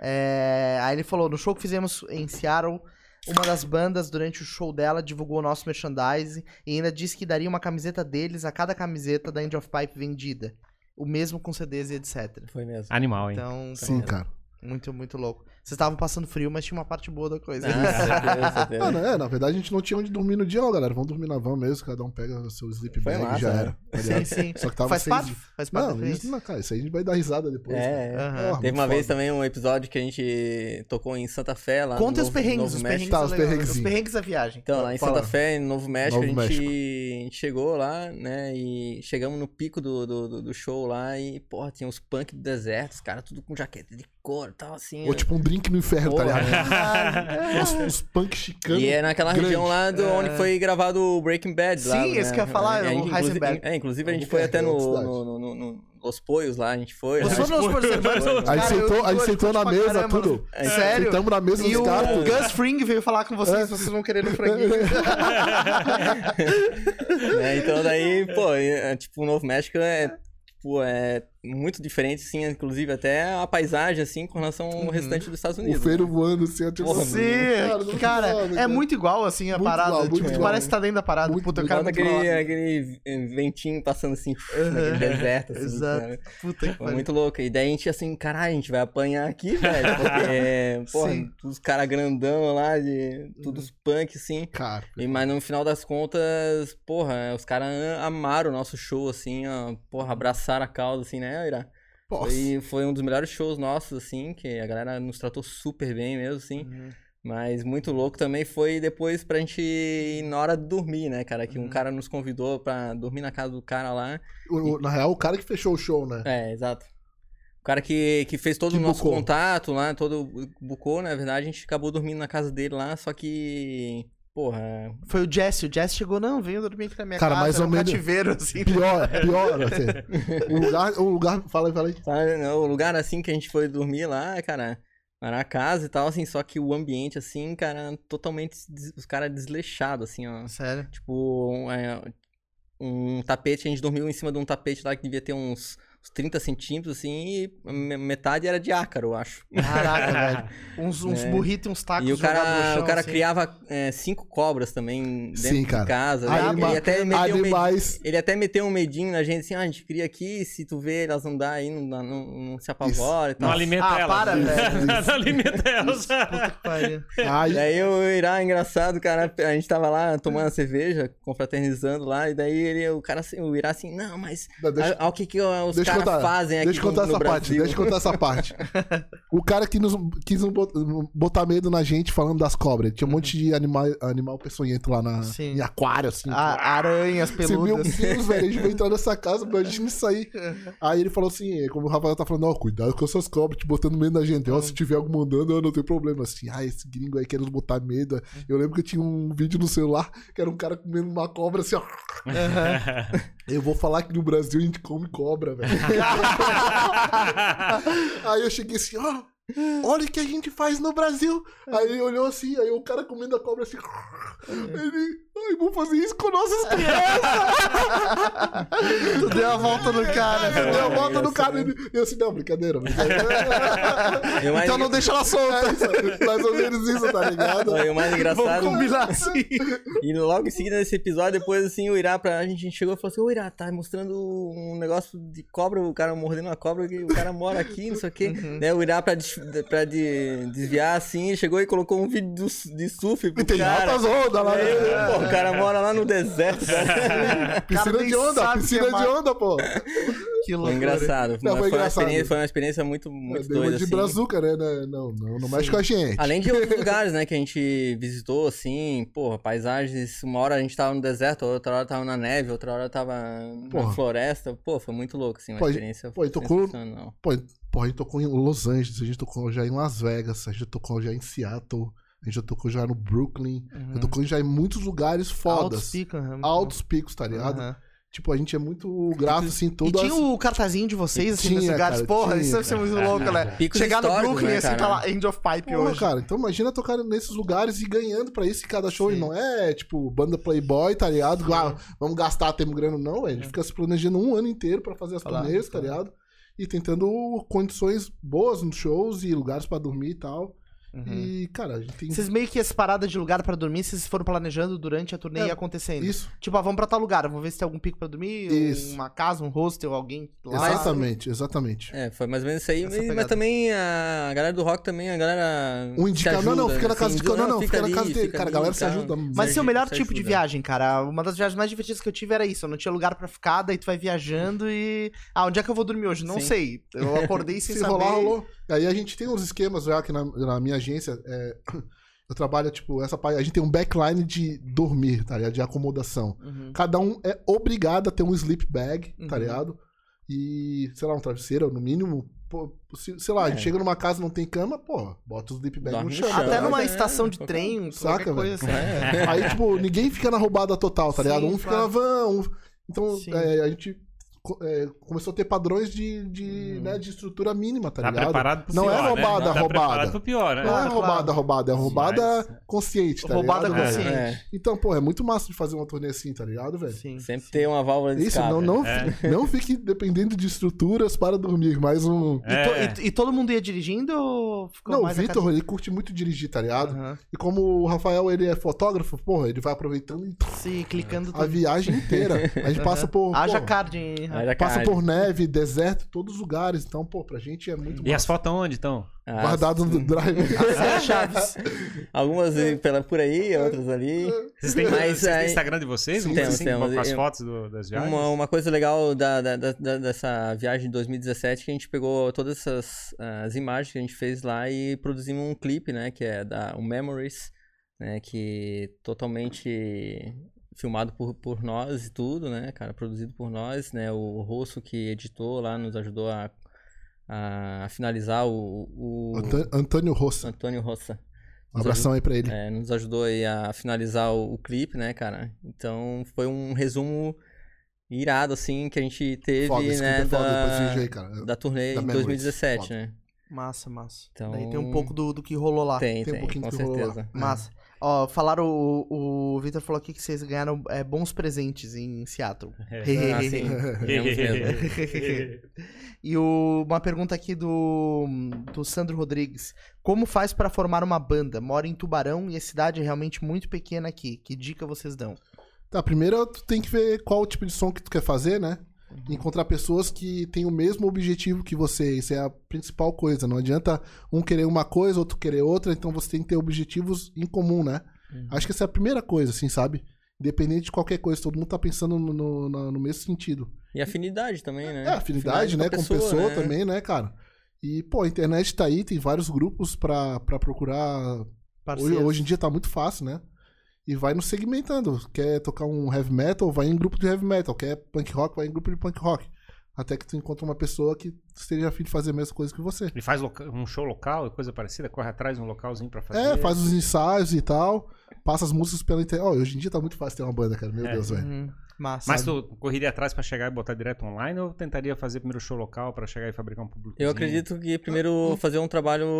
S1: É, aí ele falou, no show que fizemos em Seattle, uma das bandas, durante o show dela, divulgou o nosso merchandise e ainda disse que daria uma camiseta deles a cada camiseta da End of Pipe vendida. O mesmo com CDs e etc.
S4: Foi
S3: Ah,
S4: mesmo.
S2: Animal, hein?
S1: Então,
S3: Sim, cara.
S1: muito, muito louco. Vocês estavam passando frio, mas tinha uma parte boa da coisa. né?
S4: Ah, certeza,
S3: Ah,
S4: certeza.
S3: não, é, na verdade a gente não tinha onde dormir no dia, ó, galera. Vamos dormir na van mesmo, cada um pega o seu sleep
S4: Foi
S3: bag e
S4: massa,
S3: já
S4: né?
S3: era. tá
S1: Sim,
S3: ligado?
S1: sim.
S3: Só que tava
S1: faz
S3: sem-
S1: parte, faz parte
S3: Não,
S1: da
S3: isso
S1: experiência.
S3: não, cara, isso aí a gente vai dar risada depois. cara.
S4: É, é.
S1: Aham.
S3: Porra,
S4: Teve
S3: Ah, muito
S4: uma vez
S3: foda.
S4: também um episódio que a gente tocou em Santa Fé lá.
S1: Conta
S4: no
S1: os
S4: Novo-
S1: perrengues,
S4: Novo
S1: os
S4: México.
S1: perrengues,
S3: Tá,
S1: são
S3: os
S1: legais.
S3: perrenguezinho.
S1: Os perrengues da viagem.
S4: Então, lá em
S3: Fala.
S4: Santa Fé, no Novo México,
S3: Novo
S4: a, gente, a gente chegou lá, né? E chegamos no pico do, do, do- do show lá e, porra, tinha uns punk do deserto, os caras tudo com jaqueta de couro e tal, assim.
S3: Ou tipo um Pink no inferno, tá ligado?
S1: Então,
S3: Nossa, uns punk chicanos.
S4: E é naquela
S3: grande.
S4: região lá do, onde foi gravado o Breaking Bad. lá,
S1: É. Sim, esse
S4: né?
S1: que eu ia falar,
S4: É,
S1: o
S4: inclusive-
S1: Heisenberg.
S4: É, inclusive a gente
S3: É,
S4: foi até no,
S3: outra cidade.
S4: no, no, no- Los Poios lá, a gente foi.
S1: Você
S4: né?
S1: não é. os porcentagens,
S3: Aí
S1: cara, eu
S3: sentou, aí
S1: curto
S3: sentou na
S1: pra
S3: mesa,
S1: caramba,
S3: tudo.
S4: É.
S1: mano. Sério?
S3: Sentamos na mesa
S1: E
S3: dos
S1: o
S3: caras, tudo.
S1: Gus Fring veio falar com vocês, vocês vão querer no franguinho.
S4: né? Então daí, pô, é, tipo, o Novo México é, tipo, é muito diferente, assim, inclusive até a paisagem, assim, com relação
S1: Uhum.
S4: ao restante dos Estados
S3: O
S4: Unidos. né?
S3: feiro voando assim, eu tipo,
S4: Porra,
S3: assim,
S1: Sim,
S3: não
S1: cara,
S3: sabe,
S1: é muito igual assim a
S3: Muito
S1: parada.
S3: igual, muito
S1: tipo,
S3: igual.
S1: parece que tá dentro da parada.
S3: Muito
S1: Puta, o cara
S4: Falta
S1: é muito
S4: aquele,
S1: louco.
S4: aquele ventinho passando assim, naquele deserto, assim,
S1: Exato.
S4: sabe?
S1: Puta que
S4: Foi
S1: pariu.
S4: muito louco. E daí a gente assim, caralho, a gente vai apanhar aqui, velho. Porque, é, porra,
S1: Sim. Uhum.
S4: os caras grandão lá, de todos punk, assim.
S3: Cara,
S4: E, mas no final das contas, porra, é, os caras amaram o nosso show, assim, ó, porra, abraçaram a causa, assim, né, Ira?
S3: nossa.
S4: Foi, foi um dos melhores shows nossos, assim, que a galera nos tratou super bem mesmo, assim.
S1: Uhum.
S4: Mas muito louco também foi depois pra gente ir na hora de dormir, né, cara?
S3: Uhum.
S4: Que um cara nos convidou pra dormir na casa do cara lá.
S3: O- o- na real, o cara que fechou o show, né?
S4: É, exato. O cara que, que fez todo
S3: Que
S4: o nosso
S3: bucou.
S4: contato lá, todo bucou, na verdade, a gente acabou dormindo na casa dele lá, só que. Porra,
S1: Foi o Jesse, o Jesse chegou, não, venho dormir aqui na minha
S3: Cara,
S1: casa,
S3: mais ou
S1: num
S3: menos-
S1: cativeiro, assim.
S3: Pior, pior, assim. O lugar, o lugar, fala aí, fala aí.
S4: Sabe, né, o lugar assim que a gente foi dormir lá, cara, era a casa e tal, assim, só que o ambiente, assim, cara, totalmente. des- Os caras desleixados, assim, ó.
S1: Sério.
S4: Tipo, um, é, um tapete, a gente dormiu em cima de um tapete lá que devia ter uns, uns 30 centímetros, assim, e me- metade era de ácaro, eu acho.
S1: Um Caraca, velho. Uns, uns
S4: É.
S1: burritos e uns tacos
S4: e o
S1: jogados no
S4: cara,
S1: chão,
S4: o cara
S1: assim.
S4: criava é, cinco cobras também dentro
S3: Sim, cara. é
S4: de casa. né?
S3: Anima-
S4: ele, até meteu um medi-
S3: Animais.
S4: ele até meteu um medinho na gente, assim, ah, a gente cria aqui, se tu vê elas andar aí, não, dá- não, não se apavora e
S2: Não
S4: tal.
S2: alimenta
S1: Ah,
S2: elas.
S1: para, velho. Tá
S2: Não alimenta elas.
S1: Puta que pariu.
S3: Ai,
S4: Daí o Irá, engraçado, cara, a gente tava lá tomando cerveja, confraternizando lá, e daí ele, o cara, assim, o Irá assim, não, mas
S3: não, deixa,
S4: olha o que, que os
S3: deixa eu
S4: caras
S3: contar.
S4: fazem aqui
S3: deixa eu
S4: no,
S3: contar
S4: no
S3: essa parte,
S4: Brasil.
S3: deixa eu contar essa parte. O cara que nos, quis nos bot- botar medo na gente falando das cobras.
S4: Uhum.
S3: Tinha um monte de animal, animal peçonhento lá na,
S1: Sim.
S3: em aquário, assim.
S4: Ah,
S3: tipo,
S1: A- aranhas
S3: Você, meu
S1: peludas.
S3: Deus, velho, a gente vai entrar nessa casa pra gente não sair. Aí ele falou assim, como o Rafael tá falando, ó, cuidado com essas cobras te botando medo na gente.
S4: Uhum.
S3: Ó, se tiver alguma andando, ó, não tem problema. Assim, ah, esse gringo aí quer nos botar
S4: Uhum.
S3: medo. Eu lembro que eu tinha um vídeo no celular que era um cara comendo uma cobra assim, ó. Eu vou falar que no Brasil a gente come cobra, velho. aí eu cheguei assim, ó. Olha o que a gente faz no Brasil. Aí ele olhou assim, aí o cara comendo a cobra assim.
S1: É.
S3: Ele, ai, vou fazer isso com nossas crianças.
S1: Tu deu a volta no cara. né?
S3: Deu
S1: velho.
S3: a volta no cara e eu assim, não, brincadeira, brincadeira.
S4: E o mais,
S1: Então não deixa ela
S3: É
S1: solta.
S3: isso, mais ou menos isso, tá ligado?
S4: e o mais
S1: Vamos
S4: engraçado,
S1: combinar assim.
S4: e logo em seguida desse episódio, depois assim, o Irá, pra, a gente chegou e falou assim, ô Irá, tá mostrando um negócio de cobra, o cara mordendo uma cobra, que o cara mora aqui, não sei o quê.
S3: Uhum.
S4: Né, o Irá, pra, des- pra de- desviar assim, chegou e colocou um vídeo do su- de surf pro
S3: E tem
S4: cara.
S3: altas ondas lá, né?
S4: Pô, o cara mora lá no deserto. Né?
S1: Cara,
S3: Piscina
S1: nem
S3: de onda,
S1: sabe
S3: piscina
S1: que é
S3: de
S1: mar.
S3: onda, pô.
S1: Que
S4: Foi
S1: loucura.
S4: engraçado. mas foi,
S3: Não, foi
S4: Uma
S3: engraçado.
S4: experiência, foi uma experiência muito, muito
S3: Deu uma
S4: doida.
S3: de
S4: assim.
S3: brazuca, né? né? Não, não, não mexe com a gente.
S4: Além de outros lugares, né, que a gente visitou, assim, porra, paisagens. Uma hora a gente tava no deserto, outra hora tava na neve, outra hora tava
S3: Porra.
S4: na floresta. Pô, foi muito louco, assim, uma
S3: Pô, a gente-
S4: experiência.
S3: pô, e tocou-
S4: sensacional.
S3: Pô, pô, a gente tocou em Los Angeles, a gente tocou já em Las Vegas, a gente tocou já em Seattle, a gente já tocou já no Brooklyn, a gente tocou já em muitos lugares
S1: Uhum. Altos
S3: fodas.
S1: picos, né?
S3: Altos picos, tá ligado?
S1: Aham.
S3: Tipo, a gente é muito grato, assim,
S1: E
S3: todas
S1: tinha um o cartazinho de vocês, assim,
S3: Tinha,
S1: nos lugares.
S3: cara,
S1: Porra,
S3: tinha,
S1: isso deve ser muito louco, né?
S4: Picos
S1: Chegar no
S4: históricos,
S1: Brooklyn,
S4: né,
S1: assim,
S4: cara?
S1: tá lá, End of Pipe
S3: Porra,
S1: hoje.
S3: cara, então imagina tocar nesses lugares e ganhando pra isso em cada show. E não é, tipo, banda Playboy, tá ligado? Ah, vamos gastar, temos grana. Não, a gente fica se planejando um ano inteiro pra fazer as
S1: Claro,
S3: turnês, tá ligado? E tentando condições boas nos shows e lugares pra dormir e tal.
S1: Uhum.
S3: E, cara, a gente tem
S1: Vocês meio que essa parada de lugar pra dormir, vocês foram planejando durante a turnê
S3: É,
S1: e acontecendo.
S3: isso.
S1: Tipo, ah, vamos pra tal lugar, vamos ver se tem algum pico pra dormir,
S3: Isso.
S1: uma casa, um hostel, alguém lá.
S3: Exatamente, exatamente.
S4: É, foi mais ou menos isso aí.
S1: Essa
S4: Mas, mas
S1: pegada.
S4: também a galera do rock também, a galera.
S3: Um
S4: se
S3: indicador, não, não,
S4: ajuda,
S3: fica na
S4: se
S3: casa de
S4: ajuda,
S3: cada não, fica na
S4: ali,
S3: casa dele.
S4: fica
S3: Cara, a
S4: ali,
S3: galera se
S4: cara.
S3: ajuda.
S1: Mas
S4: Se
S1: seu melhor
S4: ajuda,
S1: tipo de
S4: ajuda.
S1: viagem, cara. Uma das viagens mais divertidas que eu tive era isso. Eu não tinha lugar pra ficar, daí tu vai viajando e. Ah, onde é que eu vou dormir hoje? Não
S4: Sim.
S1: sei. Eu acordei sem
S3: Se
S1: saber.
S3: rolar, rolou. Aí a gente tem uns esquemas já que na, na minha agência. é, eu trabalho, tipo, essa parte. A gente tem um backline de dormir, tá ligado? De acomodação.
S1: Uhum.
S3: Cada um é obrigado a ter um sleep bag, tá
S1: Uhum.
S3: ligado? E, sei lá, um travesseiro, no mínimo, pô, se- sei lá, a gente
S4: É.
S3: chega numa casa e não tem cama, pô, bota os sleep bag no
S4: Dorme no
S3: chão.
S4: chão.
S1: Até
S3: cara.
S1: numa
S4: é,
S1: estação de
S4: qualquer-
S1: trem,
S3: Saca,
S1: qualquer coisa assim.
S4: É.
S3: Aí, tipo, ninguém fica na roubada total, tá
S1: Sim,
S3: ligado? Um fica
S1: claro.
S3: na van, um... Então,
S1: Sim.
S3: é, a gente co- é, começou a ter padrões de, de,
S1: Uhum.
S3: né, de estrutura mínima, tá
S2: Tá
S3: ligado?
S2: preparado pro
S3: Não
S2: pior,
S3: é
S2: né?
S3: roubada,
S2: tá
S3: roubada.
S2: preparado pro pior, né?
S3: Não é
S1: Claro,
S3: roubada,
S1: claro.
S3: roubada. É roubada
S2: Mas-
S3: consciente, tá
S1: Roubada
S3: ligado?
S1: consciente.
S4: É,
S3: Então, pô, é muito massa de fazer uma turnê assim, tá ligado, velho?
S1: Sim.
S4: sempre tem uma válvula de
S3: Isso,
S4: escape.
S3: não, não,
S2: É.
S3: fi- não fique dependendo de estruturas para dormir. Mais um.
S1: E, to-
S2: É.
S1: e- e todo mundo ia dirigindo ou ficou
S3: Não, o
S1: mais a
S3: Vitor, ele curte muito dirigir, tá ligado?
S1: cada- Aham.
S3: E como o Rafael ele é fotógrafo, porra, ele vai aproveitando e
S1: Sim, clicando
S3: a
S1: tudo.
S3: viagem inteira. A gente passa por.
S1: Haja
S3: porra,
S1: card, hein?
S4: Aí já
S3: Passa
S4: cai.
S3: por neve, deserto, todos os lugares. Então, pô, pra gente é muito
S2: E as fotos onde então?
S4: Ah,
S3: guardado no drive.
S1: Chaves.
S4: Algumas eh, pela, por aí, outras ali.
S3: É.
S2: Vocês têm,
S4: Mas
S2: vocês têm
S4: aí-
S2: Instagram de vocês?
S4: Sim,
S2: Alguma coisa
S4: temos,
S2: assim, com
S4: temos.
S2: as
S4: Eu-
S2: fotos do- das viagens?
S4: Uma, uma coisa legal da, da- da- da- dessa viagem de 2017 é que a gente pegou todas essas ah, as imagens que a gente fez lá e produzimos um clipe, né? Que é da, o Memories, né? Que totalmente filmado por, por nós e tudo, né, cara? Produzido por nós, né? O Rosso que editou lá nos ajudou a, a finalizar o, o
S3: Anta- Antônio Rossa.
S4: Antônio Rossa.
S3: Um abração aí pra ele.
S4: É, nos ajudou aí a finalizar o, o clipe, né, cara? Então foi um resumo irado, assim, que a gente teve,
S3: Foda, esse clipe
S4: né,
S3: é foda, depois
S4: da,
S3: veja aí, cara.
S4: da turnê
S3: Da
S4: em
S3: Memories,
S4: 2017,
S3: foda.
S4: né?
S1: Massa, massa.
S4: Então-
S1: Daí tem um pouco do, do que rolou lá.
S4: Tem,
S3: tem um
S4: tem,
S3: pouquinho
S4: com
S3: que rolou
S4: certeza.
S1: Massa. Ó, falaram, o, o Vitor falou aqui que vocês ganharam é, bons presentes em Seattle.
S2: É.
S4: Ah, sim. Ganhamos mesmo.
S1: E o- uma pergunta aqui do, do Sandro Rodrigues. Como faz pra formar uma banda? Moro em Tubarão e a cidade é realmente muito pequena aqui. Que dica vocês dão?
S3: Tá, primeiro tu tem que ver qual o tipo de som que tu quer fazer, né? Encontrar pessoas que têm o mesmo objetivo que você. Isso é a principal coisa. Não adianta um querer uma coisa, outro querer outra. Então você tem que ter objetivos em comum, né? Acho que essa é a primeira coisa, assim, sabe? Independente de qualquer coisa, todo mundo tá pensando no, no- na- no mesmo sentido.
S4: E afinidade também, né?
S3: É, afinidade, né? Com pessoa,
S4: né?
S3: também, né, cara? E, pô, a internet tá aí, tem vários grupos pra, pra procurar Hoje,
S1: Parceiros.
S3: hoje em dia tá muito fácil, né? E vai nos segmentando. Quer tocar um heavy metal, vai em grupo de heavy metal. Quer punk rock, vai em grupo de punk rock. Até que tu encontra uma pessoa que esteja afim de fazer a mesma coisa que você.
S2: Ele faz loca- um show local e coisa parecida, corre atrás de um localzinho pra fazer.
S3: É, faz os ensaios e tal. Passa as músicas pela internet. Ó, hoje em dia tá muito fácil ter uma banda, cara. Meu
S2: É.
S3: Deus, velho.
S1: Uhum. Massa.
S2: Mas tu correria atrás pra chegar e botar direto online ou tentaria fazer primeiro show local pra chegar e fabricar um público?
S4: Eu acredito que primeiro fazer um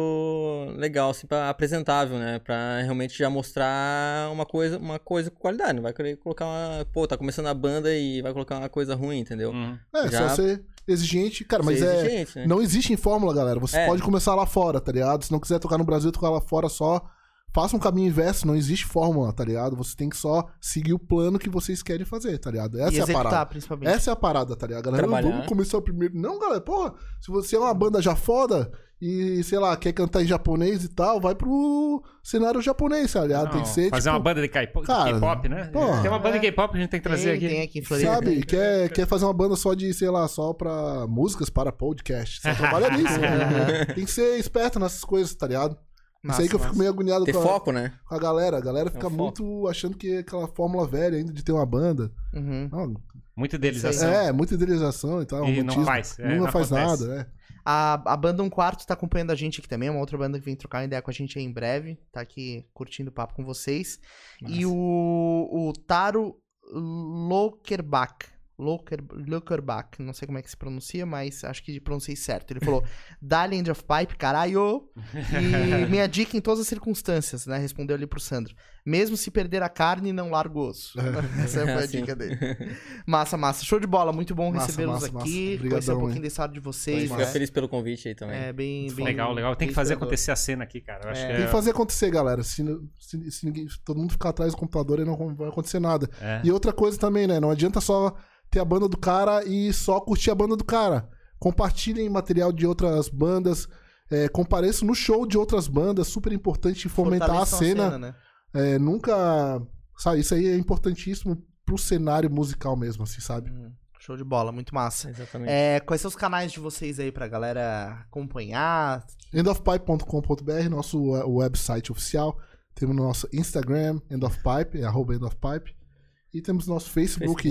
S4: trabalho legal, assim, pra, apresentável, né? Pra realmente já mostrar uma coisa, uma coisa com qualidade. Não vai querer colocar uma. Pô, tá começando a banda e vai colocar uma coisa ruim, entendeu?
S2: Uhum.
S3: É,
S4: Já-
S3: só ser exigente. Cara, mas
S4: Ser
S3: é.
S4: exigente, né?
S3: Não existe em fórmula, galera. Você
S4: É.
S3: pode começar lá fora, tá ligado? Se não quiser tocar no Brasil, tocar lá fora só. Faça um caminho inverso, não existe fórmula, tá ligado? Você tem que só seguir o plano que vocês querem fazer, tá ligado? Essa
S1: e
S3: é a parada.
S1: executar, principalmente.
S3: Essa é a parada, tá ligado? Galera,
S4: Trabalhar.
S3: vamos começar o primeiro. Não, galera, porra, se você é uma banda já foda e, sei lá, quer cantar em japonês e tal, vai pro cenário japonês, tá ligado? tem que ser.
S2: fazer
S3: tipo,
S2: uma banda de K-pop,
S3: Cara,
S2: K-pop, né?
S3: porra.
S2: Tem uma banda de K-pop que a gente tem que trazer
S1: tem,
S2: aqui.
S1: tem aqui em Floripa.
S3: Sabe, quer, quer fazer uma banda só de, sei lá, só pra músicas para podcast. Só trabalha nisso. né? Tem que ser esperto nessas coisas, tá ligado? Isso
S1: Massa,
S3: aí que eu fico
S1: massa.
S3: meio agoniado
S4: Ter
S3: com a,
S4: foco, né?
S3: com a galera. A galera fica
S4: foco.
S3: muito achando que é aquela fórmula velha ainda de ter uma banda.
S1: Uhum.
S3: Não,
S2: Muita idealização.
S3: é, muita idealização e tal.
S2: assim. E não
S3: romantismo.
S2: faz. é,
S3: Nunca
S2: não
S3: faz
S2: acontece.
S3: nada, né?
S1: A, a banda Um Quarto tá acompanhando a gente aqui também, é uma outra banda que vem trocar uma ideia com a gente aí em breve. Tá aqui curtindo o papo com vocês. E o, o Taro Lokerbach. Loker, Lokerbach, não sei como é que se pronuncia, mas acho que pronunciei certo. Ele falou: Dali End of Pipe, caralho! E minha dica em todas as circunstâncias, né? Respondeu ali pro Sandro. Mesmo se perder a carne, não largo o osso. Essa foi a
S4: Sim.
S1: dica dele. Massa, massa. Show de bola, muito bom
S3: Assim. Massa,
S1: recebê-los
S3: massa,
S1: aqui.
S3: massa.
S1: Conhecer um
S3: Obrigadão,
S1: pouquinho
S3: hein?
S1: da história de
S4: A gente
S1: vocês.
S4: fica
S1: né?
S4: feliz pelo convite aí também.
S1: É bem, bem
S2: Legal, legal. Tem que fazer
S1: inspirador.
S2: acontecer a cena aqui, cara. Eu acho
S1: É.
S2: que
S3: Tem que fazer acontecer, galera. Se, se- se ninguém- se todo mundo ficar atrás do computador, aí não vai acontecer nada.
S2: é.
S3: E outra coisa também, né? Não adianta só ter a banda do cara e só curtir a banda do cara. Compartilhem material de outras bandas. É, compareçam no show de outras bandas. Super importante fomentar a
S1: Fortaleçam
S3: cena.
S1: né?
S3: É, nunca. Sabe, isso aí é importantíssimo pro cenário musical mesmo, assim, sabe?
S1: Hum, Show de bola, muito massa.
S4: Exatamente.
S1: É, quais são os canais de vocês aí pra galera acompanhar?
S3: Endofpipe.com.br, nosso we- website oficial. Temos no nosso Instagram, Endofpipe, é arroba Endofpipe. E temos nosso Facebook,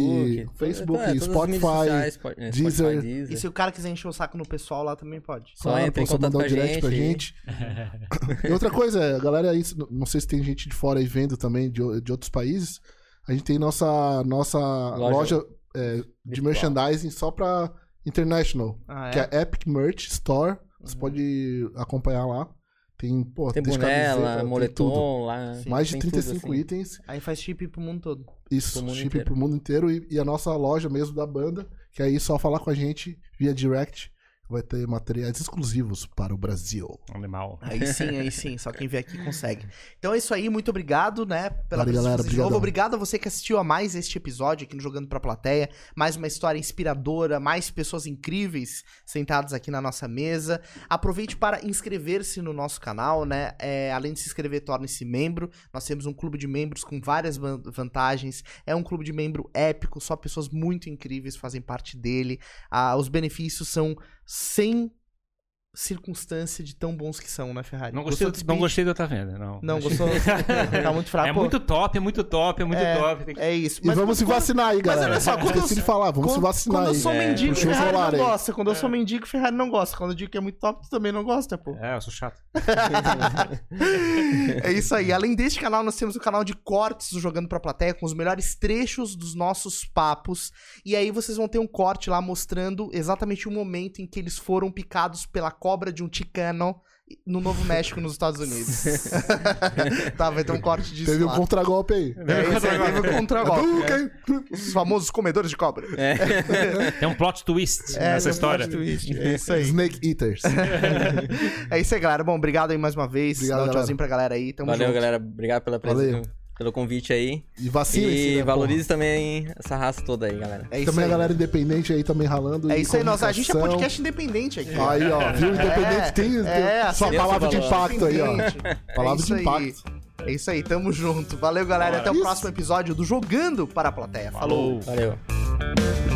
S4: Facebook, é,
S3: Facebook, Spotify. Deezer.
S1: E se o cara quiser encher o saco no pessoal lá também pode.
S4: Só entra em
S3: pode só
S4: contato
S3: mandar um
S4: com a
S3: direct pra
S4: gente.
S3: gente. e outra coisa, é, a galera aí, não sei se tem gente de fora aí vendo também, de, o- de outros países, a gente tem nossa, nossa
S4: Loja
S3: loja é, de
S4: virtual.
S3: merchandising só pra international,
S1: Ah,
S3: que
S1: é?
S3: é a Epic Merch Store. Você pode acompanhar lá. Tem, pô,
S4: Uhum. Tem
S3: desde camiseta,
S4: bonela,
S3: é tem tudo.
S4: moletom lá.
S1: Sim.
S3: Mais de
S4: tem tudo,
S3: 35
S4: assim.
S3: itens.
S1: Aí faz chip pro mundo todo.
S3: Isso,
S4: Pro mundo
S3: chip
S4: inteiro.
S3: pro mundo inteiro e, e a nossa loja mesmo da banda, que é aí só falar com a gente via direct, vai ter materiais exclusivos para o Brasil.
S2: um Animal.
S1: Aí sim, aí sim. Só quem vier aqui consegue. Então é isso aí. Muito obrigado, né? Pela
S3: Valeu,
S1: presença de
S3: galera,
S1: vocês de novo.
S3: brigadão.
S1: Obrigado a você que assistiu a mais este episódio aqui no Jogando Pra Plateia. Mais uma história inspiradora, mais pessoas incríveis sentadas aqui na nossa mesa. Aproveite para inscrever-se no nosso canal, né? É, além de se inscrever, torne-se membro. Nós temos um clube de membros com várias van- vantagens. É um clube de membro épico, só pessoas muito incríveis fazem parte dele. Ah, os benefícios são sem circunstância de tão bons que são, né, Ferrari?
S2: Não gostei,
S1: do
S2: não
S1: speech?
S2: gostei da outra venda, não.
S1: Não,
S2: Achei-
S1: gostou? tá muito fraco.
S2: É
S1: Pô,
S2: muito top, é muito top, é muito
S1: É,
S2: top. Tem que...
S1: É isso.
S3: e vamos se
S1: quando-
S3: vacinar aí, galera.
S1: olha só, quando eu
S3: Esqueci de falar, vamos se
S1: quando-
S3: vacinar
S1: Quando eu
S3: aí.
S1: sou mendigo,
S3: Puxa o
S1: Ferrari
S3: celular
S1: não
S3: aí.
S1: gosta. Quando eu sou mendigo, Ferrari não gosta. Quando eu digo que é muito top, tu também não gosta, pô.
S2: É, eu sou chato.
S1: É isso aí. Além deste canal, nós temos o canal de cortes do Jogando Pra Plateia, com os melhores trechos dos nossos papos. E aí vocês vão ter um corte lá mostrando exatamente o momento em que eles foram picados pela cobra de um ticano no Novo México, nos Estados Unidos. tá, vai ter um corte disso
S3: Teve um
S1: lá.
S3: contragolpe aí.
S1: É isso aí, teve um contragolpe.
S3: Hadouken!
S1: Os famosos comedores de cobra.
S4: É.
S2: Tem um plot twist nessa
S1: tem um
S2: história.
S1: plot twist, É isso aí.
S3: Snake Eaters.
S1: é isso aí, galera. Bom, obrigado aí mais uma vez. Dá
S3: Obrigado,
S1: um
S3: galera.
S1: tchauzinho pra galera aí. Tamo
S4: Valeu,
S1: junto.
S4: galera. Obrigado pela
S3: Valeu. tá
S4: presença, pelo convite aí.
S3: E vacina
S4: e valorize também essa raça toda aí, galera.
S1: É isso
S3: Também
S1: aí.
S3: a galera independente aí também ralando.
S1: É
S3: e
S1: isso aí, nós. A gente é
S3: comunicação.
S1: podcast independente aqui.
S3: Aí, ó, viu? Independente
S1: É,
S3: tem, tem
S1: é,
S3: sua
S1: assim,
S3: palavra de
S4: eu sou
S3: impacto aí, ó.
S1: Independente.
S3: Palavra
S1: É
S3: de
S1: isso aí.
S3: impacto.
S1: É isso aí, tamo junto. Valeu, galera. Até o
S3: Isso.
S1: próximo episódio do Jogando para a Plateia. Falou.
S2: Falou.
S4: Valeu.